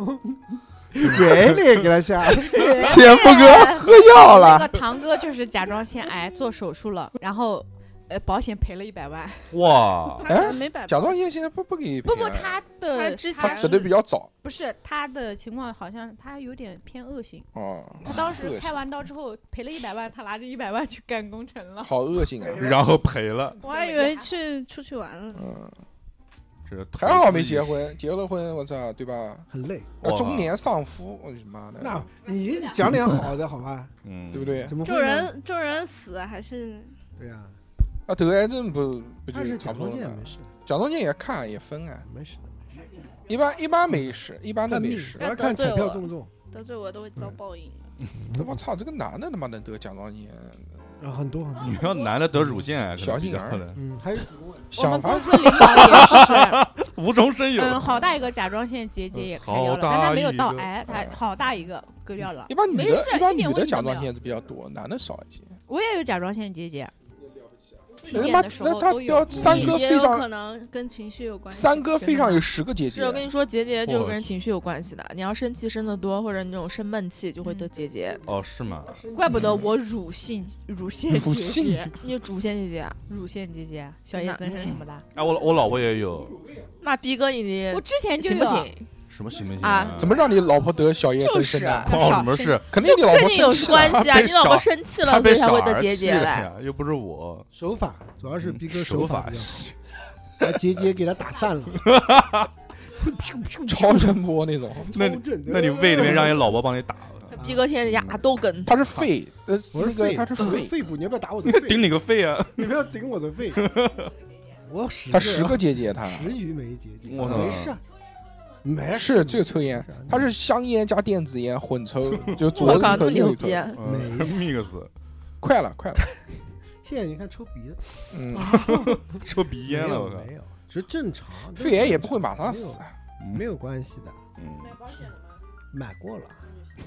原来给他 下，前夫哥喝那药了，个堂哥就是甲状腺癌做手术了，然后呃保险赔了一百万，哇，他可能没摆。哎甲状腺现在不不给赔不不了他他的之他前死的比较早不是他的情况好像他有点偏恶性，哦。他当时恶开性完刀之后赔了一百万，他拿着一百万去干工程了。好恶心啊！哎然后赔了，嗯我还以为去出去玩了，嗯，这个 还好没结婚，结了婚我操，对吧？很累。哇中年丧夫，我的妈的，那你讲点好的好吧？嗯， 对不？对？怎么会救呢？人救人死还是对呀，啊，得癌症不不但就是差甲不多状了腺吗没？事的，甲状腺也看也分啊，没事的。一般一般没事，一般都嗯看没命，事主。要看彩票中不中。得罪我都会遭报应的。他妈操，这个男的他妈能得甲状腺，啊，很多很多。你要男的得乳腺癌，小心眼可儿能。嗯，还有子宫我我想们法公司领导也是，无中生有。嗯，好大一个甲状腺结节也开掉嗯了，好大但他没有到一个癌，哎他好大一个割掉了。哎一般女没的，事，一般一女点的问题甲都没状有。腺比较多，男的少一些。我也有甲状腺结节，体那他检妈的时那候他都掉有。三哥也非有常可能跟情绪有关系。三哥非常有十个结节是，我跟你说，结节就是我跟情绪有关系的。你要生气生的多，或者你这种生闷气，就会嗯得结节。哦，是吗？怪不嗯得我乳腺乳腺乳结节腺，你乳腺结节，啊乳腺结节，啊小叶增生什么的。哎，我我老婆也有，那逼哥你的，我之前就嗯行不有行？什么行不行啊怎么让你老婆得小叶增就是生的啊？关我什么事？肯定你老肯婆定有生气了关系啊！被你老婆小生气她了，所被以才小会孩得结气节了嘞。呀，又不是我。手法主要是逼哥嗯手手法法比较好，把结节给他打散了。超声波 那种，那你那你胃里面让你老婆帮你打， 逼哥现在牙都嗯梗，他是肺，呃，我啊是那个肺，他是我肺，肺部，你要不要打我 的肺？顶你个肺啊！你不要顶我的肺。我十他十个结节他十余枚结节，我操没事儿，没事是就抽烟，他是香烟加电子烟 混抽，就左我靠一口那右么一牛口逼，啊 嗯 mix 快了快了，现在你看抽鼻子，嗯，啊抽鼻没烟了，我有靠！没有，只是正常，肺炎也不会马上死。啊没有，没有关系的，嗯，买过了，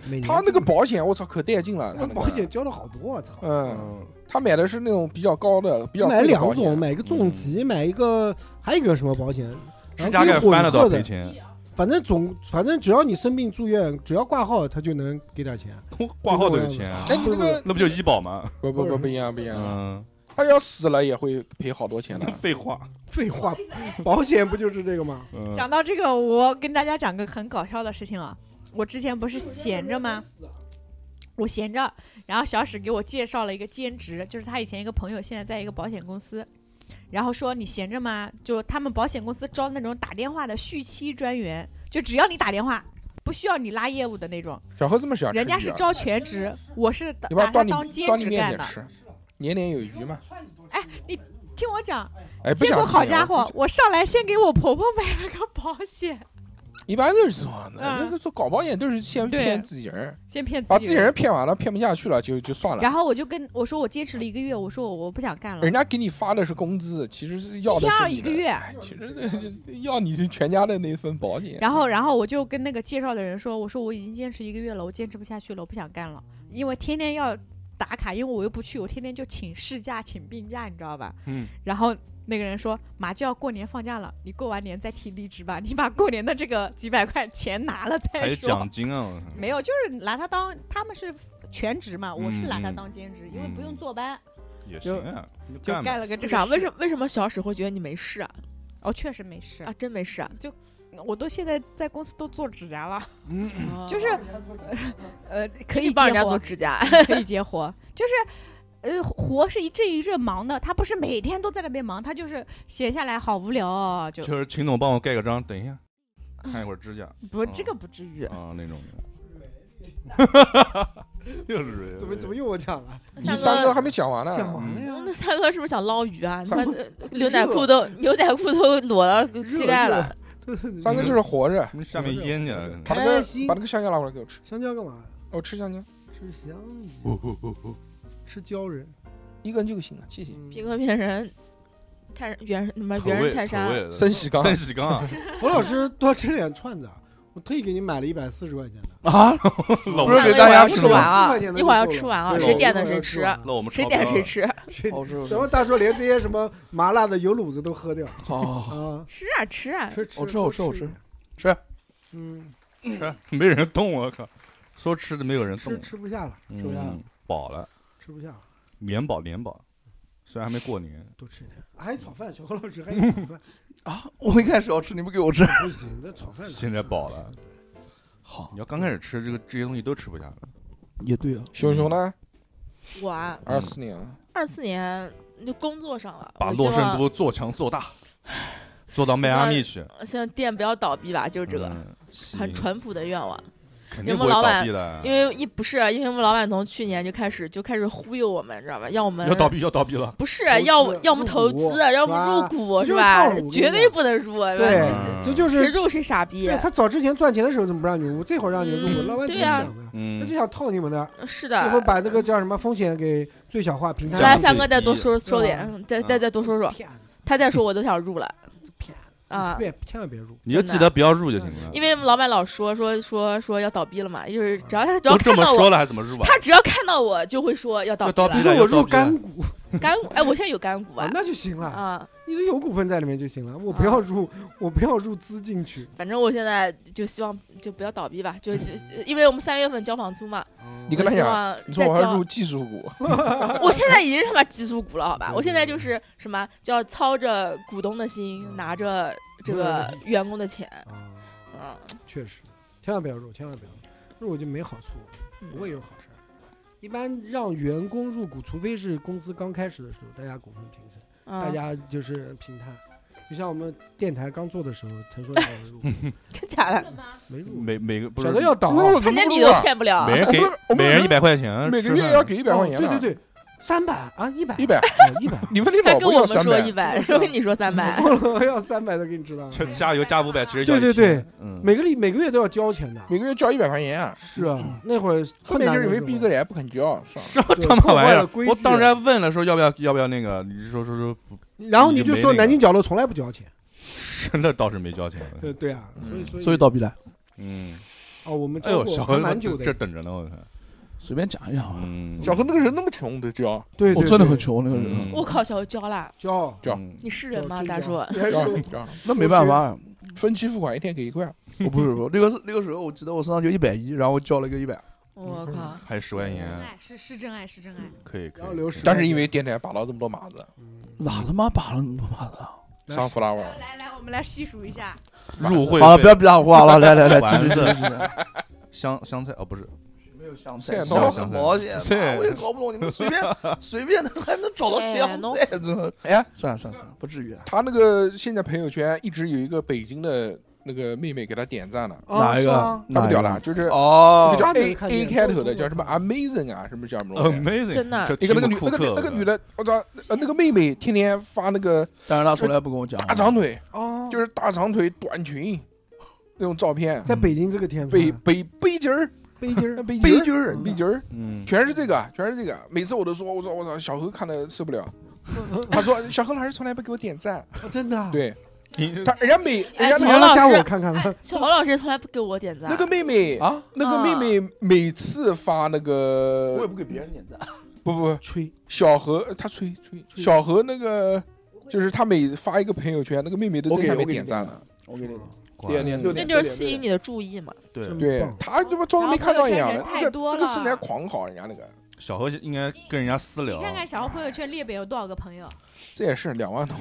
每年他那个保险，我操，可带劲了。他我那个保险，交了好多，我操，嗯，他买的是那种比较高的，比较贵买的两保种，险嗯买一个重疾，买一个还有一个什么保险，指然甲后盖可以翻了混都要合赔的，钱，反正总反正只要你生病住院，只要挂号，他就能给点钱。 挂号都有钱。啊哎，你那个那不就医保吗？不不不不一样不一啊样，嗯，他要死了也会赔好 多钱的。废话，废话，保险不就是这个吗？嗯讲到这个，我跟大家讲个很搞笑的事情啊。我之前不是闲着吗？我闲着，然后小史给我介绍了一个兼职，就是他以前一个朋友，现在在一个保险公司。然后说你闲着吗？就他们保险公司招那种打电话的续期专员，就只要你打电话，不需要你拉业务的那种。小何这么喜欢吃鱼啊，人家是招全职，我是打你把它把他端你当兼端你职面干前的。吃，年年有余嘛。你听我讲，哎，不结想果好听家我伙，我上来先给我婆婆买了个保险，一般都是这样的，嗯那这搞保险都是先对骗自己人，先骗把自己人骗完了，骗不下去了就就算了。然后我就跟我说，我坚持了一个月，我说我我不想干了。人家给你发的是工资，其实是要一的千是二你一个的哎月，其实这这要你是全家的那一份保险。然后然后我就跟那个介绍的人说，我说我已经坚持一个月了，我坚持不下去了，我不想干了，因为天天要打卡，因为我又不去，我天天就请事假、请病假，你知道吧？嗯，然后那个人说，马就要过年放假了，你过完年再提离职吧，你把过年的这个几百块钱拿了还再有哎说。哎奖金啊！我靠 没有，就是拿他当他们是全职嘛，我是拿他嗯嗯当兼职，因为不用嗯坐班，也行啊，你干吧干了个这不个是啊，事为什么为什么小史会觉得你没事啊？哦，确实没事啊，真没事啊！就我都现在在公司都做指甲了，嗯嗯哦就是 呃可以以帮人接家活做指甲可以接活，就是。呃，活是一阵一阵忙的，他不是每天都在那边忙，他就是闲下来好无聊哦，就就是秦总帮我盖个章，等一下，看一会儿指甲。 不嗯这个不至于。啊那种的，又是怎么怎么又我讲了？你三哥还没讲完呢，讲完了嗯呀， 那三哥是不是想捞鱼啊？你三哥把呃牛仔裤都牛仔裤都裸到膝盖了， 三哥就是活着，下面淹起来了。把那开个心把那个香蕉拿过来给我吃，香蕉干嘛？我吃香蕉，吃香蕉， 嗯吃蕉人。一根就行了，谢谢。皮革骗人，泰原什么口原味人泰口味山，的生喜缸呃生喜缸 啊，侯老师多吃点串子啊，我特意给你买了一百四十块钱的。啊，老不是婆一会儿要吃吃完四啊块钱，的一会儿要就够了吃完啊，对谁我点一会儿的要谁吃吃哦完，那我们谁超点标谁了吃。啊谁好吃然后大叔连这些什么麻辣的油卤子都喝掉。哦好，啊，吃啊吃啊！吃吃，我吃我吃我吃，嗯，吃，没人动我靠，说吃的没有人动吃，吃不下了，嗯吃不下了饱了，吃不下了，连饱连饱，虽然还没过年，多吃一点。还有炒饭，小何老师还有炒 饭，啊我一开始要哦吃，你不给我吃。不行，那炒饭现在饱了。 好，你要刚开始吃这个这些东西都吃不下了，也对啊，熊熊呢？我啊，二四年，二四年就工作上了，把我希洛圣望都做强做 大，做到迈阿密去。希望店不要倒闭吧，就是这个嗯行很。淳朴的愿望。肯因为定我不会们老倒板闭的，因为一不是，啊因为我们老板从去年就开始就开始忽悠我们，知道吧？要我们要倒闭要倒闭了，不是啊投资要要么投入股资，啊要么入是吧这就股是吧套路我跟？你绝对不能入，啊对对啊吧这就是谁入谁傻逼对。他早之前赚钱的时候怎么不让你入，这会儿让你入股，嗯老板怎对么呀想的？嗯嗯他就想套你们的。是的最后把那个叫什么风险给最小化、平摊化。来，三哥再多说说点，啊嗯再再再多说说骗子。他再说我都想入 了，啊！别千万别入，你就记得不要入就行了。因为我们老板老说说说说要倒闭了嘛，就是啊只要他只要都这看么到说我，了还怎么入啊他只要看到我就会说要倒要倒了。闭了你说我要倒入闭了干股，干股，哎，我现在有干股啊，那就行了啊。你是有股份在里面就行了，我不要入，我不要入资进去。反正我现在就希望就不要倒闭吧，就就就因为我们三月份交房租嘛。哦你跟他我希望讲，你说我再要交入技术股，我现在已经是他妈技术股了，好吧？嗯我现在就是什么叫操着股东的心，嗯拿着这个员工的钱，啊嗯，确实，千万不要入，千万不要入，入就没好处，嗯不会有好事儿。一般让员工入股，除非是公司刚开始的时候，大家股份平分，嗯大家就是平摊。就像我们电台刚做的时候，曾说让 我入股， 真假的？没入，每每个不是小的要 倒，啊看见你都啊骗不了。每人给每人一百块钱，每个吃月饭啊要给一百块钱哦对呢对对，三百啊，一 百一百一百， 你问你他老跟婆我要们三说百一，百，说跟你说三百，我要三百都给你知道。就加油加五百，其实对要对一千对，嗯， 每个里每个月都要交钱的，每个月交一百块钱啊。是啊，那会儿后面就是因为逼哥来不肯交，是吧？他妈玩意儿！我当时还然，问了，说要不要要不要那个，你说说说，然后你就说南京京角落从来不交钱，那倒是没交钱。对对啊，所以所以所以倒闭了。嗯，哦，我们哎交呦，过小还何蛮久的这，等着呢，我看。随便讲一讲啊。嗯，小何那个人那么穷都交，对我对真的对很穷那个人，我靠，小交啦， 交交你是人吗，交大 叔？交交嗯是交，那没办法啊。分期付款一天给一块，我不是 不是那个是那个时候，我记得我身上就一百一，然后我交了个一百，我 靠，还有十块钱，嗯爱是是真爱，是真爱。嗯可以可以。流失但是因为电台把了这么多码子，哪他妈把了你他妈的！上弗拉瓦尔，来来，我们来细数一下，入会 好了，费不要比较话 了，来来来，继丸续子继续继续。香香菜哦，不是没有香菜香香菜菜毛线，菜妈我也搞不懂你们 随便随便的还能找到香菜，这哎呀，算了算了算了，不至于啊。他那个现在朋友圈一直有一个北京的那个妹妹给他点赞了，啊哦哪一个是吗他哪不一个屌了，就是哦那个叫他能 A 看见 A 开头的叫什么 Amazing 啊，什么叫什嗯么东西。 amazing，真的这一个那个女库那克个那个女的，我操，呃那个妹妹天天发那个但是他从来不跟我讲话。大长腿，哦，就是大长腿短裙那种照片，在嗯北京这个天北分，北北京儿，北京 儿北嗯背京筋儿，儿，啊北京儿，嗯，全是这个，啊全是这个。每次我都说，我操我操，小何看的受不 了。他说小何老师从来不给我点赞，哦真的啊，对你他人家每哎人家小每何来老加我师，哎看看吧。小何老师从来不给我点赞那。个妹妹啊，那个妹妹每次发那我也个不给别人点赞。不不吹，小何他吹吹小何那个就是他每发一个朋友圈，那个妹妹都我在给下我面给你点赞点了，我给你点，果点然点六那点，就是吸引你的注意嘛，对真嗯对棒他他妈装的没看到一样的小，那何朋友圈人太个多那个了是来狂薅人家那个，小何应该跟人家私聊你，看看小红朋友圈列表有多少个朋友？这也是两万多，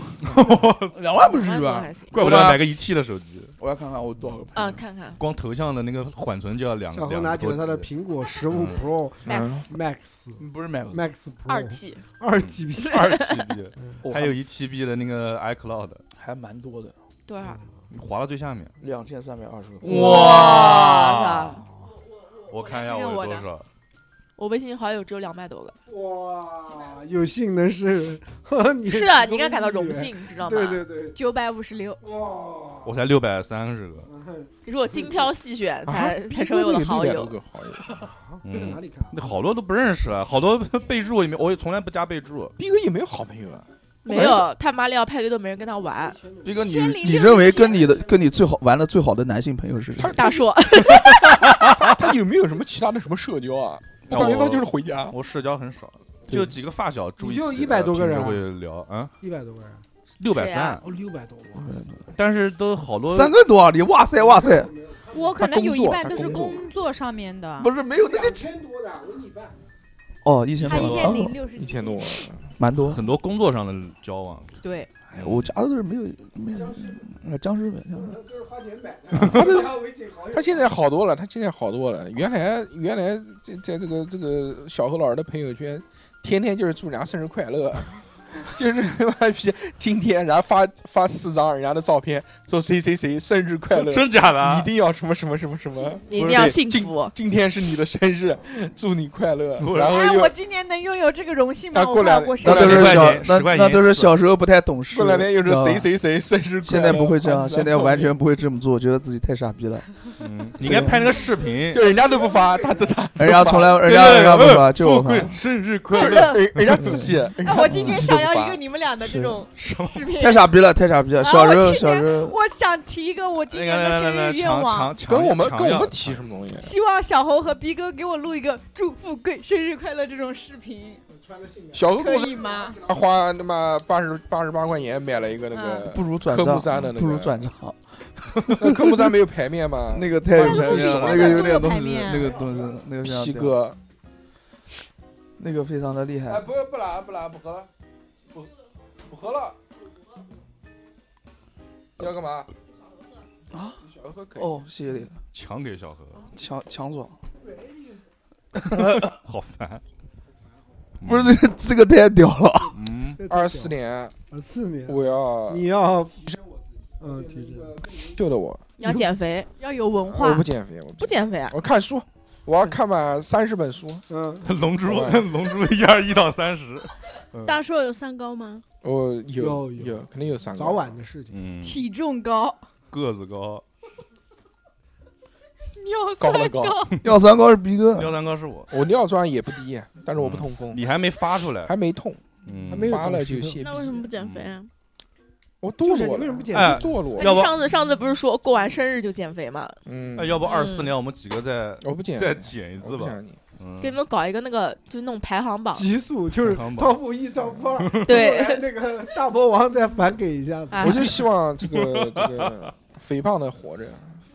两万不啊至于吧还？行怪不得买个一 T 的手机，我要看看我多少个朋啊，友。看看光头像的那个缓存就要两小两何个拿起了他多的级苹果十五 Pro 嗯啊 Max Max 嗯不是买过 Max 二 Pro T，二 GB， 二 TB，我还有一 TB 的那个 iCloud，还蛮多的，多少？你滑到最下面，两千三百二十个。哇操！我看一下看看我我有的多少，我微信好友只有两百多个。哇，有幸能是， 呵你是啊，你应该感到荣，幸，知道吗？对对对，九百五十六，哇，我才六百三十个，你说我精挑细选啊才，才逼成为哥我那的个好六百多友。个好友，这在嗯哪，里看啊？那好多都不认识啊，好多备注里面我也从来不加备注，逼哥也没有好朋友啊，没有，他妈的要派对都没人跟他玩。逼哥，你千里你六认为千跟你的跟你最好玩的最好的男性朋友是谁？他大叔，他有没有什么其他的什么社交啊？那我感觉他我就是回家，我社交很少，就几个发小住一起，你就100多个人啊平时会聊啊，一百多个人，六百谁啊三，哦，六百多，哇但是都好多三个多啊！你哇塞哇塞，我可能有一半都是他工作工作上面的，不是没有那个千多的，我一半，哦，一千 他多一了，千啊零六十一千多，蛮多。很多工作上的交往，对，哎， 我家都是没有没有，啊，僵尸呗，僵尸都是花钱买 的，他现在好多了，他现在好多了。原来原来在在这个这个小何老师的朋友圈，天天就是祝人家生日快乐， 就是他妈逼，今天然后发发四张人家的照片，说谁谁谁生日快乐，真假的一定要什么什么什么什么，啊一定要幸福今。今天是你的生日，祝你快乐。然后哎，又我今年能拥有这个荣幸吗？啊我过两爸过那生那日都是小十块那钱那都是小时候不太懂事。过两天又知是啊道吧谁谁谁生日快乐现在不会这样，发四张现在照片完全不会这么做，觉得自己太傻逼了。嗯，你应该拍那个视频， 就人家都不发，他他他，人家从来人家人家不发，就我嗯富发贵。生日快就乐，人人家自己。 人哎家我今天自己都想不要发 一个你们俩的这种视频，太傻逼了，太傻逼了！啊小时我候，今小年时候，我想提一个我今年来的来来生来日愿尝望尝，尝跟我们尝跟我样们提什么东西？希望小猴和逼哥给我录一个祝富贵生日快乐这种视频，小何可故以事吗？花他妈八十八十八块钱买了一个那个不如转科目账啊三的，那个，不如转账。那科目三没有牌面吗？ 那个太有排面了，那个有点东排西，面那个东西，那个非常皮屌哥，那个非常的厉害。哎不不啦不啦不喝了，不不喝了。要干嘛？啊？小何可以。哦，谢谢你，强给小何，强强爽。好烦。不是这个这个太屌 了，嗯， 二四年，二四年，我要你要，嗯，提升救了我！你要减肥，要有文化，我不减肥，我不 减肥啊？我看书，我要看满三十本书。嗯，龙珠好吧， 龙珠一二一到三十，大硕有三高吗？我有有有肯定有三个。早晚的事情。嗯，体重高，个子高，尿高酸了高， 尿酸高是逼哥，尿酸高是我，我尿酸也不低，但是我不通风，你还没发出来，还没痛，嗯，还没有发了就泄那为气。什么不减肥啊？我就堕是你落为什了么不，减哎肥？堕落要了。不你上次上次不是说过完生日就减肥吗？嗯哎，，要不二四嗯年我们几个再我不减，再减一次我不吧，想你。嗯给，你们搞一个那个，就是那种排 行榜，激素就是健康宝 top 一 top 二，对 然后那个大魔王再反给一下子。啊 我就希望这 个这个肥胖的活着，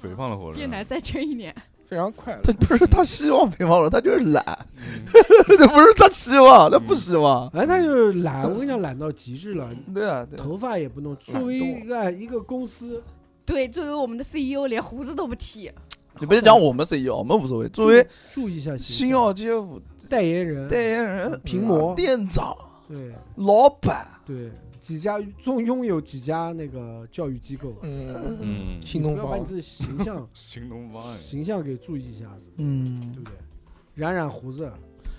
肥胖了活啊着变，奶再撑一年，非常快乐。他不是他希望肥胖了，他就是懒， 这不是他希望，他不希望。反正他哎就是懒，我跟你讲，懒到极致了，嗯对啊，对啊，头发也不弄。作为一个一个公司，对，作为我们的 CEO，连胡子都不剃，啊你别讲我们 CEO，我们无所谓。作为注意一下形星象耀街舞嗯代言人代，言人、屏幕店长、对老板，对，几家中拥有几家那个教育机构，嗯，嗯，新不东要把你方自己形象 行动方案，形象给注意一下子，嗯对，不对？染染胡子，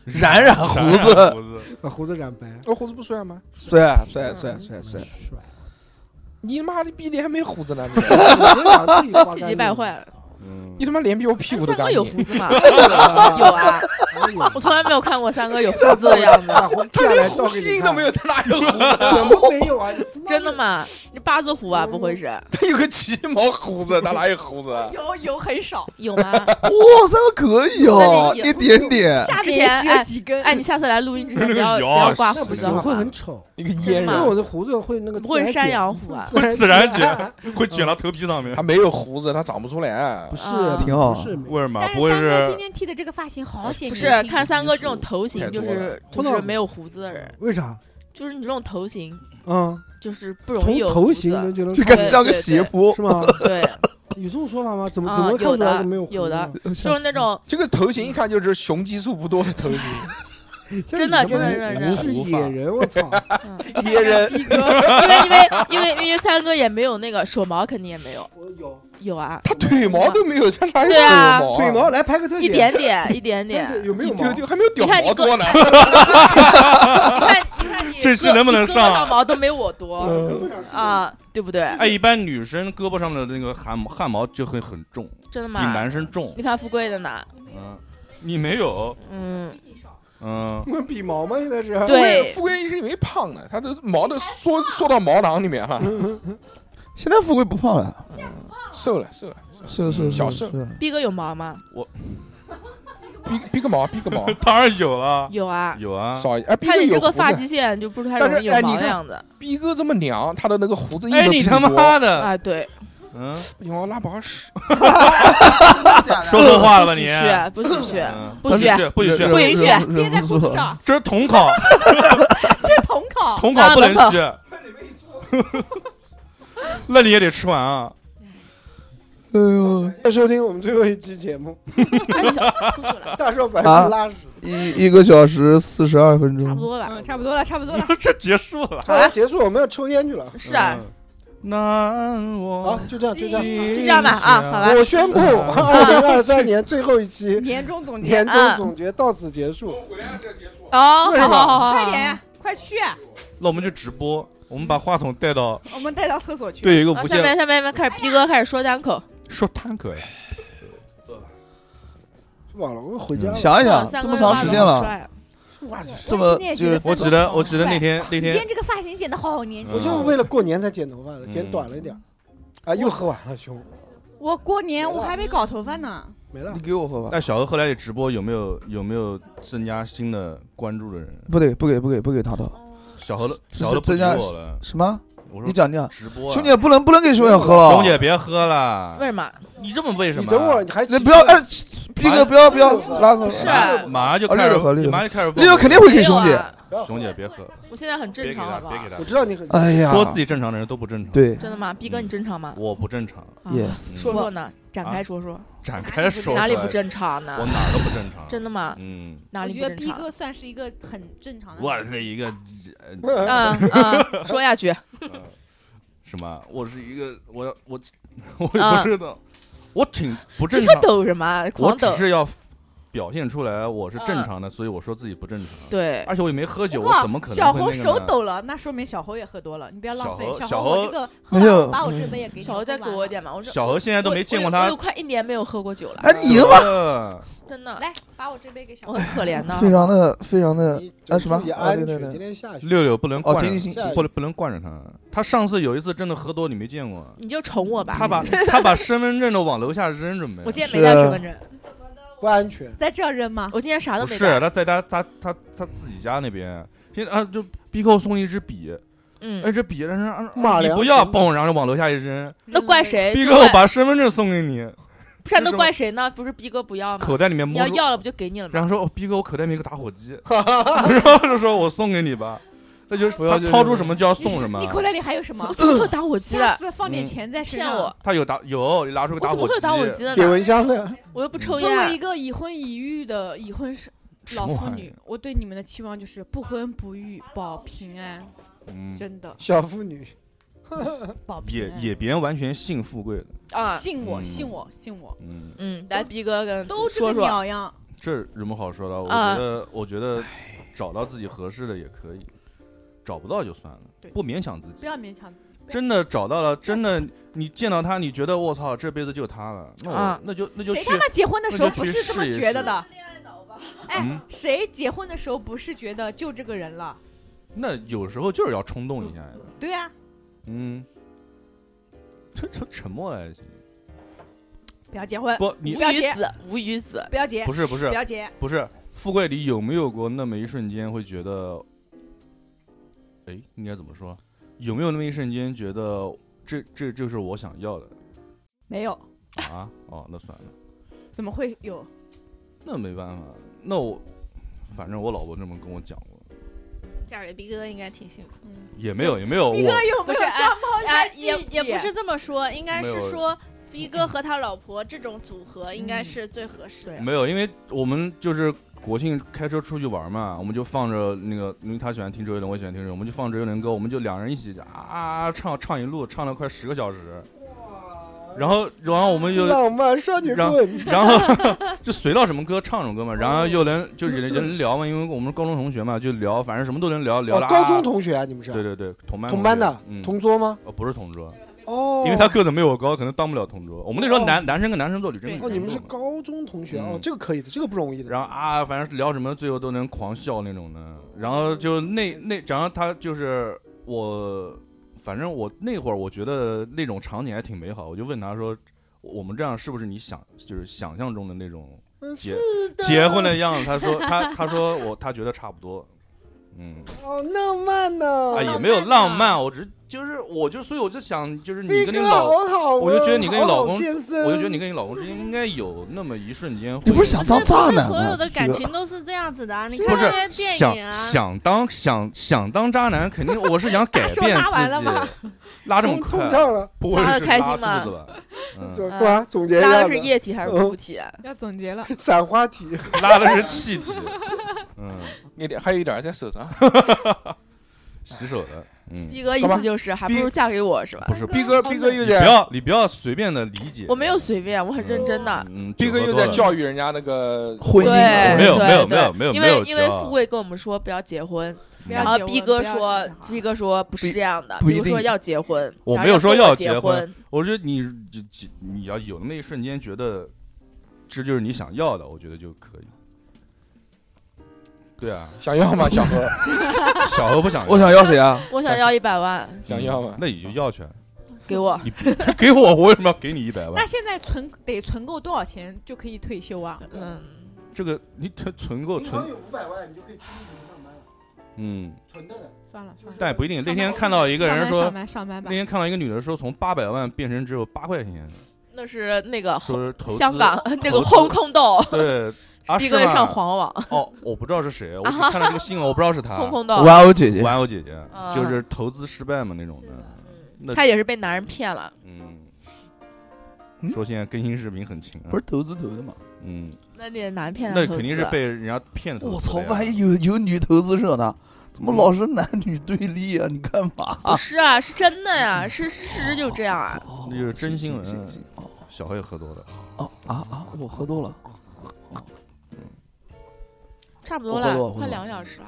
染染胡染子，胡子，把胡子染白， 我胡子不帅吗？帅啊帅帅帅帅，帅，你他妈的逼脸还没胡子呢， 你气急败坏。嗯你，他妈脸比我屁股都哎三干哥有净。胡子 吗？有有啊，啊 我从来没有看过三哥有胡子的样子。把胡子他下连来 胡倒须给印你都看，没有，他哪有胡子？怎么没有啊？你他 妈真的吗？你八字胡啊？不会是？他有个鸡毛胡子，他哪有胡子？啊有有很少，有 吗？哇，三个可以哦，那你有一点点。下之面前只有哎几根，哎，你下次来录音之前不 要那不个啊要有刮那胡不子行，好会吧很？丑。 一个真阉的因吗为人，我的胡子会那个不会是自然山剪羊胡啊？会自然卷， 会卷到头皮上面他。没有胡子，他长不出来不。是啊挺好不是没有为什么但？不会三哥今是天剃的这个发型好显不是年轻，看三哥这种头型，就太多是了就是没有胡子的人，为啥？就是你这种头型，嗯，就是不容易从有头胡型子能就能 就看感觉像个斜坡是，吗？ 对，有这种说法吗？怎么啊怎么看有出来的就没有胡子有的呢？就是那种这个头型一看就是雄激素不多的头型， 像真你的他真妈的真的你真是无野法人，我操！野人。嗯 因为因为因为因为三哥也没有那个手毛，肯定也没有我有有啊，他腿毛都没有，他哪有对手啊毛啊？腿毛，来拍个特写，一点点一点拍个点。有没有毛丢？丢还没有屌你看你毛哥多呢。你看你看你这期胳能不能你胳膊上啊上毛都没我多啊，对不对？哎，一般女生胳膊上面的那个汗毛汗毛就会很重，比真的吗？男生重。你看富贵的呢，嗯，你没有，嗯，嗯，我比毛吗？现在是富贵对富贵是因为胖的，他的毛都缩缩到毛囊里面了，现在富贵不胖了，瘦了瘦了，瘦了是是是小瘦是逼哥有毛吗？逼逼个毛逼 个毛 当然有了，有啊，有啊。少一哎，逼看哥你这有个胡发子，际线就不是太但是容易有哎你毛的看 样子逼哥这么娘，他的那个胡子一哎，直你比他你多妈的，啊，对，嗯，不行，我拉不好屎，说错话了吧不你许？去，不许去，嗯不许去，不许啊去，啊不允许忍憋在忍不裤住子上，这是统考， 这是统考，统考不能啊去。 那你也得吃完啊。哎呦，谢谢收听我们最后一期节目。 大硕反啊正拉屎，一一个小时四十二分钟，多吧，嗯，差不多了，差不多了。 这结束了，好了，结束，我们要抽烟去了。啊是啊，难忘。好，就嗯这样，啊就这样，就这样吧啊好吧嗯我宣布，二零二三年最后一期年终总结年终总结到此结束。哦，为什好么好好好，快点呀，快去啊，那我们就直播，我们把话筒带到我们带到厕所去。对有一个无好限下面下面开始逼哥开始说单口，说摊口。吃饱了，我回家了。想一想啊三哎这哥么长的时话间筒了帅啊哇塞这么就我记得我记得那天嗯那你今天天这个发型剪得好年轻我哦，就是为了过年才剪头发的，嗯剪短了一点儿。啊，又喝完了，兄，我过年我还没搞头发呢。没了。你给我喝吧。但小何后来也直播，有没有有没有增加新的关注的人？不对，不给，不给，不给他的。小何的这小何都不这理家我了。什么我？说你讲讲。直播啊兄弟，不能不能给熊姐喝了。熊姐别喝了，为什么？你这么为什么？啊你等会啊儿你还你不要哎，逼哥不要不要拉走。是啊马上就啊开六始六喝，六六马上就开始六六肯定会给熊没有姐。啊熊姐别喝，我现在很正别给常，好他，不别好给？他。我知道你很哎 呀说自己正常的人都不正常。对真的吗？逼哥，你正常吗？我不正常，啊 Yes 说说呢，展开说说。展哎开说哪啊里出来不正常呢我哪儿都不正常。真的吗嗯，哪我里不觉得正逼常？哥算是一个很正常的。我是一个，嗯 嗯，说下去。什么？我是一个，我要我 我啊不知道，我挺不正你常可。抖什么？我狂只抖。是要表现出来我是正嗯常的，所以我说自己不正常。对而且我也没喝酒，哇我怎么可能小会猴那个手呢抖了，那说明小猴也喝多了。你不要浪费。小猴猴，我小猴嗯这个 没有喝完把我这杯也给你小喝何再完给我一点嘛，我说小何现在都没见过我他有我有快一年没有喝过酒了，哎，你他妈呃真的。来，把我这杯给小我很可怜的。非常的非常的就啊什么呃注意？啊对安对全。对今。天下雪，六六不能哦惯停着行行，不能不能惯着他。他上次有一次真的喝多，你没见过。你就宠我吧。他把他把身份证都往楼下扔，准备。哎我今天没带身份证，不安全。在这儿扔 吗？我今天啥都啊不没是带。他在他他他他自己家那边，现在啊就逼扣送一支笔，嗯哎哎，这笔但是啊骂你梁不要子蹦，然后就往楼下一扔。那怪谁？逼就哥，我怪把身份证送给你，不是那这是怪谁呢？不是逼哥不要吗？口袋里面你摸要出，要了不就给你了吗？然后说，哦逼哥，我口袋里面有个打火 机，然后就说我送给你吧。那就是不要他就是掏出什么就要送什么你。口袋里还有什么我？怎么会有打火机下的？次嗯放点钱在身骗上。我！他有打有，你拿出我个怎么会有打火机的给呢？蚊香的，我又不抽作为烟啊一。个已婚已育的已婚是老么妇玩意女，我对你们的期望就是不婚不育，保平安，嗯，真的小妇女，保平也嗯安。也别完全信富贵的，啊，信我，嗯信我，信我，嗯，嗯，来逼哥跟都这说个说。鸟样。这有什么好说的？我啊觉得，我觉得找到自己合适的也可以，找不到就算了对，不勉强自不己。要勉强自己。不要真的找到了，真的你见到他，你觉得我操，这辈子就他了，那啊我那就那就谁去他，妈结婚的时候那就不去是这么试一觉得试的？嗯哎，谁结婚的时候不是觉得就这个人了？那有时候就是要冲动一下呀。对啊，嗯，这这沉默了已经，不要结婚，不，你无不要语结子，无语 子。不要结不，是不不是要结，不是，富贵里有没有过那么一瞬间会觉得，哎，应该怎么说？有没有那么一瞬间觉得这这就是我想要的？没有，啊， 哦，那算了，怎么会有？那没办法，那我反正我老婆这么跟我讲过，嫁给逼哥应该挺幸福。嗯也没有也没有，我有不是哎啊，也也不是这么说，应该没是有说逼哥和他老婆这种组合应该是最合适的。没有，因为我们就是国庆开车出去玩嘛，我们就放着那个，因为他喜欢听周杰伦，我也喜欢听周杰伦，我们就放周杰伦歌，我们就两人一起啊啊啊唱唱一路，唱了快十个小时，然后然后我们 又浪漫少女让棍， 然后就随到什么歌唱什么哦歌嘛，然后又能就是人能聊嘛，因为我们高中同学嘛，就聊，反正什么都能聊聊哦啦。高中同学啊，你们是对对对，同班同班的学嗯，同桌吗？哦不是同桌，哦，因为他个子没我高，可能当不了同桌。我们那时候哦男男生跟男生做，女生跟女哦，生你们是做嘛高中同学哦嗯，这个可以的，这个不容易的。然后啊，反正聊什么最后都能狂笑那种的。然后就那那，然后他就是我，反正我那会儿我觉得那种场景还挺美好。我就问他说，我们这样是不是你想就是想象中的那 种嗯结是的，结婚的样子？他说他他说我他觉得差不多，嗯哦，浪漫呢哎啊也没有浪漫，我只是就是我就所以我就想，就是你跟你斌哥老，哦好啊好我就觉得你跟你好好老公，先生我就觉得你跟你老公之间应该有那么一瞬间会，你不是想当渣男吗所有的感情都是这样子的啊！你看不是那些电想影啊，想当想想当渣男，肯定我是想改 说变拉完了吗自己，拉这么通快，通畅了不会拉得是开心肚吗子吧？嗯就对啊，总结一下子，拉的是液体还是固体啊？呃要总结了，散花体， 拉的是气体，嗯，你得还有一点在手上，洗手的，嗯，逼哥意思就是，还不如嫁给我是吧？不是逼哥逼哥又你在不要你不要随便的理解我，没有随便，我很认真的。嗯，逼哥酒喝又多在了教育人家那个婚对，没有对没有对没有没有因没有为因为骄傲富贵跟我们说不要结婚，不要然后结婚逼哥不要说逼哥说不是这样的，不逼一哥说定要结婚，我然后没有说跟我结 婚，，我说你就就你要有那么一瞬间觉得这就是你想要的，我觉得就可以。对啊，想要吗？小 何，小何不想要，我想要谁啊？我想要一百万，想要吗？那你就要去，给我。你 给我，我为什么要给你一百那万？现在存得存够多少钱就可以退休啊？嗯，这个你存存够存，有五百万，你就可以去上班了，嗯，存着的。算了算了，但也不一定。那天看到一个人说，上班上班吧那天看到一个女的说，从八百万变成只有八块钱，那是那个说是投资香港 那个投资轰空豆， 对，啊逼是哥吗？上黄啊网，哦，我不知道是谁，我只看到这个新闻，啊我不知道是他。空空的玩偶姐姐玩偶姐姐啊就是投资失败嘛那种的。那他也是被男人骗了。嗯，说现在更新视频很勤啊嗯不，是投资投的吗？嗯，那你也难骗他那投肯定资啊是被人家骗的投我资操的呀。，万一有有女投资者呢？怎么老是男女对立啊？你干不嘛？是啊，是真的呀，是事实就这样啊。那就是真新行闻行行。小黑喝多了，哦啊啊！我喝多了，差不多我喝多了，我喝快多两个小时了。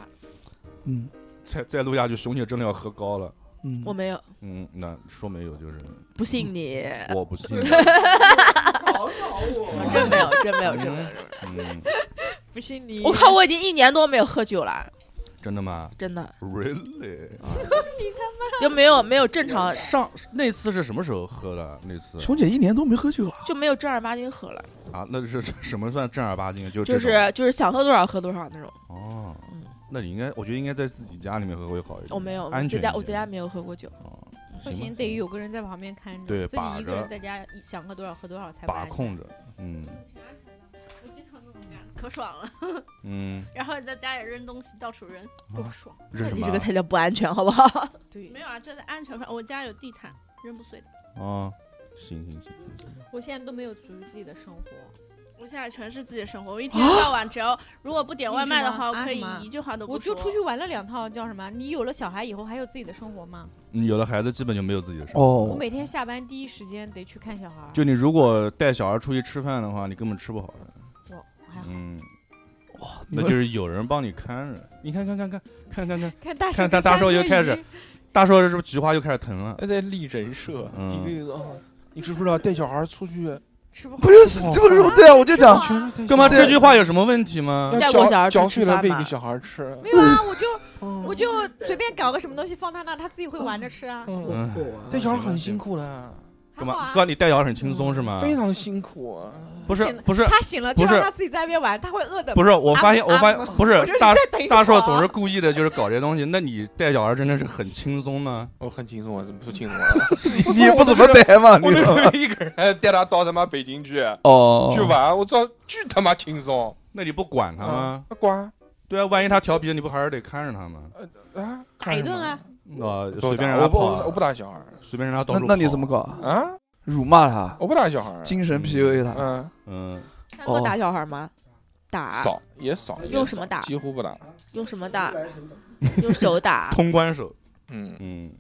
嗯，再再录下去，熊姐真的要喝高了。嗯我没有，嗯，那说没有就是不嗯信你。我不信我真没有，真没有，真没有。嗯，不信你，我靠，我已经一年多没有喝酒了，真的吗？真的，really？就没有没有正常上那次是什么时候喝的？那次熊姐一年多没喝酒了，就没有正儿八经喝了，啊，那是 什么算正儿八经？就这就种是就是想喝多少喝多少那种。哦，那你应该，我觉得应该在自己家里面喝会好一点。我哦没有，我安在全家一我在点家没有喝过酒。不行，得有个人在旁边看着，对自把己一个人着在家想喝多少喝多少才不把安全控着，嗯我经常那种干，可爽了。嗯，然后在家里扔东西，到处扔，啊多爽！认什你么这个才叫不安全，好 不好？对，没有啊，就是安全范。我家有地毯，扔不碎的。哦，行行行，嗯我现在都没有属于自己的生活，我现在全是自己的生活，我一天啊到晚只要如果不点外卖的话，我你是吗可以啊一句话都不我就说出去玩了两趟，叫什么？你有了小孩以后还有自己的生活吗？你有了孩子基本就没有自己的事我哦每天下班第一时间得去看小孩儿，就你如果带小孩出去吃饭的话，你根本吃不好的。我还好嗯，哇，你那们就是有人帮你看着。你看看看看看看看，看大看大大寿又开始，大寿是不是菊花又开始疼了？还在立人设，嗯一个啊，你知不知道带小孩出去吃不好不是这个时候对啊，我就讲，干嘛？这句话有什么问题吗？啊要带过小孩嚼出嚼碎去了吃喂给饭吗小孩吃，嗯没有啊，我就我就随便搞个什么东西放他那，他自己会玩着吃啊。嗯，带小孩很辛苦的，干嘛？哥，你带小孩很轻松是吗？嗯非常辛苦啊。不是醒了不是他醒了就不是让他自己在那边玩，他会饿的。不是，我发现，啊我发啊现不我是觉得大你再等一会儿大啊硕总是故意的，就是搞这些东西。那你带小孩真的是很轻松吗？我很轻松啊，怎么不轻松啊？ 你不怎么带嘛？我那你知时道吗候一个人哎带他到他妈北京去哦去玩，我操，巨他妈轻松。那你不管他吗？啊管啊对啊，万一他调皮，你不还是得看着他吗？啊，打一顿啊，啊，呃不随便打让他我不跑我啊，不我不打小孩随便让他到那处那你跑怎么搞啊？啊，辱骂他，我不打小孩儿，精神 PUA 他，嗯，嗯，。看过哦打小孩吗？打，少也少，也啊用什么少打几乎不打，用什么打？用手打啊通关手，嗯，嗯，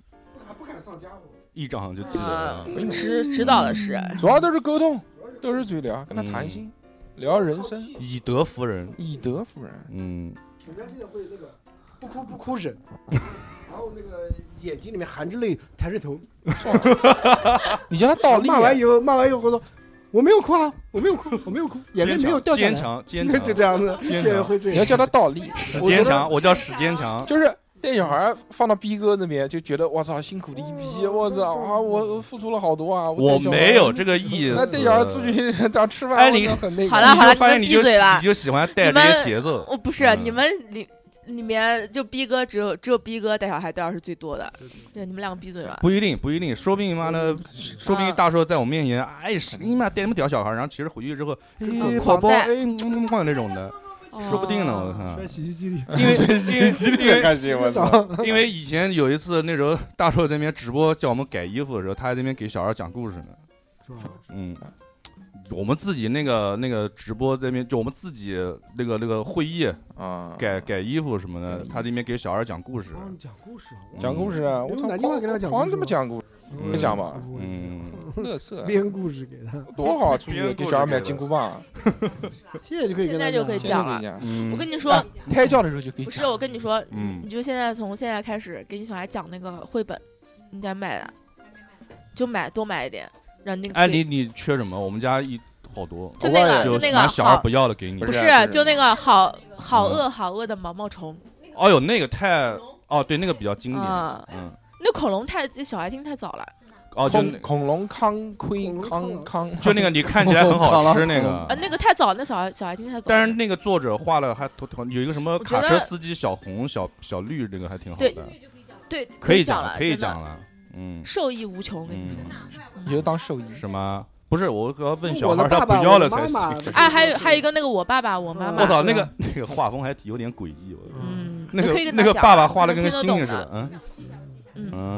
不敢上家我。一掌就记得啊了。，指指导的是，主要都是沟通，都是嘴聊，跟他谈嗯心，聊人生，以德服人，以德服人。嗯，人家现在会那个不哭不哭忍， 然后那个眼睛里面含着泪，抬着头，你叫他倒立，啊骂完以后骂完以后会说。我没有哭啊，我没有哭，我没有 哭，眼泪没有掉下来，坚强 坚 强就这样子，坚强对会这你样。要叫他倒立，啊史我觉坚得强，我叫史坚强，就是带小孩儿放到逼哥那边，就觉得我操辛苦的嗯一批，我操啊，我我付出了好多啊。我带小孩没有这个意那思。带小孩出去 咱吃饭，哎我你操很那个。好了好了就发现你你们闭就喜嘴吧你就喜欢带这你们些节奏。哦我不是嗯你们领里面就逼哥只有只有逼哥带小孩带钥匙最多的，对，你们两个闭嘴吧。不一定，不一定，说不定妈的，嗯说啊不定大硕在我面前，哎，是你妈带那么屌小孩，然后其实回去之后，哎，宝宝，哎，那种的，哦说不定呢，哦我靠。摔洗衣机里，因为因为因为看新闻了因为以前有一次，那时候大硕在那边直播叫我们改衣服的时候，他还在那边给小孩讲故事呢。嗯，我们自己那个那个直播那边，就我们自己那个那个会议啊，改改衣服什么的，他那边给小孩讲故事，哦讲故事啊，讲故事啊，我操，打电话给他讲故事光这么讲故事，嗯你讲吧，嗯， 乐色编故事给 他，多好，出去给小孩买金箍棒，啊现在就可以跟现他在就可以讲啊了。嗯我跟你说，啊哎胎教的时候就可以不讲，是我跟你说，嗯你就现在从现在开始给你小孩讲那个绘本，你得买的，就买多买一点，让那个哎，嘴你你缺什么？我们家一好多，哦就那个就那个拿小孩好不啊要的给你，不是就那个好嗯好饿好饿的毛毛虫，哦呦，那个太哦，对，那个比较经典啊，嗯，那恐龙太这小孩听太早了。哦，就那恐恐龙康亏康康， 就那个你看起来很好吃那个啊，，那个太早，那小孩小孩听太早了。但是那个作者画了还头头有一个什么我觉卡得车司机小红小小绿，这个还挺好对的，对，可以讲了，可以真的讲，嗯了，嗯，受益无穷。我跟你说，你就当兽医什么？不是，我要问小我的孩他爸不爸要我了妈才行妈。 哎，还有还有一个那个我爸爸我妈妈，我操，那个嗯那个画风还挺有点诡异，我嗯，那我个可以跟那他个讲爸了爸画他的能跟个猩听得懂猩似的的，嗯嗯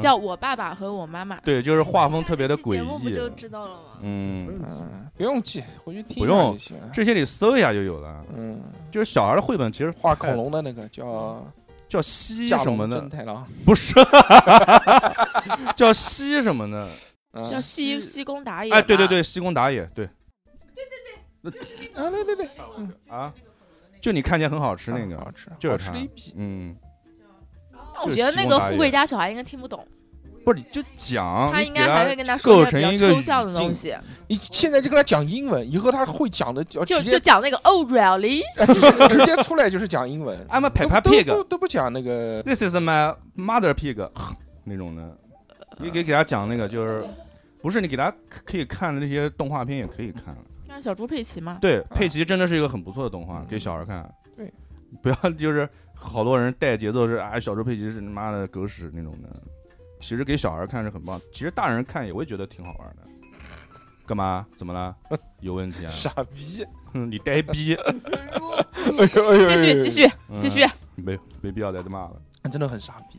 叫我爸爸和我妈妈。对，就是画风特别的诡节目不就异，知道了吗？嗯， 不用记，回去不听一下用就行了，这些你搜一下就有了，嗯，就是小孩的绘本其实画恐龙的那个叫叫西架什么龙的真太郎，不是，叫西什么的，嗯叫西西宫打野吧。哎，对对对，西宫打野，对，啊对对对，啊，就你看起来很好吃嗯那个，好吃，就是好吃它的一批，嗯，但我觉得那个富贵家小孩应该听不懂，不是你就讲，他啊你应给该还会跟他说构一些成比一较个语抽象的境啊东西，你现在就跟他讲英文，以后他会讲的，就就就讲那个 Oh really，直接出来就是讲英文 I'm a Peppa 都 Pig 都都都不讲那个 This is my mother pig 那种的，你给给他讲那个就是，不是你给他可以看的那些动画片也可以看，那是小猪佩奇嘛。对，佩奇真的是一个很不错的动画，给小孩看。对，不要就是好多人带节奏是啊，小猪佩奇是你妈的狗屎那种的。其实给小孩看是很棒，其实大人看也会觉得挺好玩的。干嘛？怎么了？有问题啊？傻逼，哼你呆逼！哎继续继续继续，嗯没没必要再骂了，啊真的很傻逼。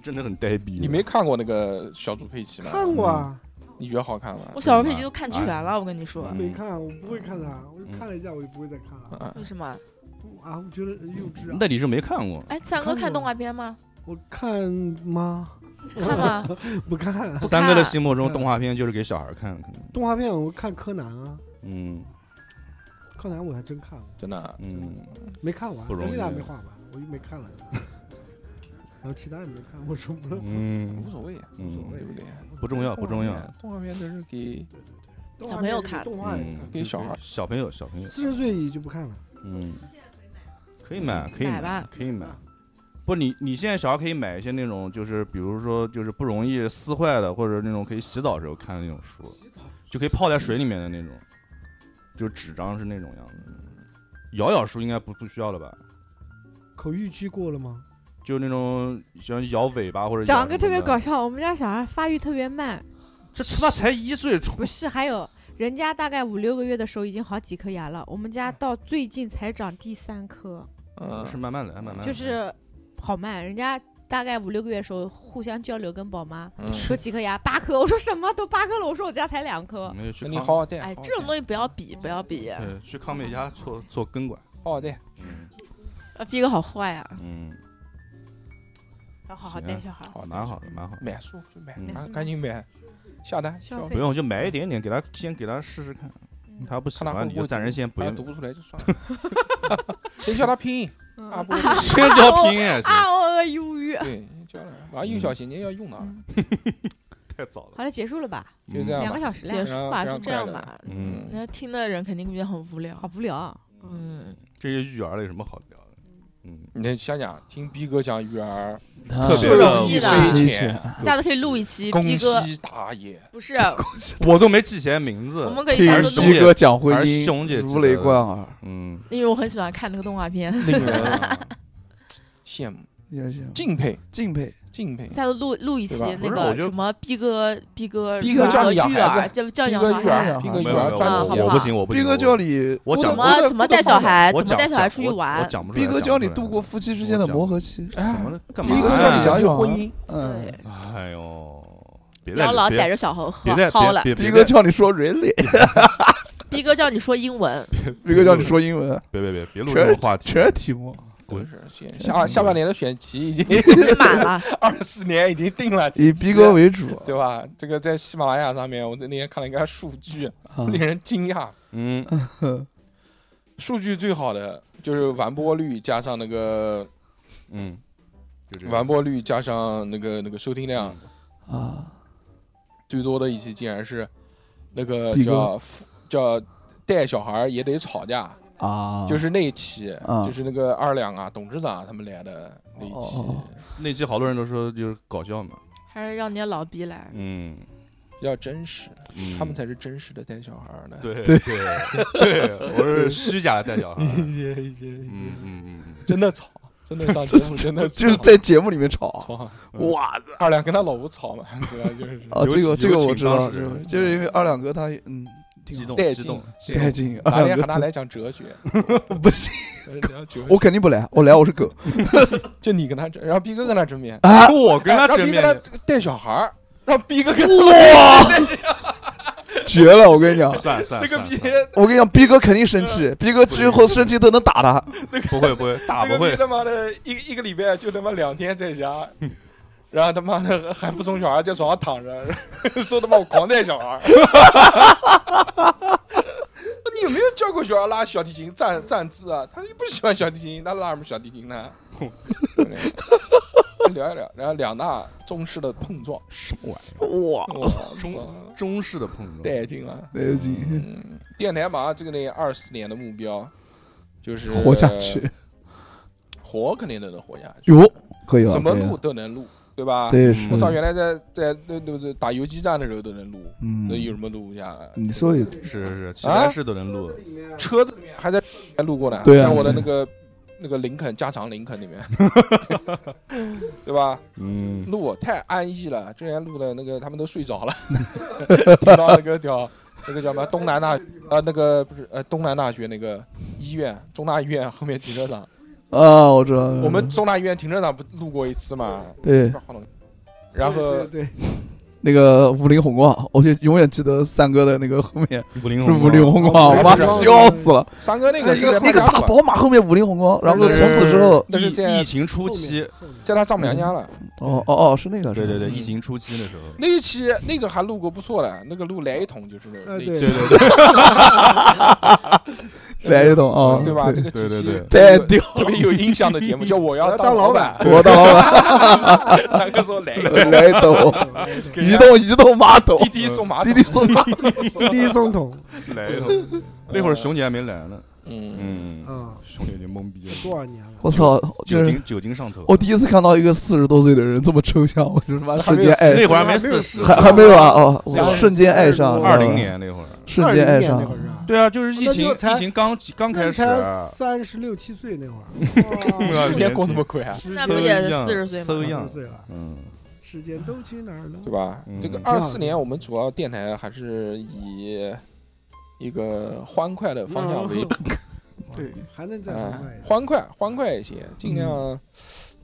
真的很呆逼。你没看过那个小猪佩奇吗？看过啊，你觉得好看吗？我小猪嗯佩奇都看全了，我跟你嗯说，没啊看，我不会看他，我就看了一下，我就不会再看了。嗯为什么？嗯啊，我觉得幼稚啊。那你是没看过？哎，三哥看动画 片吗？我看吗？看吗？不看。三哥的心目中动画片就是给小孩看的，动画片，我看柯南啊，嗯，柯南我还真看了，真的，啊嗯，没看完，不容到易现在还没画完，我就没看了。然后其他也没看，我受不了。嗯无所谓，嗯无所谓，对嗯不对？不重要不重要，动画片都是给小朋友看动画也嗯，给小孩，小朋友小朋友，四十岁你就不看了，嗯，可以买，可以买吧可以买。嗯不，你你现在小孩可以买一些那种，就是比如说就是不容易撕坏的，或者那种可以洗澡时候看的那种书，就可以泡在水里面的那种，就纸张是那种样子。摇摇书应该不不需要了吧？口欲期过了吗？就那种像摇尾巴或者讲摇一个什特么别的搞，笑，我们家小孩发育特别慢，这他妈才一岁出，不是，还有人家大概五六个月的时候已经好几颗牙了，我们嗯家到最近才长第三颗，嗯，是慢慢来，慢慢来就是好慢，人家。大概五六个月的时候，互相交流跟宝妈、嗯说几颗牙，八颗。我说什么都八颗了，我说我家才两颗。没有去康，那你好好带，哎好，好这种东西不要比，不要比。对，去康美家做做根管，带好好带，啊，逼哥好坏啊，嗯，要好好行带小孩。好蛮好的，蛮好的。买书就买啊嗯，赶赶紧买，下单 消消费不用，就买一点点给他，先给他试试看。他不喜看他会欢你不会就暂时先不他用，读不出来就算了， 先教他拼音啊，不是先叫拼音也行。啊，我呃忧郁。 对，教了，完幼嗯小衔接要用到了，太早了，好了，结束了吧？就这样两吧个。小时了结，束吧，非就常这样快乐吧。嗯，那听的人肯定觉得很无聊好。无聊啊。嗯，这些育儿的有什么好聊的？嗯，你想想，听逼哥讲育儿，嗯特别不容易一的分钱，下次可以录一期恭逼哥，喜大爷，不是，我都没记起来名字。我们可以听下还次是录逼熊姐哥讲婚还是姻熊姐如雷贯耳。嗯，因为我很喜欢看那个动画片。那个啊羡慕，有点羡慕，敬佩，敬佩，敬佩。下次录录一期对吧那不是我个就什么逼哥逼哥逼哥教你养育儿孩子教教逼养哥孩育儿子逼哥育没有没儿有专门我我讲不行我不逼行哥我教你我讲怎不出么怎么带小孩，哎怎么带小孩出去我玩，讲不出来。逼哥教你度过夫妻之间的磨合期，什么呢？干嘛？逼哥教你讲哎解婚姻，嗯，哎呦， 别不要再老别逮着小猴别再薅了。别别逼哥叫你说人类，逼哥叫你说 英文，逼哥叫你说英文，别别别别录全这是种话题全是题目，滚！下下半年的选题已经 满了， 二四年已经定了，以逼哥为主，对吧？这个在喜马拉雅上面，我那天看了一个数据，嗯 令人惊讶。嗯，数据最好的就是完播率加上那个嗯，就这样完播率加上那个那个收听量啊，最多的一期竟然是那个逼哥叫父叫带小孩儿也得吵架啊 就是那一期啊，哦就是那个二两啊、董事长啊他们来的那一期，那期好多人都说就是搞笑嘛，还是让你老逼来。嗯，要真实嗯，他们才是真实的带小孩儿的。对对对，我是虚假的带小孩。理解理解理解嗯嗯嗯嗯，真的吵，真的上节目真的就是在节目里面吵，啊吵，哇！二两跟他老吴吵嘛，主要 就是哦，这个这个我知道，是就是就是因为二两哥他嗯挺好带劲劲，带劲，哪二天两哥喊他来讲哲 学，不行聊哲学，我肯定不来，我来我是狗，就你跟他争，然后逼哥跟他争辩啊我跟他让争逼辩哥他带小孩儿，让逼哥跟绝了！我跟你讲，算了算了算了，我跟你讲，逼哥肯定生气，逼哥之后生气都能打他，不会不会，打啊不那个会逼，他妈的一一个礼拜就他妈两天在家，然后他妈的 还不送小孩，在床上躺着， 说他妈我狂带小孩。 你有没有教过小孩拉小提琴站站姿啊？他又不喜欢小提琴，他拉什么小提琴呢？ 聊一聊，然后两大中式的碰撞，什么玩意哇中中式的碰撞，带劲啊！嗯带劲，电台马上这个那二四年的目标就是活下去，嗯活肯定都能活下去。哟，可以了，怎么可以录了都能录，对吧？对是我操，原来在在那那那打游击战的时候都能录，嗯那有什么录不下来？你说也对是是是，棋啊牌室都能录，车子里面还在还录过呢，对啊在我的那个那个林肯加长林肯里面， 对吧？嗯，录太安逸了，之前录的那个他们都睡着了， 听到那个叫那个叫什么东南大呃那个不是呃东南大学那个医院中大医院后面停车场，啊，我知道，我们中大医院停车场不录过一次嘛？对话筒然后对那个五菱宏光，我就永远记得三哥的那个后面五菱是宏光五菱宏光，哎我妈笑死了。三哥那个是一个在一个马家大馆宝马后面五菱宏光，然后那是从此之后，那是在疫疫情初期，在他丈母娘家了。哦哦哦，是那个，对对对，疫一情初期的时候，那一期那个还录过不错的，那个录来一桶就是那呃一对期对对来一桶啊，对吧？这个哦对对机器对太屌特别有印象的节目叫《我要当老老板板》，我的老板， 三哥说来一 桶，来一桶，移动移动马桶，滴滴送马滴桶，滴送马桶，滴滴送桶，来一桶，那会儿熊姐还没来呢，嗯，嗯，嗯，熊姐已经懵逼了，多少年了？我操，酒就精是酒精上头，我第一次看到一个四十多岁的人这么抽象，我就他妈瞬间哎爱那会儿还还没没四有十，还还没有啊？哦，我瞬间爱上二零，年那会儿，瞬间爱上那会儿是吧？对啊，就是疫那情就才疫情刚起刚那开你始，才啊三十六七岁那会儿，时间过那么快啊，嗯那不也是样40岁吗搜哇30，样岁了，嗯，时间都去哪儿了？对吧嗯？这个挺好二的四年我们主要电台还是以一个欢快的方向嗯为主，对，还能再啊欢快一，点。欢快欢快一些，尽嗯量。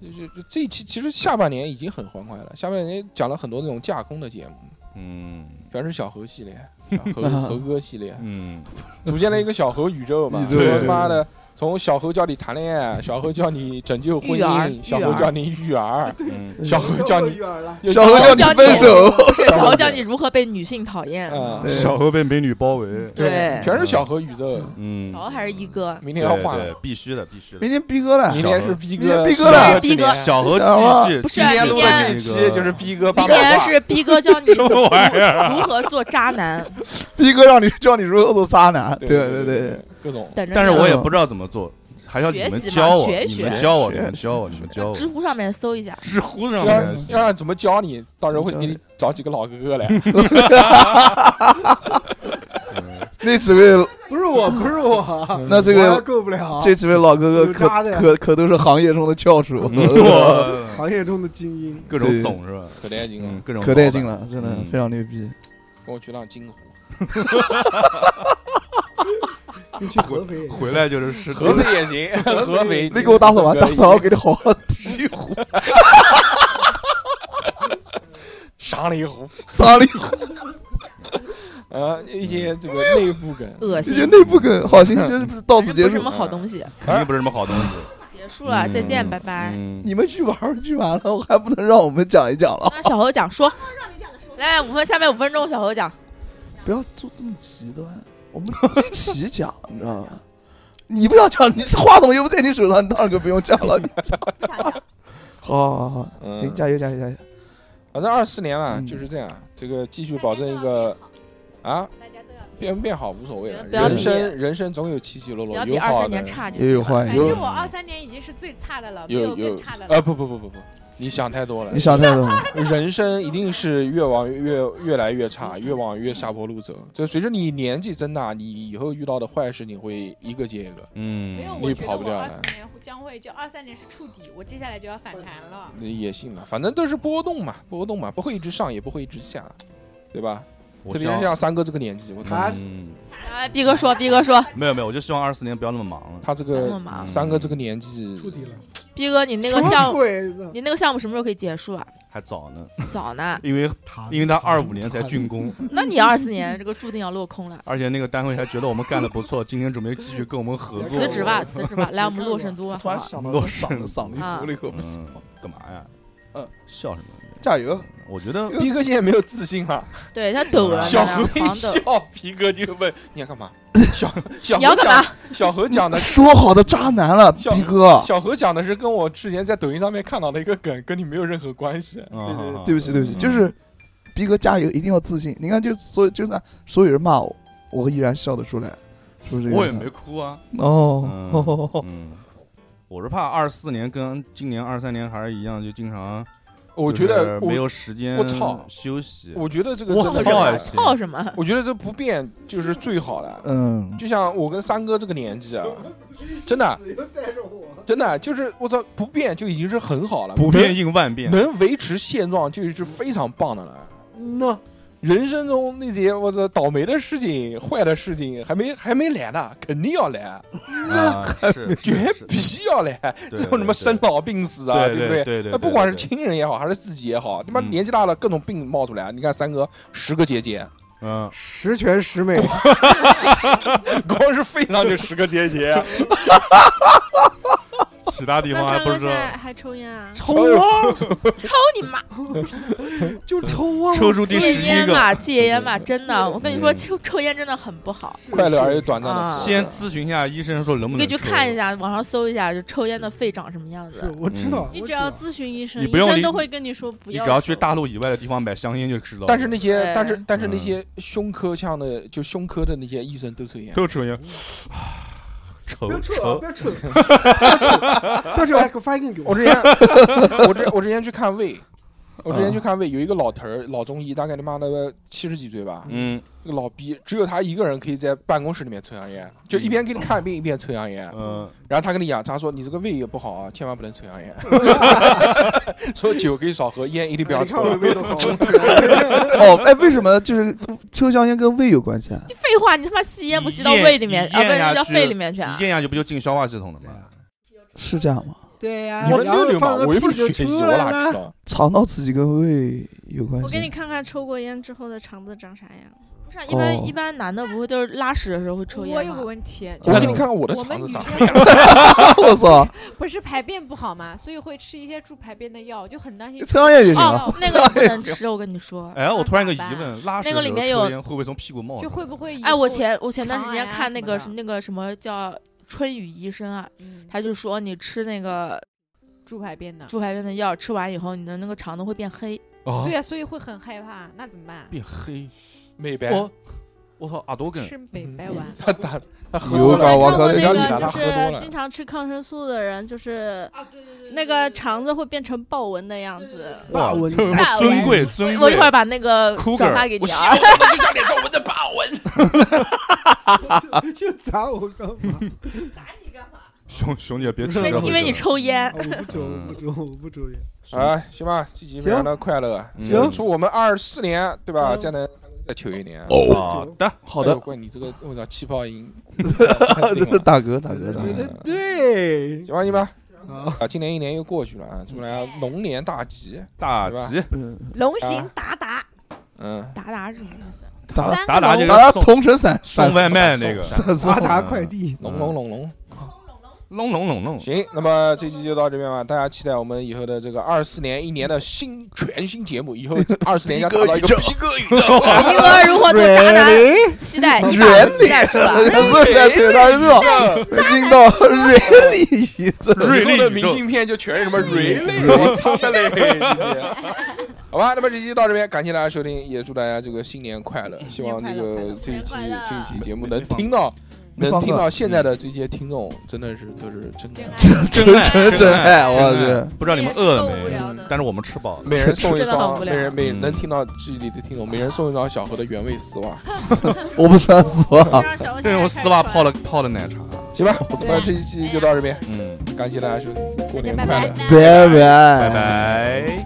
就就就这一期其实下半年已经很欢快了，下半年讲了很多那种架空的节目，嗯全是小猴系列、小猴猴哥系列，嗯，组建了一个小猴宇宙嘛。宇宙说他妈的，从小猴教你谈恋爱，小猴教你拯救婚育儿姻，小育猴儿教你育 儿，嗯小猴教你，又小何叫你分手，不是小猴教你如何被女性讨厌，嗯，小何被美女包围，对，全是小猴宇宙。嗯，小猴还是一哥，明对天要换对了，，必须的必须的明，天逼哥了，明天是逼明天哥，逼哥了逼哥小何小继续，何不是今啊天明录的这天一期就是逼哥八明卦天是逼哥教你什么怎么玩意儿啊如何做渣男，逼哥让你叫你如何做渣男，对对对对，，各种等着你但是我也不知道怎么做，还要你们学习嘛教我，学你学们教我，你学们教我，你们教我知，乎上面搜一下，知乎上要让面行 要让怎么教你，到时候会给你找几个老哥哥来。嗯那几位不是我，不是我，嗯那这我还个够不了。这几位老哥哥有可渣的呀可可都啊是行业中的翘楚， 行业中的精英，各种总是吧？可带劲了嗯各种可带劲老了板，真的嗯非常牛逼。跟我去趟金湖。你去合肥，回来就是吃合肥也行，合肥你给我打扫完，可以打扫完我给你好好踢一壶，赏你一壶，赏你一壶。啊，一些这个内部梗，恶心这些内部梗好心就是不是到此结束不是什么好东西肯定不是什么好东西。结束了，再见，拜拜。嗯你们去玩儿去完了，我还不能让我们讲一讲了。那小侯讲说，来五分，下面五分钟，小侯讲。不要做这么极端，我们一起讲，你知道吗？你不要讲，你话筒又不在你手上，你当然就不用讲了。你好好好，行，加油加油加油！嗯反正二四年了嗯就是这样，这个继续保证一个啊，变不变好无所谓了。不要人比生人生总有起起落不要落，比有好23的年差就也行有坏反有正我二三年已经是最差的了，没有更有差的了。啊不不不不不，你想太多了，你想太多了。人生一定是越往越越来越嗯差，越往越下坡路走。这随着你年纪增大，你以后遇到的坏事你会一个接一个，嗯没有，你我觉跑得不我掉二的四。年将会就二三年是触底，我接下来就要反弹了。也行吧，反正都是波动嘛，波动嘛，不会一直上，也不会一直下，对吧？我特别是想像三哥这个年纪，我操，嗯，来，逼哥说，逼哥说，没有没有，我就希望二四年不要那么忙了。他这不要那个么忙三哥这个年纪，逼哥，你那个什么项目鬼，你那个项目什么时候可以结束啊？还早呢，早呢，因为因为他二五年才竣工，那你二四年这个注定要落空了，而且那个单位还觉得我们干的不错，今年准备继续跟我们合作。辞职吧，辞职吧，来我们洛神都，突然想到洛嗓神子嗓子啊一口了一口，嗯，干嘛呀？嗯，笑什么？加油！我觉 得逼哥现在没有自信了，对啊他抖了，小那何个一狂抖。笑，皮哥就问你要干 嘛？小小你要何干讲嘛，小何讲的说好的渣男了，逼哥，小何讲的是跟我之前在抖音上面看到的一个梗，跟你没有任何关系。啊，对不起对不起，就是逼哥加油，一定要自信。你看，就所有就算所有人骂我，我依然笑得出来，是不是？我也没哭啊。哦嗯，嗯我是怕二四年跟今年二三年还是一样，就经常我就是觉得我没有时间，我操休息。我觉得这个我真的操哎还是好行操什么？啊我觉得这不变就是最好的。嗯，就像我跟三哥这个年纪啊，真的啊又带着我，真的啊就是我操，不变就已经是很好了，不变应万变，能能维持现状就是非常棒的了。那人生中那些我操倒霉的事情、坏的事情还没还没来呢，肯定要来， 啊是绝是是逼要来。对这种什么生老病死啊，对不对对对那对不管是对亲人也好，还是自己也好，他妈嗯年纪大了，各种病冒出来。你看三哥十个 结节，嗯，十全十 美，光是肺上就 十个结节，啊 其他地那方还三不哥知现道。在还抽烟啊？抽啊，抽你妈！就抽啊，抽出第戒十一烟个，嘛，戒烟嘛，真的，我跟嗯你说，抽抽烟真的很不好。快乐而又短暂啊的时间。 先咨询一下医生，说能不你能可以去抽啊看一下，网上搜一下，就抽烟的肺长什么样是子。我知道，嗯你我只知要道咨询医生，你医不用生理都会跟你说不你要。只要去大陆以外的地方买香烟就知道了。但是那些对，但是但是嗯那些胸科腔的，就胸科的那些医生都抽烟。都抽烟，抽不要扯啊，嗯 抽不要扯，不要扯，不要扯，还给我发一个给 我我。之前，我之我之前去看胃，我之前去看胃，有一个老头儿，老中医，大概他妈的七十几岁吧，嗯那个老逼，只有他一个人可以在办公室里面抽香烟，就一边给你看病一边抽香烟。嗯，然后他跟你讲，他说你这个胃也不好啊，千万不能抽香烟，说酒可以少喝，烟一定不要你看我抽的。味道好， 哦，哎，为什么就是抽香烟跟胃有关系啊？你废话，你他妈吸烟不吸到胃里面一啊？不是，咽下那叫去肺里面去啊一？咽下去不就进消化系统了吗？是这样吗？哎对呀，你们然后六六嘛，放个我又不屁是就学出习，我来哪知了。道？啊肠道刺激跟胃有关系？我给你看看抽过烟之后的肠子长啥样。啊不是，一般哦一般男的不会就是拉屎的时候会抽我烟有个吗？问题，我就是给你看看我的我们肠子女长生什么样。我操， 不是排便不好吗？所以会吃一些助排便的药，就很担心。抽香烟就行了哦。，那个 不能吃，我跟你说。哎，我突然一个疑问，拉屎那个里的时候抽面有烟会不会从屁股冒出就来？会不会以哎，后我前我前段时间肠癌啊看那个什是么的那个什么叫春雨医生啊，嗯他就说你吃那个助排便的？猪排便的药，吃完以后你的那个肠子会变黑。啊对，呀，所以会很害怕，那怎么办？变黑，美白我我操，耳朵根吃嗯北白丸，他打他喝牛多肝了，我靠，那人家个你就他喝多是了，经，常吃抗生素的人，就是那个肠子会变成豹纹的样子。豹纹豹纹尊贵尊贵。我一会儿把那个 Cougar，转发给你我希啊望。 就砸我干嘛？熊熊姐别吃因这为回因为你头抽烟 啊，我不抽，我不抽，我不抽烟。啊哎，行吧，这集非常的快乐，行嗯祝我们二十四年对吧，嗯再能还能再求一年。啊哦好的好的哎呦怪你这个我操气泡 音大哥大哥大哥对对对，行吧行吧。 啊啊，今年一年又过去了啊，祝大家龙年大吉，大对吧吉，龙啊行达达，嗯，达达是什么意思？打三打打个这龙个打送同城散送外卖那个散散阿达快递，龙龙龙龙。隆隆隆隆，行，那么这期就到这边吧，大家期待我们以后的这个二四年一年的新全新节目，以后二四年要达到 一个逼格宇宙。一个如何做渣男，嗯期待一把人期待出来。对大热，进到瑞丽宇宙，瑞丽宇宙以后的明信片就全是什么瑞类，我操的嘞！这些好吧，那么这期就到这边，感谢大家收听，也祝大家这个新年快乐，希望这个这一期这一期节目能听到。没能放听过到现在的这些听众，真的是都是真的，真爱真真爱我真去不知道你们饿了没？嗯但是我们吃饱了。每人送一真的很双，无每聊人每人嗯能听到这里的听众，每人送一双小何的原味丝袜。我不穿丝袜。啊这种丝袜泡了泡了奶茶，行吧，那这一期就到这边，嗯，感谢大家收听，过年拜快拜哎乐。拜拜拜拜。